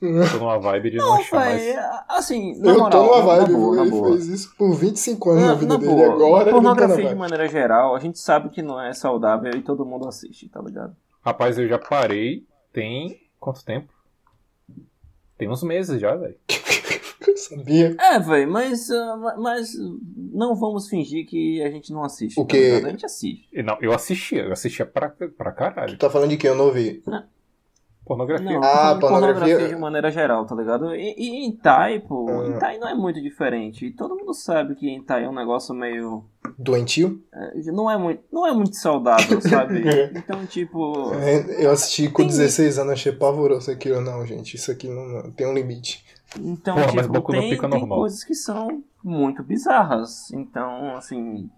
C: tô numa vibe de não,
B: Não,
C: achar
B: véi,
C: mais.
B: a- assim, na
A: Eu
B: moral,
A: tô numa vibe,
B: na boa, na
A: ele
B: boa.
A: fez isso por 25 anos na,
B: Na,
A: vida
B: na
A: dele.
B: boa,
A: Agora ele não tá na
B: pornografia de
A: vibe.
B: maneira geral, a gente sabe que não é saudável e todo mundo assiste, tá ligado?
C: Rapaz, eu já parei. Tem. Quanto tempo? Tem uns meses já, velho.
A: Eu sabia.
B: É, velho, mas, ah, ma- mas não vamos fingir que a gente não assiste.
A: O
B: tá
A: quê?
B: ligado? A gente assiste.
C: E Não, eu assistia, eu assistia pra, pra caralho.
A: Tá falando de que eu não vi.
C: Pornografia.
B: Não,
A: Ah,
B: pornografia...
A: pornografia-
B: pornografia de maneira geral, tá ligado? E, e hentai, pô,
A: Ah.
B: hentai não é muito diferente. E todo mundo sabe que hentai é um negócio meio...
A: Doentio?
B: não é muito, não é muito saudável, sabe?
A: É.
B: Então, tipo,
A: É, Eu assisti com
B: Tem-
A: 16 anos, achei pavoroso aquilo. Não, gente, isso aqui não, não- tem um limite.
B: então
C: Porra, mas
B: tipo,
C: Boku no
B: tem,
C: Pico é
B: tem
C: normal.
B: coisas que são muito bizarras. Então, assim,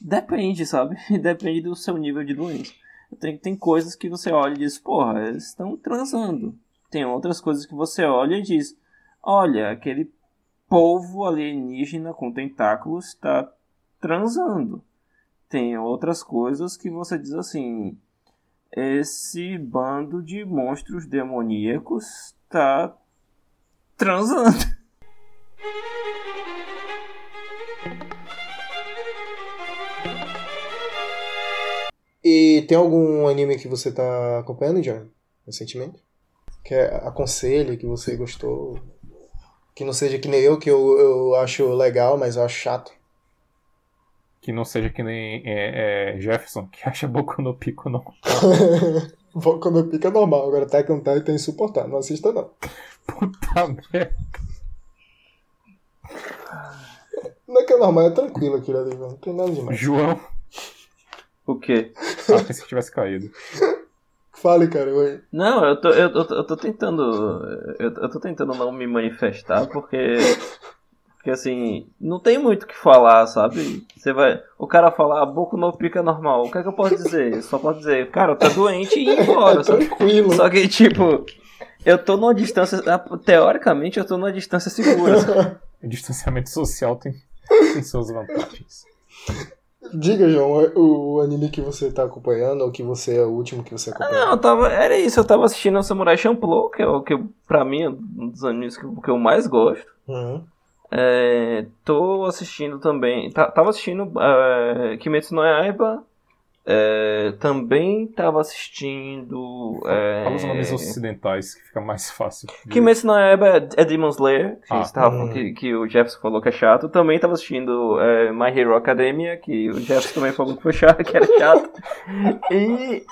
B: depende, sabe? Depende do seu nível de doença. Tem, tem coisas que você olha e diz, porra, eles estão transando. Tem outras coisas que você olha e diz, olha, aquele polvo alienígena com tentáculos está transando. Tem outras coisas que você diz assim, esse bando de monstros demoníacos tá transando.
A: E tem algum anime que você tá acompanhando, John? Recentemente? Que é aconselho, que você gostou. Que não seja que nem eu, que eu, eu acho legal, mas eu acho chato.
C: Que não seja que nem é, é, Jefferson, que acha Boku no Pico, não.
A: Vou quando pica é normal, agora tá on Titan é insuportável. Não assista, não.
C: Puta merda.
A: Não é que é normal, é tranquilo aquilo ali, não tem nada demais.
C: João.
B: O quê?
C: Ah, pensei que tivesse caído.
A: Fale, cara. eu-
B: Não, eu tô, eu, eu tô- eu tô tentando. Eu, eu tô tentando não me manifestar, porque. Porque assim, não tem muito o que falar, sabe? Você vai. O cara fala, a boca não pica normal. O que é que eu posso dizer? Eu só posso dizer, cara, tá doente e ir embora,
A: É
B: sabe?
A: tranquilo.
B: Só que, tipo, eu tô numa distância. ah, Teoricamente, eu tô numa distância segura. sabe?
C: O distanciamento social tem, tem suas vantagens.
A: Diga, João, o o anime que você tá acompanhando ou que você é o último que você acompanha?
B: Não, eu tava, era isso, eu tava assistindo o Samurai Champloo, que é o que eu- pra mim é um dos animes que, eu- que eu mais gosto.
A: Uhum.
B: É, tô assistindo também, ta- tava assistindo é, Kimetsu no Yaiba, é, também tava assistindo... É,
C: Fala os nomes ocidentais, que fica mais fácil. de-
B: Kimetsu no Yaiba é- é Demon Slayer, que,
C: Ah.
B: estava-
A: Hum.
B: que, que o Jefferson falou que é chato. Também tava assistindo é, My Hero Academia, que o Jefferson também falou que, foi chato, que era chato. E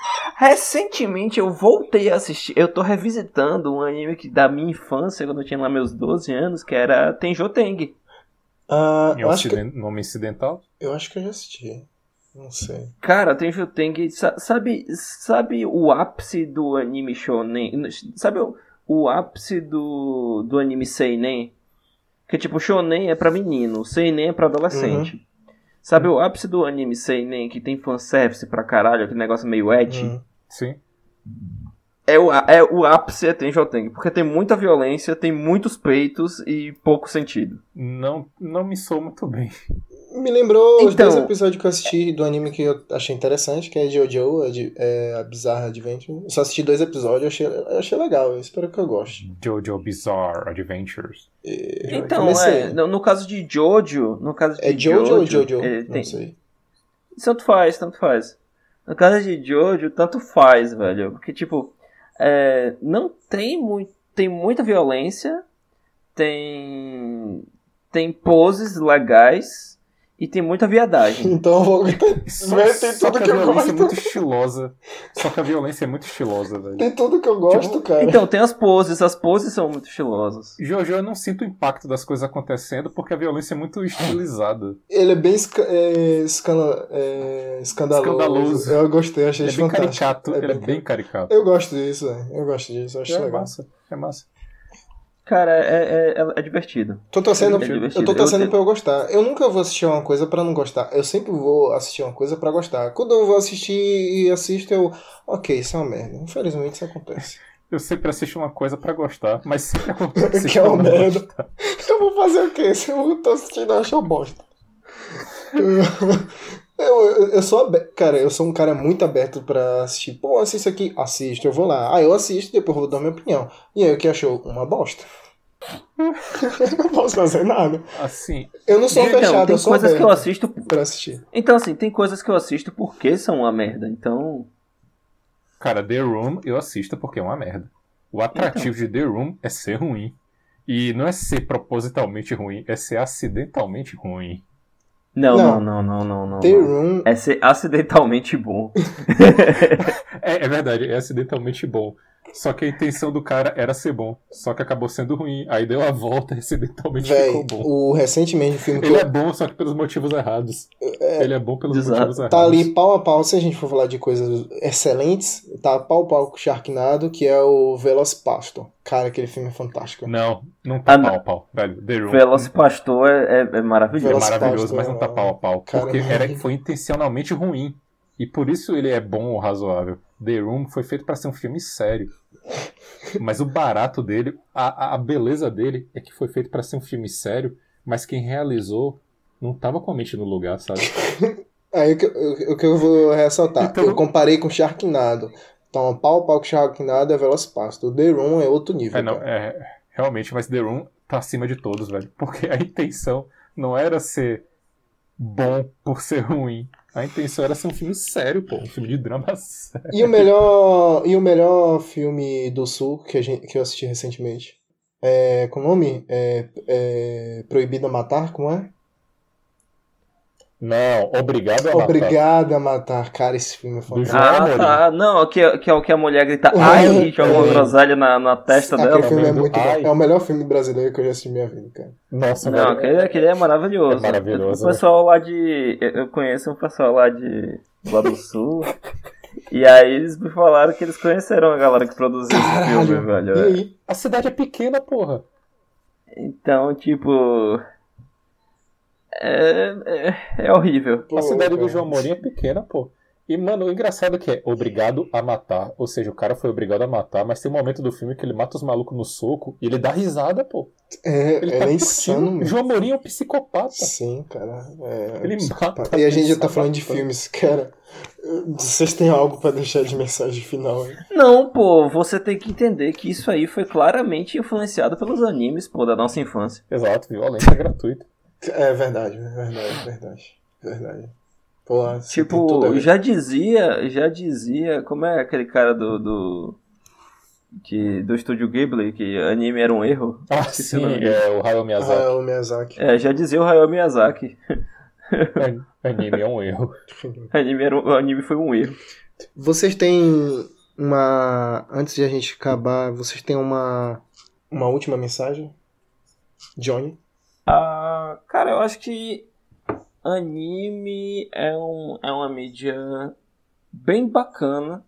B: recentemente eu voltei a assistir, eu tô revisitando um anime que, da minha infância, quando eu tinha lá meus 12 anos, que era Tenjoteng.
A: Ah,
C: em
A: eu, acho que,
C: ociden- Nome incidental?
A: eu acho que eu já assisti. Não sei.
B: Cara, Tenjoteng, sa- sabe, sabe o ápice do anime shonen? Sabe o, o ápice do, do anime seinen? Que tipo, shonen é pra menino, seinen é pra adolescente.
A: Uhum.
B: Sabe o ápice do anime seinen, que tem fanservice pra caralho, aquele negócio meio eti?
A: Hum.
C: Sim.
B: É, o, á- é o ápice é Tenjoteng, porque tem muita violência, tem muitos peitos e pouco sentido.
C: Não, não me sou muito bem.
A: Me lembrou os
B: Então-
A: dois episódios que eu assisti do anime que eu achei interessante, que é Jojo, é, de- é a Bizarre Adventure. Eu só assisti dois episódios, eu achei, eu achei legal, eu espero que eu goste.
C: Jojo Bizarre Adventures.
A: E- eu
B: Então,
A: comecei.
B: é, no, no caso de Jojo, no caso de
A: É Jojo ou
B: Jojo,
A: Jojo?
B: ele tem-
A: Não sei.
B: Tanto faz, tanto faz. No caso de Jojo, tanto faz, velho. Porque, tipo, é, não tem muito. Tem muita violência, tem. Tem poses legais e tem muita viadagem.
A: Então eu vou
C: Só,
A: Vai ter
C: só
A: tudo
C: que a
A: que eu
C: violência é
A: gosto.
C: muito estilosa. Só que a violência é muito estilosa, velho.
A: Tem tudo que eu gosto, cara.
B: Então, tem as poses, as poses são muito estilosas.
C: Jojo, eu não sinto o impacto das coisas acontecendo porque a violência é muito estilizada.
A: Ele é bem esca é, escala- é, escandaloso.
C: Escandaloso.
A: Eu gostei, achei
C: Ele é
A: isso
C: bem
A: fantástico.
C: caricato.
A: É
C: Ele é
A: bem
C: bem caricato.
A: Eu gosto disso, é. eu gosto disso, eu acho
C: É
A: legal.
C: massa. É massa.
B: Cara, é, é, é- é divertido.
A: Tô torcendo,
B: É divertido.
A: eu tô
B: Eu
A: torcendo
B: te-
A: pra eu gostar. Eu nunca vou assistir uma coisa pra não gostar. Eu sempre vou assistir uma coisa pra gostar. Quando eu vou assistir e assisto, eu. Ok, isso é uma merda. Infelizmente isso acontece.
C: Eu sempre assisto uma coisa pra gostar, mas sempre acontece.
A: que é
C: eu
A: uma
C: não
A: merda.
C: gosto.
A: Eu vou fazer o quê? Se eu tô assistindo, eu acho uma bosta. Eu, eu, eu sou aberto, cara, eu sou um cara muito aberto pra assistir. Pô, assisto aqui, assisto, eu vou lá. Ah, eu assisto, depois eu vou dar minha opinião. E aí, o que achou? Uma bosta. eu não posso fazer nada.
C: Assim,
A: Eu não sou
B: então,
A: fechado,
B: tem
A: eu sou
B: coisas
A: aberto
B: que eu assisto.
A: pra assistir.
B: Então, assim, tem coisas que eu assisto porque são uma merda. Então.
C: cara, The Room eu assisto porque é uma merda. O atrativo
A: Então.
C: de The Room é ser ruim. E não é ser propositalmente ruim, é ser acidentalmente ruim.
B: Não, não,
A: Não. um.
B: não, não, não, não.
A: The
B: não.
A: Room
B: É ser acidentalmente bom.
C: É, é verdade, é acidentalmente bom. Só que a intenção do cara era ser bom. Só que acabou sendo ruim. Aí deu a volta e acidentalmente
A: Véi,
C: ficou bom.
A: o recentemente o filme que
C: Ele é
A: eu,
C: bom, só que pelos motivos errados. Ele é bom pelos
B: Exato.
C: motivos errados.
A: tá ali pau a pau, se a gente for falar de coisas excelentes, tá pau a pau com o Sharknado, que é o Velocipastor. Cara, aquele filme é fantástico.
C: Não, não tá
B: Ah,
C: pau
B: não.
C: a pau, velho. The Room
B: Velocipastor é, é, é maravilhoso.
C: é
A: Velocipastor,
C: maravilhoso, mas não tá
A: né?
C: pau a pau.
A: Cara,
C: porque
A: não.
C: era, foi intencionalmente ruim. E por isso ele é bom ou razoável. The Room foi feito pra ser um filme sério. Mas o barato dele, a, a- a beleza dele é que foi feito pra ser um filme sério, mas quem realizou não tava com a mente no lugar, sabe?
A: Aí o que, o- o que eu vou ressaltar,
C: Então-
A: eu comparei com Sharknado. Então, pau a pau com Sharknado é Velocipasto. O The Room é outro nível.
C: É, não,
A: cara.
C: é, realmente, mas The Room tá acima de todos, velho. Porque a intenção não era ser bom por ser ruim. A intenção era ser um filme sério, pô. Um filme de drama sério.
A: E o melhor, e o melhor filme do Sul que, a gente, que eu assisti recentemente? É, com o nome? É, é Proibido a Matar, como é?
C: Não, obrigado a matar.
A: Obrigado a Matar. Cara, esse filme é fantástico.
C: João
B: Ah,
C: Amorim.
B: tá. Não, que, que é o que a mulher grita ai e joga uma
A: É.
B: groselha na, na testa
A: Aquele
B: dela.
A: filme é
C: vendo?
A: muito bom.
C: Ai.
A: É o melhor filme brasileiro que eu já assisti na minha vida, cara.
C: Nossa,
B: Não,
C: velho.
B: aquele, aquele é maravilhoso.
C: É maravilhoso,
A: né?
B: O pessoal lá de. eu- Eu conheço um pessoal lá de. lá do sul. e aí eles me falaram que eles conheceram a galera que produziu esse
A: Caralho.
B: filme, velho.
A: E aí?
C: A cidade é pequena, porra.
B: Então, tipo. É, é, é horrível.
A: Pô,
C: a cidade do
A: cara.
C: João Morim é pequena, pô. E, mano, o engraçado que é obrigado a matar. Ou seja, o cara foi obrigado a matar, mas tem um momento do filme que ele mata os malucos no soco e ele dá risada, pô.
A: É,
C: Ele
A: ele
C: tá
A: é
C: curtindo.
A: insano, mesmo.
C: João Amorim é um psicopata.
A: Sim, cara. É,
C: Ele
A: psicopata.
C: mata
A: E a gente já tá
C: psicopata.
A: falando de filmes, cara. Vocês têm algo pra deixar de mensagem final aí?
B: Não, pô, você tem que entender que isso aí foi claramente influenciado pelos animes, pô, da nossa infância.
C: Exato, violência gratuita.
A: É verdade, é verdade, é verdade. é Verdade. Pô, lá, você tem tudo a
B: Tipo,
A: ver.
B: já dizia, já dizia, como é aquele cara do do que do estúdio Ghibli que anime era um erro?
C: Ah,
B: Esqueci o
C: sim,
B: nome
C: é o Hayao Miyazaki.
A: Hayao Miyazaki.
B: É, já dizia o Hayao Miyazaki.
A: Ah.
C: Anime é um erro.
B: Anime era um- o anime foi um erro.
A: Vocês têm uma. Antes de a gente acabar, vocês têm uma. Uma última mensagem? Johnny?
B: Ah, cara, eu acho que anime é, um, é uma mídia bem bacana.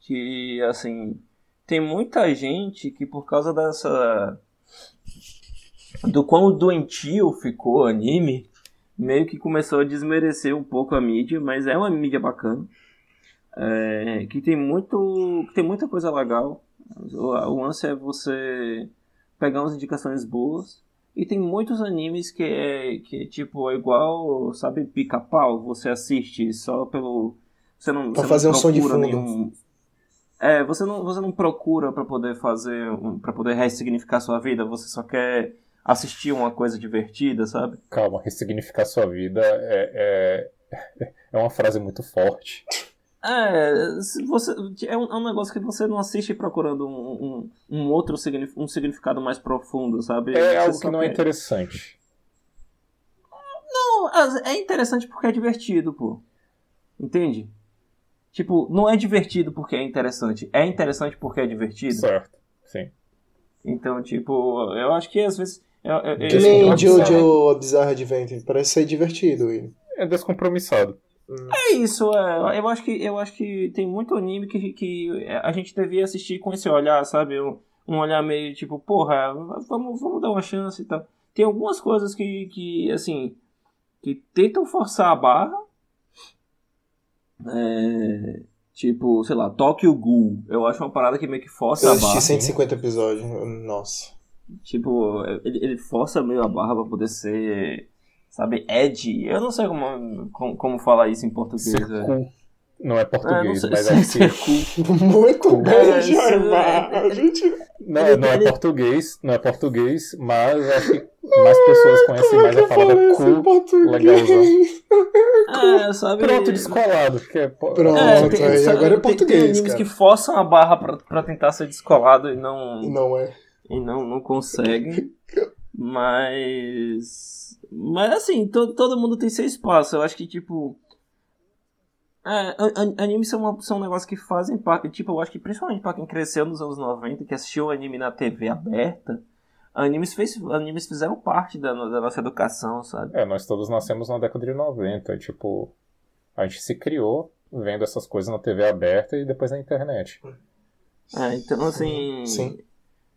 B: Que, assim, tem muita gente que por causa dessa. do quão doentio ficou o anime, meio que começou a desmerecer um pouco a mídia, mas é uma mídia bacana. É, que tem muito. que tem muita coisa legal. O, o lance é você pegar umas indicações boas. E tem muitos animes que é, que é tipo, é igual, sabe, pica-pau, você assiste só pelo. Você não,
A: Pra
B: você
A: fazer
B: não
A: um som de
B: procura
A: fundo.
B: nenhum- É, você não, você não procura pra poder fazer, um- pra poder ressignificar sua vida, você só quer assistir uma coisa divertida, sabe?
C: Calma, ressignificar sua vida é, é, é uma frase muito forte.
B: É, se você, é, um, é um negócio que você não assiste procurando um, um, um outro signif- um significado mais profundo, sabe?
C: É
B: Você
C: algo
B: só
C: que não é
B: quer-
C: interessante.
B: Não, as- é interessante porque é divertido, pô. Entende? Tipo, não é divertido porque é interessante. É interessante porque é divertido.
C: Certo, sim.
B: Então, tipo, eu acho que às vezes. é, Eu, eu, eu-
A: Que nem
C: descompromissado.
A: Jojo a Bizarre Adventure. Parece ser divertido ele.
C: É descompromissado.
B: É isso, é. Eu acho que, eu acho que tem muito anime que, que a gente devia assistir com esse olhar, sabe? Um, um olhar meio tipo, porra, vamos, vamos dar uma chance e tal. Tem algumas coisas que, que assim, que tentam forçar a barra. É, tipo, sei lá, Tokyo Ghoul. Eu acho uma parada que meio que força
A: Eu
B: a barra.
A: assisti 150 episódios. Nossa.
B: Tipo, ele, ele força meio a barra pra poder ser, sabe, edgy. Eu não sei como, como, como falar isso em português.
C: Ser
B: velho.
C: cool não é
B: É, não
C: português,
B: sei,
C: mas
B: sei
C: acho que
B: ser cool.
A: Muito bem,
B: É,
A: Jormar.
B: isso-
A: A gente.
C: Não, não é português, não é português, mas acho que mais pessoas conhecem mais a palavra
A: falei é isso em
C: cool.
A: português?
C: legalzão.
B: É, sabe?
C: Pronto, descolado. Que é, po-
A: Pronto.
B: É, tem,
A: aí
B: sabe,
A: agora é
B: tem- tem
A: português,
B: animes
A: cara.
B: que forçam a barra pra, pra tentar ser descolado e não,
A: Não é.
B: e não, não conseguem. Mas. Mas assim, to, todo mundo tem seu espaço. Eu acho que, tipo. É, an- an- animes são, uma, são um negócio que fazem parte. Tipo, eu acho que principalmente pra quem cresceu nos anos 90, que assistiu anime na TV aberta, animes, fez, animes fizeram parte da, no- da nossa educação, sabe?
C: É, nós todos nascemos na década de 90. Tipo, a gente se criou vendo essas coisas na TV aberta e depois na internet.
B: É, então assim.
A: Sim.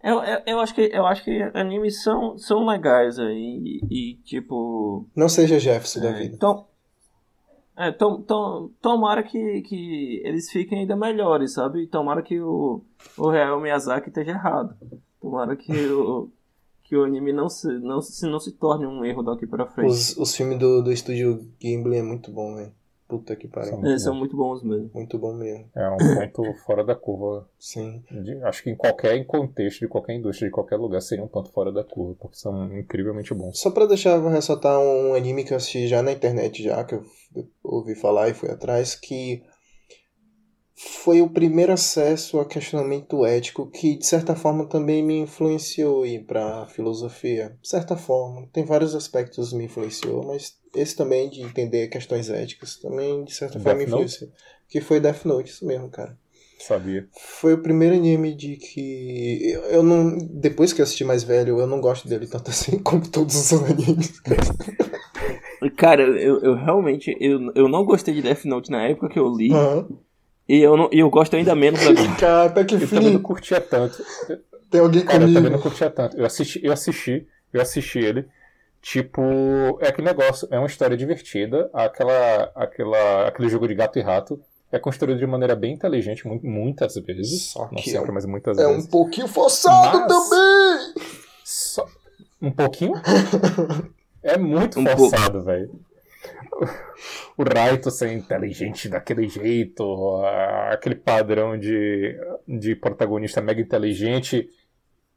B: Eu, eu, eu acho que eu acho que animes são, são legais aí. E, e, tipo.
A: Não seja Jefferson da
B: é,
A: vida.
B: Então. É, tom, tom, tomara que, que eles fiquem ainda melhores, sabe? E Tomara que o, o Real Miyazaki esteja errado. Tomara que o, que o anime não se, não, se, não se torne um erro daqui pra frente.
A: Os, os filmes do, do estúdio Gimli é muito bom, velho. Puta que pariu.
C: São
B: Eles É, são muito bons mesmo.
A: Muito bom mesmo.
C: É um ponto fora da curva.
A: Sim.
C: de- acho que em qualquer contexto, de qualquer indústria, de qualquer lugar, seria um ponto fora da curva, porque são incrivelmente bons.
A: Só pra deixar, vou ressaltar um anime que eu assisti já na internet, já que eu ouvi falar e fui atrás, que foi o primeiro acesso a questionamento ético que, de certa forma, também me influenciou ir pra filosofia. De certa forma, tem vários aspectos que me influenciou, mas esse também de entender questões éticas também, de certa
C: Death
A: forma, me
C: Note?
A: influenciou. Que foi Death Note, isso mesmo, cara.
C: Sabia?
A: Foi o primeiro anime de que. Eu, eu não. Depois que eu assisti mais velho, eu não gosto dele tanto assim como todos os animes.
B: Cara, eu, eu realmente eu, eu não gostei de Death Note na época que eu li.
A: Aham.
B: E eu, não, e eu gosto ainda menos agora.
A: Cara, até que
C: Eu também não
A: fim.
C: curtia tanto.
A: Tem alguém
C: Cara, eu também não
A: comigo.
C: curtia tanto. Eu assisti, eu assisti, eu assisti ele. Tipo, é que negócio, é uma história divertida, aquela, aquela, aquele jogo de gato e rato. É construído de maneira bem inteligente, mu- muitas vezes.
A: Só
C: Não
A: que
C: sempre,
A: é um-
C: mas muitas
A: É
C: vezes.
A: um pouquinho forçado
C: Mas-
A: também!
C: Só... Um pouquinho? é muito
B: Um
C: forçado, velho. O Raito ser inteligente daquele jeito, a- aquele padrão de, de protagonista mega inteligente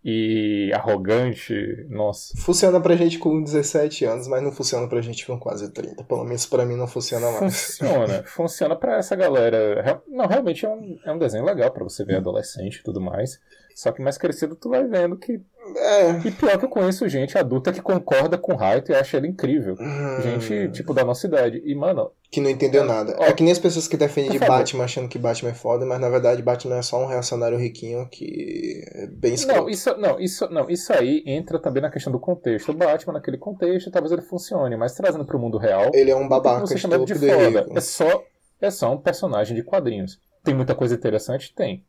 C: e arrogante. Nossa,
A: Funciona pra gente com 17 anos, mas não funciona pra gente com quase 30. Pelo menos pra mim não funciona mais.
C: funciona. Funciona pra essa galera. Real- Não, realmente é um, é um desenho legal pra você ver adolescente e tudo mais. Só que mais crescido tu vai vendo que.
A: É.
C: E pior que eu conheço gente adulta que concorda com o Raito e acha ele incrível.
A: Hum,
C: Gente, tipo, da nossa idade. E, mano,
A: que não entendeu nada. É que nem as pessoas que defendem de
C: Por favor.
A: Batman achando que Batman é foda, mas na verdade Batman é só um reacionário riquinho que é bem escroto.
C: não, isso, não, isso, não, isso aí entra também na questão do contexto. O Batman, naquele contexto, talvez ele funcione, mas trazendo pro mundo real.
A: Ele é um babaca
C: você chama ele de
A: estúpido e
C: foda.
A: rico.
C: É só, é só um personagem de quadrinhos. Tem muita coisa interessante? Tem.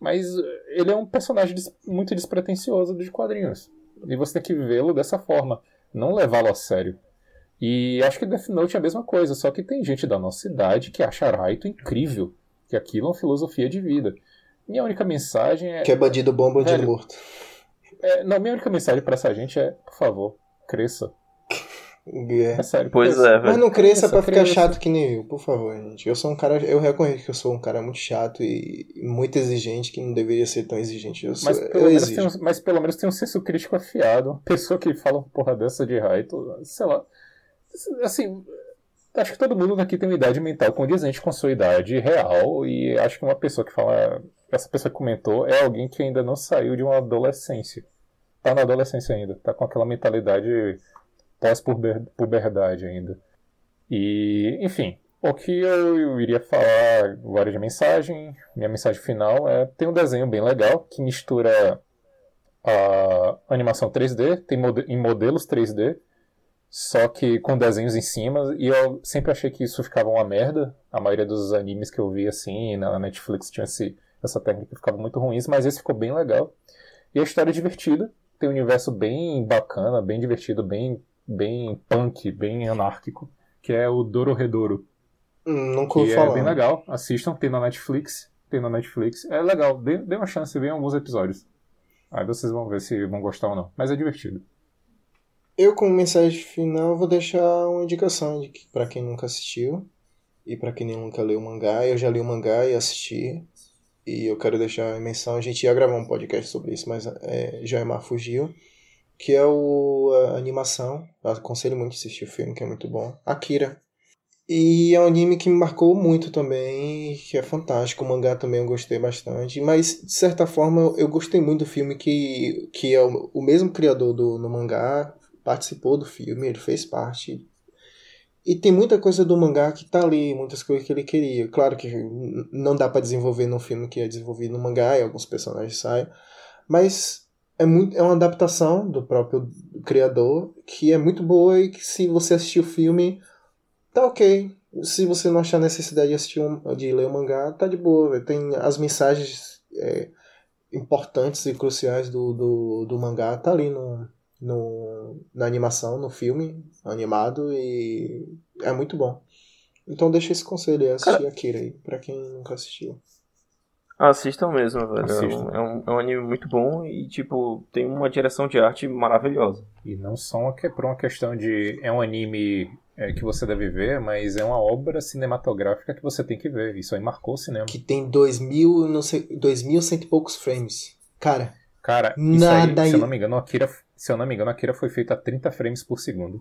C: Mas eh, ele é um personagem des- muito despretensioso de quadrinhos. E você tem que vê-lo dessa forma, não levá-lo a sério. E acho que Death Note é a mesma coisa, só que tem gente da nossa idade que acha Raito incrível, que aquilo é uma filosofia de vida. Minha única mensagem é,
A: Que é bandido bom, bandido
C: Velho.
A: morto.
C: é- não, minha única mensagem pra essa gente é, por favor, cresça.
A: É.
C: É sério.
B: Pois
C: cresça.
B: é,
A: Mas
B: velho.
A: não cresça
C: Cresça,
A: pra ficar
C: cresça.
A: chato que nem eu, por favor, gente. Eu sou um cara. Eu reconheço que eu sou um cara muito chato e muito exigente, que não deveria ser tão exigente. Eu, sou,
C: Mas
A: eu
C: pelo, menos
A: exijo.
C: tem um, mas pelo menos tem um senso crítico afiado. Uma pessoa que fala uma porra dessa de Raito, sei lá. Assim, acho que todo mundo daqui tem uma idade mental condizente com sua idade real. E acho que uma pessoa que fala. Essa pessoa que comentou é alguém que ainda não saiu de uma adolescência. Tá na adolescência ainda. Tá com aquela mentalidade pós-puberdade ainda. E, enfim. O que eu, eu iria falar agora de mensagem, minha mensagem final é: tem um desenho bem legal que mistura a animação 3D, tem mode- em modelos 3D, só que com desenhos em cima, e eu sempre achei que isso ficava uma merda. A maioria dos animes que eu vi assim, na Netflix tinha esse, essa técnica que ficava muito ruim, mas esse ficou bem legal. E a história é divertida, tem um universo bem bacana, bem divertido, bem, bem punk, bem anárquico, que é o Dororedoro.
A: Hum, Nunca
C: Que
A: ouvi
C: é
A: falar.
C: bem legal. Assistam, tem na Netflix. Tem na Netflix. É legal, dê, dê uma chance, vejam alguns episódios. Aí vocês vão ver se vão gostar ou não. Mas é divertido.
A: Eu, como mensagem final, vou deixar uma indicação de que, pra quem nunca assistiu e pra quem nunca leu o mangá. Eu já li o mangá e assisti. E eu quero deixar a menção. A gente ia gravar um podcast sobre isso, mas é, Jaimar fugiu. Que é o, a animação. Eu aconselho muito assistir o filme, que é muito bom. Akira. E é um anime que me marcou muito também, que é fantástico. O mangá também eu gostei bastante. Mas, de certa forma, eu- eu gostei muito do filme, que, que é o, o mesmo criador do no mangá, participou do filme, ele fez parte. E tem muita coisa do mangá que tá ali, muitas coisas que ele queria. Claro que n- não dá pra desenvolver num filme que é desenvolvido no mangá e alguns personagens saem, mas é, muito, é uma adaptação do próprio criador que é muito boa e que se você assistir o filme, tá ok. Se você não achar necessidade de, assistir um, de ler o mangá, tá de boa. velho. Tem as mensagens é, importantes e cruciais do, do, do mangá, tá ali no, no, na animação, no filme animado e é muito bom. Então deixa esse conselho aí, assistir Akira aí, pra quem nunca assistiu.
B: Assistam mesmo, velho.
C: Assistam.
B: É, um, é um anime muito bom e, tipo, tem uma direção de arte maravilhosa.
C: E não só uma que- por uma questão de. É um anime é, que você deve ver, mas é uma obra cinematográfica que você tem que ver. Isso aí marcou o cinema.
A: Que tem dois mil, não sei, dois mil cento e poucos frames. Cara,
C: Cara, isso
A: Nada
C: aí, se eu
A: aí.
C: não me engano, o Akira. Se eu não me engano, o Akira foi feito a 30 frames por segundo.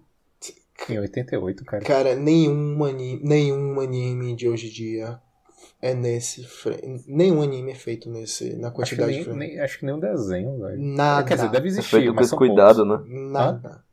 C: Em 88, cara.
A: cara, nenhum anime, nenhum anime de hoje em dia é nesse frame. Nenhum anime é feito nesse, na
C: Acho que,
A: quantidade de
C: nem,
A: frames.
C: nem- acho que nem um desenho, velho.
A: Nada.
C: Quer dizer, deve
B: É
C: existir,
B: feito com
C: mas
B: esse
C: são
B: cuidado,
A: Nada.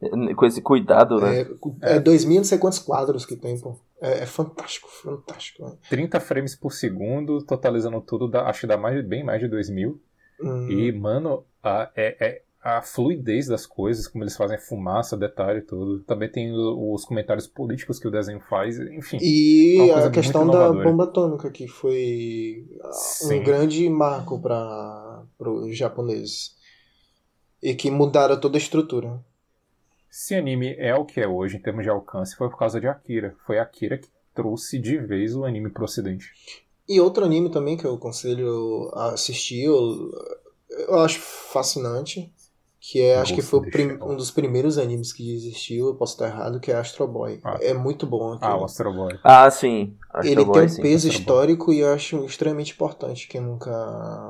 B: né? Com esse cuidado, né?
A: É, é dois mil e não sei quantos quadros que tem, pô. É, é fantástico, fantástico. né?
C: 30 frames por segundo, totalizando tudo, dá- acho que dá mais, de- bem mais de 2 mil.
A: Hum.
C: E, mano, a, é, é- a fluidez das coisas, como eles fazem fumaça, detalhe, tudo. Também tem o- os comentários políticos que o desenho faz, enfim. É Uma
A: E
C: coisa
A: a
C: muito
A: questão da
C: inovadora.
A: bomba atômica, que foi ah,
C: Sim.
A: um grande marco para os japoneses. E que mudaram toda a estrutura.
C: Se anime é o que é hoje em termos de alcance, foi por causa de Akira. Foi Akira que trouxe de vez o anime pro ocidente.
A: E outro anime também que eu aconselho a assistir, eu, eu acho fascinante, que é, acho que foi o
C: Ghost in the
A: prim-
C: Shell.
A: um dos primeiros animes que existiu, eu posso estar errado, que é Astro Boy.
C: Ah.
A: É muito bom aquilo.
C: Ah, o Astro Boy.
B: Ah, sim. Astro
A: Ele
B: Boy,
A: tem um
B: sim.
A: peso
C: Astro Boy.
A: histórico e eu acho extremamente importante quem nunca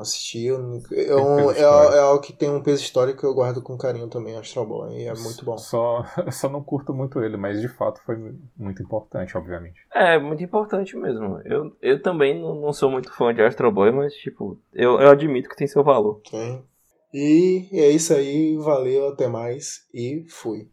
A: assistiu. nunca- É, um, é,
C: peso
A: al-
C: histórico.
A: é algo que tem um peso histórico que eu guardo com carinho também, Astro Boy, e é muito bom.
C: Só, só não curto muito ele, mas de fato foi muito importante, obviamente.
B: É, muito importante mesmo. Eu, eu também não, não sou muito fã de Astro Boy, mas, tipo, eu, eu admito que tem seu valor.
A: Tem. E é isso aí, valeu, até mais e fui.